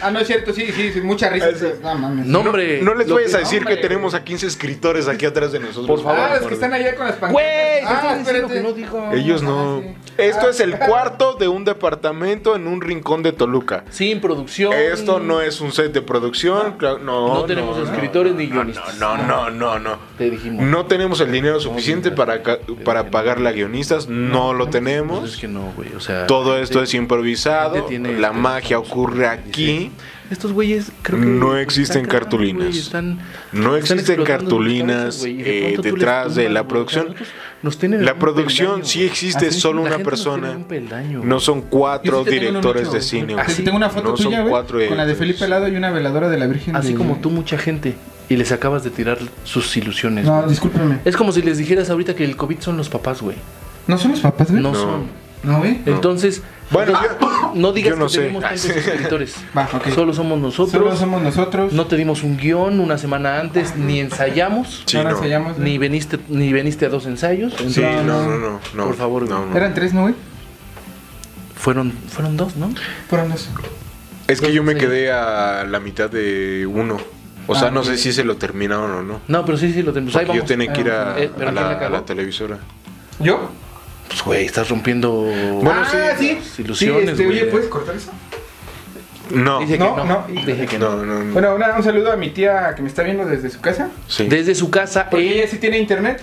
[SPEAKER 6] Ah, no es cierto, sí, sí, sí, mucha risa. No mames. Ah,
[SPEAKER 5] No, hombre.
[SPEAKER 4] No les
[SPEAKER 5] lo
[SPEAKER 4] vayas
[SPEAKER 5] que-
[SPEAKER 4] a decir que
[SPEAKER 6] hombre.
[SPEAKER 4] tenemos a 15 escritores aquí atrás de nosotros.
[SPEAKER 5] Por favor.
[SPEAKER 6] Ah, los que están allá con las pancartas.
[SPEAKER 5] Güey,
[SPEAKER 6] ah,
[SPEAKER 5] te estoy diciendo que no
[SPEAKER 6] espérate.
[SPEAKER 5] digo.
[SPEAKER 4] Ellos no.
[SPEAKER 6] Ah, sí.
[SPEAKER 4] Esto es el cuarto de un departamento en un rincón de Toluca.
[SPEAKER 5] Sin producción.
[SPEAKER 4] Esto no es un set de producción. cla- No,
[SPEAKER 5] No tenemos escritores ni guionistas.
[SPEAKER 4] No, no, no, no.
[SPEAKER 5] Te dijimos.
[SPEAKER 4] No tenemos el dinero suficiente para, ca- para pagarle a guionistas. No lo
[SPEAKER 5] Pues es
[SPEAKER 4] tenemos.
[SPEAKER 5] que no, güey. O sea.
[SPEAKER 4] Todo esto es
[SPEAKER 5] la
[SPEAKER 4] improvisado.
[SPEAKER 5] gente tiene
[SPEAKER 4] La
[SPEAKER 5] este-
[SPEAKER 4] magia ocurre aquí.
[SPEAKER 5] Estos güeyes creo que.
[SPEAKER 4] No existen
[SPEAKER 5] están cabrones,
[SPEAKER 4] cartulinas.
[SPEAKER 5] güey, están-
[SPEAKER 4] No existen
[SPEAKER 5] están explotando sus
[SPEAKER 4] cartulinas,
[SPEAKER 5] cabezas, güey, y de
[SPEAKER 4] eh,
[SPEAKER 5] pronto tú les
[SPEAKER 4] detrás de
[SPEAKER 5] tumbas,
[SPEAKER 4] la
[SPEAKER 5] güey,
[SPEAKER 4] producción.
[SPEAKER 5] o sea, nosotros nos tienen en
[SPEAKER 4] La
[SPEAKER 5] un
[SPEAKER 4] producción
[SPEAKER 5] peldaño,
[SPEAKER 4] sí
[SPEAKER 5] güey.
[SPEAKER 4] existe,
[SPEAKER 5] Así,
[SPEAKER 4] solo
[SPEAKER 5] la
[SPEAKER 4] una
[SPEAKER 5] gente nos tiene en
[SPEAKER 4] persona.
[SPEAKER 5] un peldaño, güey.
[SPEAKER 4] No son
[SPEAKER 6] Yo
[SPEAKER 4] cuatro
[SPEAKER 6] sí te tengo uno
[SPEAKER 4] directores
[SPEAKER 6] mucho,
[SPEAKER 4] de
[SPEAKER 6] güey.
[SPEAKER 4] cine.
[SPEAKER 5] Ah,
[SPEAKER 6] Así
[SPEAKER 4] güey.
[SPEAKER 6] tengo una foto
[SPEAKER 4] No son
[SPEAKER 6] tuya,
[SPEAKER 4] cuatro
[SPEAKER 6] güey, con la de
[SPEAKER 4] directores.
[SPEAKER 6] Felipe Lado y una veladora de la Virgen
[SPEAKER 5] Así
[SPEAKER 6] de-
[SPEAKER 5] Ah, como tú, mucha gente. Y les acabas de tirar sus ilusiones.
[SPEAKER 6] No,
[SPEAKER 5] güey.
[SPEAKER 6] discúlpame.
[SPEAKER 5] Es como si les dijeras ahorita que el COVID son los papás, güey.
[SPEAKER 6] ¿No son los papás, güey?
[SPEAKER 5] No,
[SPEAKER 4] No.
[SPEAKER 5] son.
[SPEAKER 6] No, güey.
[SPEAKER 5] Entonces,
[SPEAKER 4] Bueno,
[SPEAKER 5] no digas
[SPEAKER 4] yo no
[SPEAKER 5] que
[SPEAKER 4] sé.
[SPEAKER 5] tenemos tantos escritores.
[SPEAKER 6] Va, ok.
[SPEAKER 5] Solo somos nosotros.
[SPEAKER 6] Solo somos nosotros.
[SPEAKER 5] No te dimos un guión una semana antes, ni ensayamos,
[SPEAKER 4] Sí,
[SPEAKER 6] Ahora
[SPEAKER 4] no.
[SPEAKER 6] se llama-
[SPEAKER 5] ni viniste, ni veniste a dos ensayos.
[SPEAKER 4] Sí,
[SPEAKER 5] Entonces,
[SPEAKER 4] no, no, no, no.
[SPEAKER 5] Por favor,
[SPEAKER 4] no,
[SPEAKER 5] güey.
[SPEAKER 4] no.
[SPEAKER 6] Eran tres, ¿no, güey?
[SPEAKER 5] Fueron, fueron dos, ¿no?
[SPEAKER 6] Fueron dos.
[SPEAKER 4] Es que yo me quedé a la mitad de uno. O sea,
[SPEAKER 6] Ah,
[SPEAKER 4] no
[SPEAKER 6] ok.
[SPEAKER 4] sé si se lo terminaron o no.
[SPEAKER 5] No, pero sí, sí, lo tenemos. Pues Ahí
[SPEAKER 4] Porque yo
[SPEAKER 5] vamos.
[SPEAKER 4] tenía que ir a,
[SPEAKER 5] Eh, ¿pero
[SPEAKER 4] a
[SPEAKER 5] quién la
[SPEAKER 4] la,
[SPEAKER 5] cagó?
[SPEAKER 4] a la televisora.
[SPEAKER 6] ¿Yo?
[SPEAKER 5] Pues, güey, estás rompiendo.
[SPEAKER 4] Bueno,
[SPEAKER 6] ah, sí.
[SPEAKER 4] sí,
[SPEAKER 5] las ilusiones,
[SPEAKER 6] Sí, este,
[SPEAKER 5] güey.
[SPEAKER 6] oye, ¿puedes cortar eso?
[SPEAKER 4] No.
[SPEAKER 5] Dice
[SPEAKER 6] No,
[SPEAKER 5] que no.
[SPEAKER 6] no.
[SPEAKER 5] Ah, Dije que no.
[SPEAKER 4] No, no, no.
[SPEAKER 6] Bueno, una- un saludo a mi tía que me está viendo desde su casa.
[SPEAKER 4] Sí.
[SPEAKER 5] Desde su casa,
[SPEAKER 6] Porque
[SPEAKER 5] eh,
[SPEAKER 6] ella sí tiene internet.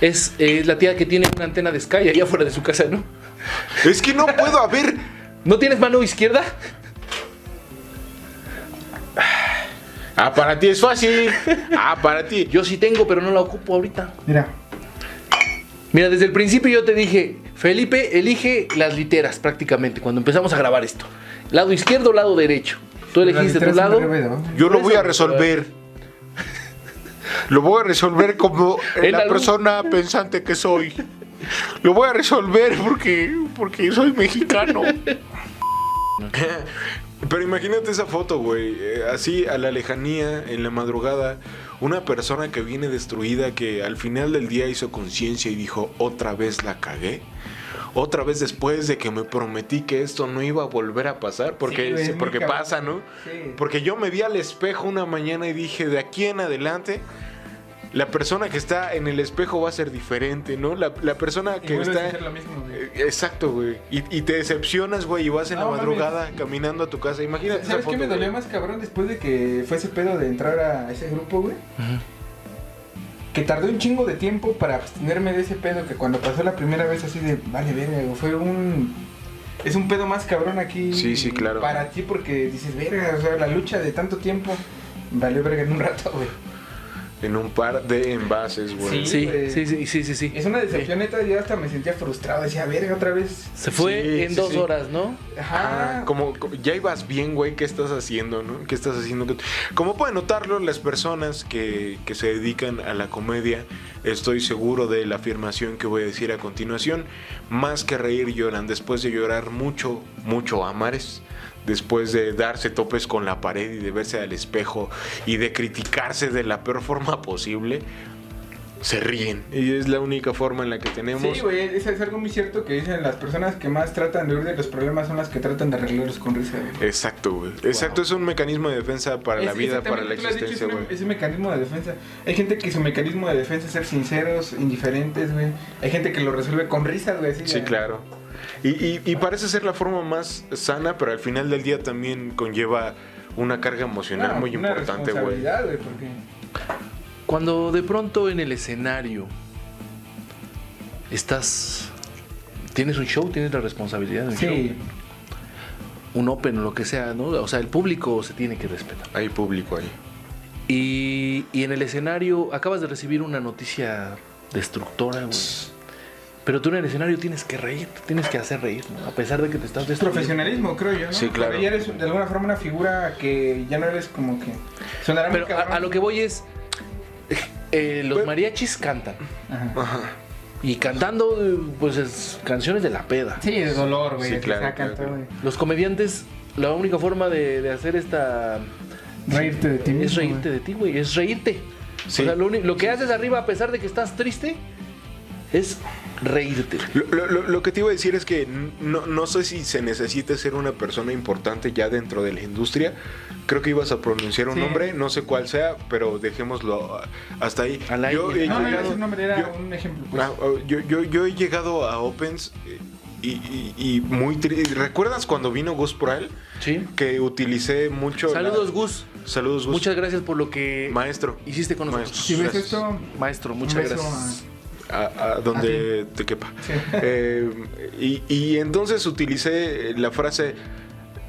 [SPEAKER 5] es, es la tía que tiene una antena de Sky allá afuera de su casa, ¿no?
[SPEAKER 4] Es que no puedo, a ver.
[SPEAKER 5] ¿No tienes mano izquierda?
[SPEAKER 4] Ah, para ti es fácil. Ah, para ti.
[SPEAKER 5] Yo sí tengo, pero no la ocupo ahorita.
[SPEAKER 6] Mira.
[SPEAKER 5] Mira, desde el principio yo te dije, Felipe, elige las literas prácticamente cuando empezamos a grabar esto. Lado izquierdo, lado derecho. Tú elegiste tu lado.
[SPEAKER 4] Yo lo voy a resolver. Lo voy a resolver como
[SPEAKER 5] En
[SPEAKER 4] la
[SPEAKER 5] algún-
[SPEAKER 4] persona pensante que soy. Lo voy a resolver porque, porque soy mexicano. Pero imagínate esa foto, güey. eh, Así a la lejanía, en la madrugada, una persona que viene destruida, que al final del día hizo conciencia y dijo, otra vez la cagué. Otra vez después de que me prometí que esto no iba a volver a pasar,
[SPEAKER 6] Sí,
[SPEAKER 4] porque,
[SPEAKER 6] güey, es muy
[SPEAKER 4] porque
[SPEAKER 6] cabrón.
[SPEAKER 4] pasa, ¿no?
[SPEAKER 6] Sí.
[SPEAKER 4] Porque yo me vi al espejo una mañana y dije, de aquí en adelante, la persona que está en el espejo va a ser diferente, ¿no? La, la persona
[SPEAKER 6] Y
[SPEAKER 4] que
[SPEAKER 6] vuelves a
[SPEAKER 4] está...
[SPEAKER 6] hacer lo mismo, güey.
[SPEAKER 4] Eh, Exacto, güey. Y, y te decepcionas, güey, y vas en
[SPEAKER 6] No,
[SPEAKER 4] la
[SPEAKER 6] mames.
[SPEAKER 4] madrugada caminando a tu casa. Imagínate esa
[SPEAKER 6] ¿Sabes qué
[SPEAKER 4] foto,
[SPEAKER 6] me dolió
[SPEAKER 4] güey.
[SPEAKER 6] más cabrón después de que fue ese pedo de entrar a ese grupo, güey? Que tardé un chingo de tiempo para abstenerme de ese pedo que cuando pasó la primera vez así de, vale, verga, güey, fue un... Es un pedo más cabrón aquí.
[SPEAKER 4] Sí, sí, claro.
[SPEAKER 6] Para ti porque dices, verga, o sea, la lucha de tanto tiempo valió verga en un rato, güey.
[SPEAKER 4] En un par de envases, güey.
[SPEAKER 5] Sí,
[SPEAKER 6] güey.
[SPEAKER 5] sí, sí, sí, sí, sí.
[SPEAKER 6] Es una decepción neta, yo hasta me sentía frustrado, decía, verga, otra vez.
[SPEAKER 5] Se fue
[SPEAKER 4] Sí,
[SPEAKER 5] en
[SPEAKER 4] sí,
[SPEAKER 5] dos
[SPEAKER 4] sí.
[SPEAKER 5] horas, ¿no?
[SPEAKER 6] Ajá.
[SPEAKER 4] Ah, como, como- ya ibas bien, güey, ¿qué estás haciendo, no? ¿Qué estás haciendo? Como pueden notarlo, las personas que, que se dedican a la comedia, estoy seguro de la afirmación que voy a decir a continuación, más que reír lloran, después de llorar mucho, mucho amares, después de darse topes con la pared y de verse al espejo y de criticarse de la peor forma posible, se ríen. Y es la única forma en la que tenemos...
[SPEAKER 6] Sí, güey, es, es algo muy cierto que dicen las personas que más tratan de huir de los problemas son las que tratan de arreglarlos con risa, güey.
[SPEAKER 4] Exacto, güey. Exacto, es un mecanismo de defensa para la
[SPEAKER 6] Es-
[SPEAKER 4] vida, para la
[SPEAKER 6] exactamente, tú lo has dicho,
[SPEAKER 4] existencia,
[SPEAKER 6] es,
[SPEAKER 4] güey.
[SPEAKER 6] un- es un mecanismo de defensa. Hay gente que su mecanismo de defensa es ser sinceros, indiferentes, güey. Hay gente que lo resuelve con risas, güey. así,
[SPEAKER 4] Sí,
[SPEAKER 6] ya.
[SPEAKER 4] claro. Y, y- y parece ser la forma más sana, pero al final del día también conlleva una carga emocional
[SPEAKER 6] Ah,
[SPEAKER 4] muy
[SPEAKER 6] una
[SPEAKER 4] importante, güey.
[SPEAKER 6] responsabilidad, güey, porque
[SPEAKER 5] Cuando de pronto en el escenario estás. Tienes un show, tienes la responsabilidad de un
[SPEAKER 6] Sí,
[SPEAKER 5] show. Un open o lo que sea, ¿no? O sea, el público se tiene que respetar.
[SPEAKER 4] Hay público ahí.
[SPEAKER 5] Y, y en el escenario acabas de recibir una noticia destructora, güey. Pero tú en el escenario tienes que reír, tienes que hacer reír, ¿no? A pesar de que te estás
[SPEAKER 6] es
[SPEAKER 5] destruyendo.
[SPEAKER 6] profesionalismo, creo yo, ¿no?
[SPEAKER 4] Sí, claro.
[SPEAKER 6] Pero ya eres de alguna forma una figura que ya no eres como que. Sonará muy
[SPEAKER 5] Pero a,
[SPEAKER 6] cabrón. Pues-
[SPEAKER 5] a lo que voy es. eh, los
[SPEAKER 4] Pero-
[SPEAKER 5] mariachis cantan.
[SPEAKER 6] Ajá.
[SPEAKER 5] Y cantando, eh, pues, es canciones de la peda.
[SPEAKER 6] Sí, de dolor, güey.
[SPEAKER 4] Sí,
[SPEAKER 6] se
[SPEAKER 4] claro,
[SPEAKER 6] sacan
[SPEAKER 4] claro.
[SPEAKER 6] todo, güey.
[SPEAKER 5] Los comediantes, la única forma de, de hacer esta.
[SPEAKER 6] Reírte de ti mismo.
[SPEAKER 5] es reírte
[SPEAKER 6] güey.
[SPEAKER 5] de ti, güey. Es reírte.
[SPEAKER 4] Sí.
[SPEAKER 5] O sea, lo, uni- lo que haces arriba, a pesar de que estás triste, es reírte.
[SPEAKER 4] Lo, lo- lo- lo que te iba a decir es que n- no, no sé si se necesita ser una persona importante ya dentro de la industria. Creo que ibas a pronunciar un
[SPEAKER 6] Sí.
[SPEAKER 4] nombre, no sé cuál sea, pero dejémoslo ah, hasta ahí.
[SPEAKER 5] Al aire.
[SPEAKER 4] he
[SPEAKER 6] No, no, era
[SPEAKER 4] llegado-
[SPEAKER 6] un nombre, era
[SPEAKER 4] yo-
[SPEAKER 6] un ejemplo. pues.
[SPEAKER 4] Ah, ah, yo, yo- yo he llegado a Opens eh, y, y- y muy triste. ¿Recuerdas cuando vino Gus Proal?
[SPEAKER 5] Sí.
[SPEAKER 4] Que utilicé mucho. la-
[SPEAKER 5] Saludos, Gus.
[SPEAKER 4] Saludos, Gus.
[SPEAKER 5] Muchas gracias por lo que
[SPEAKER 4] Maestro.
[SPEAKER 5] hiciste con nosotros.
[SPEAKER 4] Maestro.
[SPEAKER 6] Si ves
[SPEAKER 4] gracias.
[SPEAKER 6] esto, un
[SPEAKER 5] Maestro, muchas
[SPEAKER 6] beso
[SPEAKER 5] gracias.
[SPEAKER 4] A, a donde te quepa. Eh, y, y entonces utilicé la frase: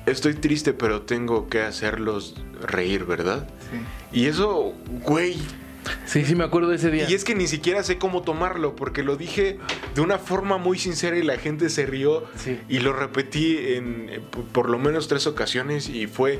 [SPEAKER 4] Estoy triste, pero tengo que hacerlos reír, ¿verdad?
[SPEAKER 6] a- sí.
[SPEAKER 4] Y eso, güey.
[SPEAKER 5] Sí, sí, me acuerdo de ese día.
[SPEAKER 4] Y es que ni siquiera sé cómo tomarlo, porque lo dije de una forma muy sincera y la gente se rió.
[SPEAKER 5] Sí.
[SPEAKER 4] Y lo repetí en eh, p- por lo menos tres ocasiones y fue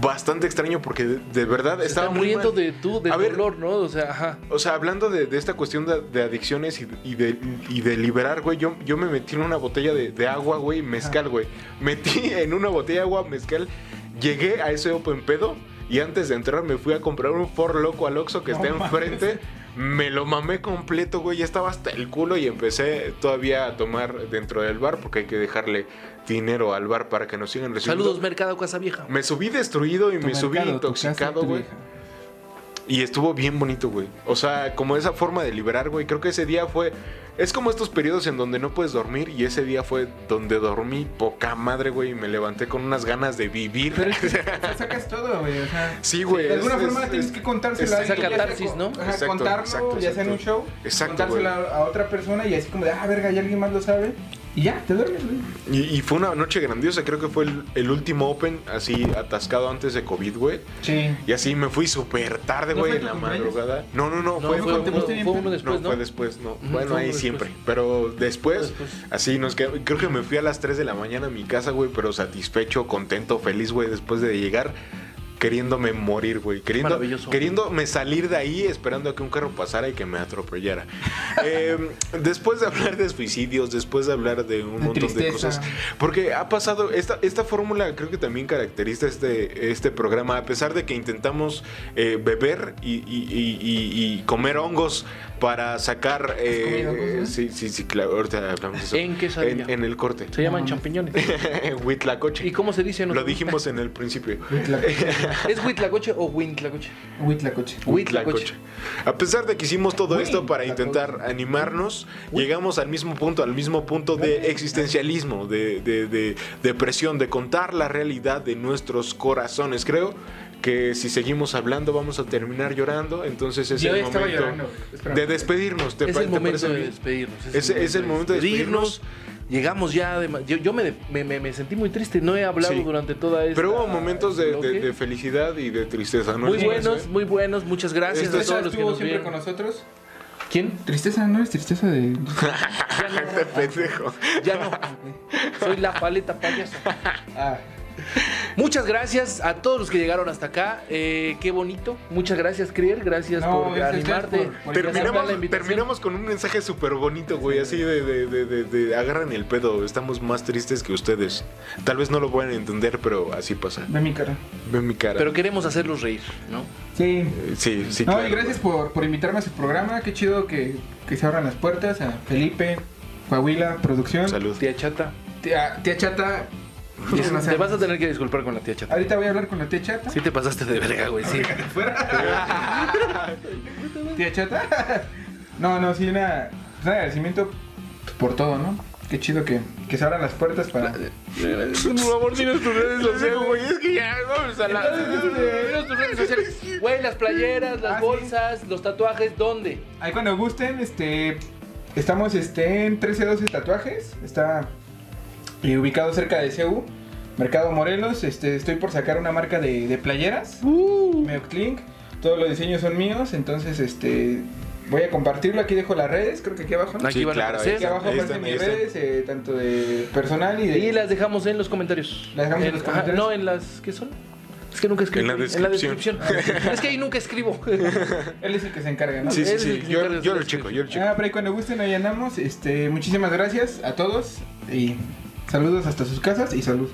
[SPEAKER 4] bastante extraño porque de, de verdad
[SPEAKER 5] Se
[SPEAKER 4] estaba
[SPEAKER 5] están
[SPEAKER 4] muy
[SPEAKER 5] riendo
[SPEAKER 4] mal.
[SPEAKER 5] de tú, del
[SPEAKER 4] A ver,
[SPEAKER 5] dolor, ¿no? O sea, ajá.
[SPEAKER 4] O sea, hablando de, de esta cuestión de, de adicciones y, y de, y de liberar, güey, yo, yo me metí en una botella de, de agua, güey, mezcal, güey. Metí en una botella de agua, mezcal, llegué a ese open pedo y antes de entrar me fui a comprar un for loco al Oxxo que está enfrente Me lo mamé completo, güey. Ya estaba hasta el culo y empecé todavía a tomar dentro del bar porque hay que dejarle dinero al bar para que nos sigan recibiendo.
[SPEAKER 5] Saludos, Mercado Casa Vieja.
[SPEAKER 4] Pues, Me subí destruido y
[SPEAKER 6] Tu
[SPEAKER 4] me subí
[SPEAKER 6] mercado, tu casa y
[SPEAKER 4] intoxicado,
[SPEAKER 6] tu
[SPEAKER 4] güey.
[SPEAKER 6] vieja.
[SPEAKER 4] Y estuvo bien bonito, güey. O sea, como esa forma de liberar, güey. Creo que ese día fue. Es como estos periodos en donde no puedes dormir. Y ese día fue donde dormí poca madre, güey. Y me levanté con unas ganas de vivir.
[SPEAKER 6] Pero es que sa- sacas todo, güey. O sea,
[SPEAKER 4] Sí, güey,
[SPEAKER 6] De alguna
[SPEAKER 4] es-
[SPEAKER 6] forma
[SPEAKER 4] es-
[SPEAKER 6] tienes
[SPEAKER 4] es-
[SPEAKER 6] que contárselo a
[SPEAKER 4] es-
[SPEAKER 5] esa
[SPEAKER 6] alguien. ya sea
[SPEAKER 5] catarsis,
[SPEAKER 6] co-
[SPEAKER 5] ¿no?
[SPEAKER 6] Ajá,
[SPEAKER 4] Exacto,
[SPEAKER 6] contarlo,
[SPEAKER 4] exacto,
[SPEAKER 6] ya sea en un
[SPEAKER 4] exacto.
[SPEAKER 6] show.
[SPEAKER 4] Exacto,
[SPEAKER 6] Contárselo a, a otra persona y así como de, ah, verga, ya alguien más lo sabe. Y ya, te duermes, güey.
[SPEAKER 4] Y, y fue una noche grandiosa. Creo que fue el, el último Open así atascado antes de COVID, güey.
[SPEAKER 6] Sí.
[SPEAKER 4] Y así me fui súper tarde,
[SPEAKER 6] ¿No
[SPEAKER 4] güey,
[SPEAKER 6] fue
[SPEAKER 4] en
[SPEAKER 6] tu
[SPEAKER 4] la
[SPEAKER 6] cumpleaños?
[SPEAKER 4] madrugada. No, no, no.
[SPEAKER 5] No,
[SPEAKER 4] fue,
[SPEAKER 5] fue,
[SPEAKER 4] fue-
[SPEAKER 5] uno-
[SPEAKER 6] te pusiste bien
[SPEAKER 5] fue uno
[SPEAKER 6] pedo?
[SPEAKER 5] después,
[SPEAKER 4] no,
[SPEAKER 5] ¿no?
[SPEAKER 4] fue después, no. bueno,
[SPEAKER 5] fue
[SPEAKER 4] ahí
[SPEAKER 5] después.
[SPEAKER 4] siempre. Pero después,
[SPEAKER 5] Después.
[SPEAKER 4] así nos quedamos. Creo que me fui a las 3 de la mañana a mi casa, güey, pero satisfecho, contento, feliz, güey, después de llegar. Queriéndome morir, güey. Queriendo,
[SPEAKER 5] Maravilloso.
[SPEAKER 4] queriéndome salir de ahí esperando a que un carro pasara y que me atropellara. Eh, después de hablar de suicidios, después de hablar de un
[SPEAKER 6] De
[SPEAKER 4] montón de
[SPEAKER 6] tristeza.
[SPEAKER 4] cosas. Porque ha pasado, esta, esta fórmula creo que también caracteriza este, este programa, a pesar de que intentamos eh, beber y, y- y- y- y comer hongos para sacar... eh,
[SPEAKER 6] comido hongos, no?
[SPEAKER 4] sí, sí, sí, claro, ahorita hablamos de eso.
[SPEAKER 5] ¿En quesadilla?
[SPEAKER 4] En, en el corte.
[SPEAKER 5] Se llaman champiñones.
[SPEAKER 4] Huitlacoche.
[SPEAKER 5] ¿Y cómo se dice? en
[SPEAKER 4] Lo
[SPEAKER 5] otro?
[SPEAKER 4] dijimos en el principio.
[SPEAKER 5] ¿Es Huitlacoche o Huintlacoche?
[SPEAKER 6] Huitlacoche.
[SPEAKER 5] Huitlacoche.
[SPEAKER 4] A pesar de que hicimos todo
[SPEAKER 6] Güey,
[SPEAKER 4] esto para
[SPEAKER 6] la
[SPEAKER 4] intentar animarnos, llegamos al mismo punto, al mismo punto de existencialismo, de, de, de depresión, de contar la realidad de nuestros corazones. Creo que si seguimos hablando vamos a terminar llorando, entonces es
[SPEAKER 6] Yo
[SPEAKER 4] el
[SPEAKER 6] estaba
[SPEAKER 4] momento
[SPEAKER 6] llorando, güey. Espérame.
[SPEAKER 4] de despedirnos. ¿Te
[SPEAKER 5] Es
[SPEAKER 4] pa-
[SPEAKER 5] el
[SPEAKER 4] te
[SPEAKER 5] momento
[SPEAKER 4] parece
[SPEAKER 5] de
[SPEAKER 4] bien?
[SPEAKER 5] despedirnos.
[SPEAKER 4] Ese- es el momento de despedirnos.
[SPEAKER 5] Llegamos ya, además- yo, yo me, de- me, me- me sentí muy triste, no he hablado
[SPEAKER 4] Sí.
[SPEAKER 5] durante toda esta...
[SPEAKER 4] Pero hubo momentos de, de-
[SPEAKER 5] bloque.
[SPEAKER 4] de felicidad y de tristeza, ¿no?
[SPEAKER 5] muy
[SPEAKER 4] ¿Les ¿eh? parece?
[SPEAKER 5] buenos, muy buenos, muchas gracias
[SPEAKER 4] Esto
[SPEAKER 5] a
[SPEAKER 6] Tristeza
[SPEAKER 5] todos los que
[SPEAKER 6] Este estuvo
[SPEAKER 5] nos
[SPEAKER 6] siempre con
[SPEAKER 5] vieron.
[SPEAKER 6] nosotros.
[SPEAKER 5] ¿Quién?
[SPEAKER 6] Tristeza no es tristeza de.
[SPEAKER 4] Este pendejo.
[SPEAKER 5] Ya no. Soy la paleta payaso.
[SPEAKER 6] Ah,
[SPEAKER 5] Muchas gracias a todos los que llegaron hasta acá. Eh, qué bonito. Muchas gracias, Crier. Gracias
[SPEAKER 6] No,
[SPEAKER 5] por
[SPEAKER 6] gracias a ustedes
[SPEAKER 5] animarte.
[SPEAKER 6] por- por
[SPEAKER 5] aceptar
[SPEAKER 4] Terminamos,
[SPEAKER 5] la invitación.
[SPEAKER 4] terminamos con un mensaje súper bonito, güey. Así de, de, de, de- de agarran el pedo. Estamos más tristes que ustedes. Tal vez no lo puedan entender, pero así pasa.
[SPEAKER 6] ve mi cara.
[SPEAKER 4] Ven mi cara.
[SPEAKER 5] Pero queremos hacerlos reír, ¿no?
[SPEAKER 6] Sí.
[SPEAKER 4] Eh, sí, sí.
[SPEAKER 6] No,
[SPEAKER 4] claro,
[SPEAKER 6] y gracias
[SPEAKER 4] güey.
[SPEAKER 6] por, por invitarme a su programa. Qué chido que, que se abran las puertas a Felipe, Coahuila, Producción.
[SPEAKER 4] Salud.
[SPEAKER 5] Tía Chata.
[SPEAKER 6] Tía, tía Chata.
[SPEAKER 5] Te-
[SPEAKER 6] no sé.
[SPEAKER 5] Te vas a tener que disculpar con la tía Chata.
[SPEAKER 6] Ahorita voy a hablar con la tía Chata.
[SPEAKER 5] Sí te pasaste de verga, güey, sí.
[SPEAKER 6] ¿Tía Chata? No, no, sí, una, pues, un agradecimiento por todo, ¿no? Qué chido que, que se abran las puertas para...
[SPEAKER 4] Por favor, tienes tus redes sociales, güey. Es que ya vamos a la.
[SPEAKER 5] Dinos tus redes sociales. Güey, las playeras,
[SPEAKER 6] Ah,
[SPEAKER 5] las
[SPEAKER 6] sí.
[SPEAKER 5] bolsas, los tatuajes, ¿dónde?
[SPEAKER 6] Ahí cuando gusten, este... Estamos este, en 1312 Tatuajes. Está eh, ubicado cerca de CEU. Mercado Morelos. Este, estoy por sacar una marca de, de playeras. Meoclink. Todos los diseños son míos. Entonces, este... Voy a compartirlo. Aquí dejo las redes. Creo que aquí abajo. ¿no?
[SPEAKER 5] Aquí
[SPEAKER 4] Sí,
[SPEAKER 5] van a
[SPEAKER 4] claro,
[SPEAKER 5] aparecer.
[SPEAKER 6] Aquí abajo
[SPEAKER 4] Ahí están,
[SPEAKER 6] aparecen
[SPEAKER 4] ahí
[SPEAKER 6] mis
[SPEAKER 4] están.
[SPEAKER 6] redes, eh, tanto de personal y de...
[SPEAKER 5] Y las dejamos en los comentarios.
[SPEAKER 6] Las dejamos en los
[SPEAKER 5] ajá,
[SPEAKER 6] comentarios.
[SPEAKER 5] no, en las. ¿Qué son? Es que nunca escribo.
[SPEAKER 4] En la descripción.
[SPEAKER 5] descripción. es que ahí nunca escribo.
[SPEAKER 6] Él es el que se encarga, ¿no?
[SPEAKER 4] Sí, sí,
[SPEAKER 5] Eres el
[SPEAKER 4] sí.
[SPEAKER 5] que
[SPEAKER 4] Yo,
[SPEAKER 5] encargas
[SPEAKER 4] yo
[SPEAKER 5] de
[SPEAKER 4] lo
[SPEAKER 5] las
[SPEAKER 4] chico, yo lo chico.
[SPEAKER 6] Ah, pero ahí cuando gusten, ahí andamos. Este, muchísimas gracias a todos y saludos hasta sus casas y salud.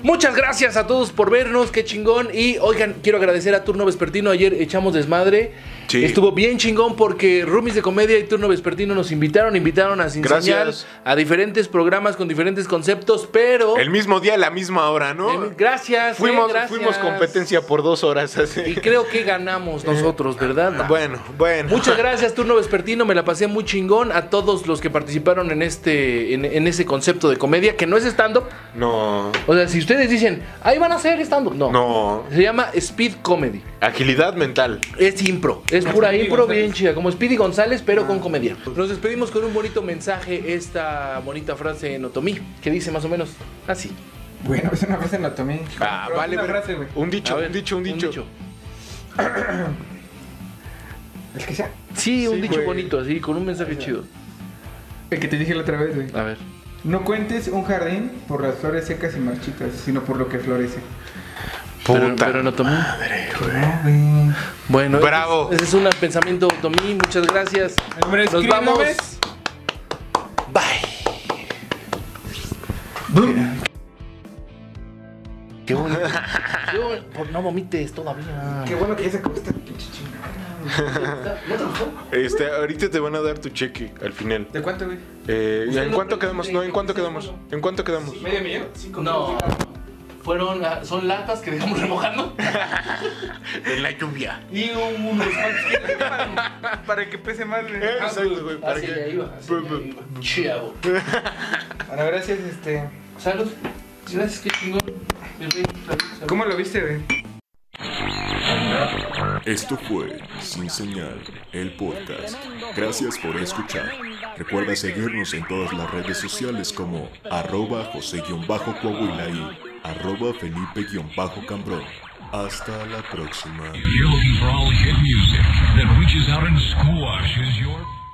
[SPEAKER 5] Muchas gracias a todos por vernos, qué chingón. Y oigan, quiero agradecer a Turno Vespertino. Ayer echamos desmadre.
[SPEAKER 4] Sí.
[SPEAKER 5] Estuvo bien chingón porque Rumis de Comedia y Turno Vespertino nos invitaron, invitaron a Sin Señal,
[SPEAKER 4] Gracias.
[SPEAKER 5] a diferentes programas con diferentes conceptos, pero.
[SPEAKER 6] Ah.
[SPEAKER 4] El mismo día, a la misma hora, ¿no?
[SPEAKER 5] El- gracias, eh,
[SPEAKER 4] Fuimos,
[SPEAKER 5] gracias.
[SPEAKER 4] fuimos competencia por dos horas. Así.
[SPEAKER 5] Y creo que ganamos nosotros, ¿verdad?
[SPEAKER 4] Bueno, bueno.
[SPEAKER 5] Muchas gracias, Turno Vespertino. Me la pasé muy chingón a todos los que participaron en este, en, en ese concepto de comedia, que no es stand-up.
[SPEAKER 4] No,
[SPEAKER 5] O sea, si ustedes dicen, ahí van a hacer stand-up. No.
[SPEAKER 4] no.
[SPEAKER 5] Se llama Speed Comedy.
[SPEAKER 4] Agilidad mental.
[SPEAKER 5] Es impro, es pura
[SPEAKER 6] Speedy
[SPEAKER 5] impro
[SPEAKER 6] González.
[SPEAKER 5] bien chida, como Speedy González, pero
[SPEAKER 4] Ah.
[SPEAKER 5] con comedia. Nos despedimos con un bonito mensaje, esta bonita frase en Otomí, que dice más o menos así.
[SPEAKER 6] Bueno, es una frase en la tomé.
[SPEAKER 4] Ah,
[SPEAKER 6] Pero
[SPEAKER 4] vale,
[SPEAKER 6] es una
[SPEAKER 4] ver-
[SPEAKER 6] frase, güey.
[SPEAKER 4] un dicho,
[SPEAKER 5] A ver,
[SPEAKER 4] un dicho, un dicho.
[SPEAKER 6] El que sea.
[SPEAKER 5] Sí, un
[SPEAKER 4] Sí,
[SPEAKER 5] dicho
[SPEAKER 4] güey.
[SPEAKER 5] bonito, así, con un mensaje chido.
[SPEAKER 6] El que te dije la otra vez, güey.
[SPEAKER 5] A ver.
[SPEAKER 6] No cuentes un jardín por las flores secas y marchitas, sino por lo que florece.
[SPEAKER 5] Pero,
[SPEAKER 4] Puta.
[SPEAKER 5] pero en Otomí.
[SPEAKER 6] No, güey.
[SPEAKER 5] Bueno,
[SPEAKER 4] Bravo.
[SPEAKER 5] Ese, es ese es un pensamiento Otomí, muchas gracias.
[SPEAKER 6] Mi nombre es
[SPEAKER 5] Nos
[SPEAKER 6] Kirill
[SPEAKER 5] vamos.
[SPEAKER 6] Gómez.
[SPEAKER 5] Bye.
[SPEAKER 6] Boom.
[SPEAKER 5] Qué bonito. Qué bonito. No vomites todavía.
[SPEAKER 6] Qué bueno que ya se acabó esta pinche
[SPEAKER 5] ¿No trabajó?
[SPEAKER 4] Este, ahorita te van a dar tu cheque al final.
[SPEAKER 6] ¿De cuánto, güey?
[SPEAKER 4] Eh, ¿En cuánto quedamos? No, ¿en cuánto quedamos? ¿En cuánto quedamos?
[SPEAKER 6] ¿Medio millón?
[SPEAKER 5] No. Fueron, ah, son latas que dejamos remojando
[SPEAKER 8] En la lluvia.
[SPEAKER 5] y unos cuantos.
[SPEAKER 6] Para que pese más, güey.
[SPEAKER 4] Eh, Exacto, güey. para
[SPEAKER 5] Así
[SPEAKER 4] que-
[SPEAKER 5] ya iba, así ya
[SPEAKER 4] Bu- bu-
[SPEAKER 5] iba. Chavo.
[SPEAKER 6] Bueno, gracias, este.
[SPEAKER 5] Salud. Gracias, qué chingón. Mi rey, salud, salud.
[SPEAKER 6] ¿Cómo lo viste, güey?
[SPEAKER 2] Esto fue Sin Señal, el podcast. Gracias por escuchar. Recuerda seguirnos en todas las redes sociales como arroba José-Coahuila y arroba Felipe-Cambrón. Hasta la próxima.
[SPEAKER 3] If you're looking for all hit music that reaches out and squashes your...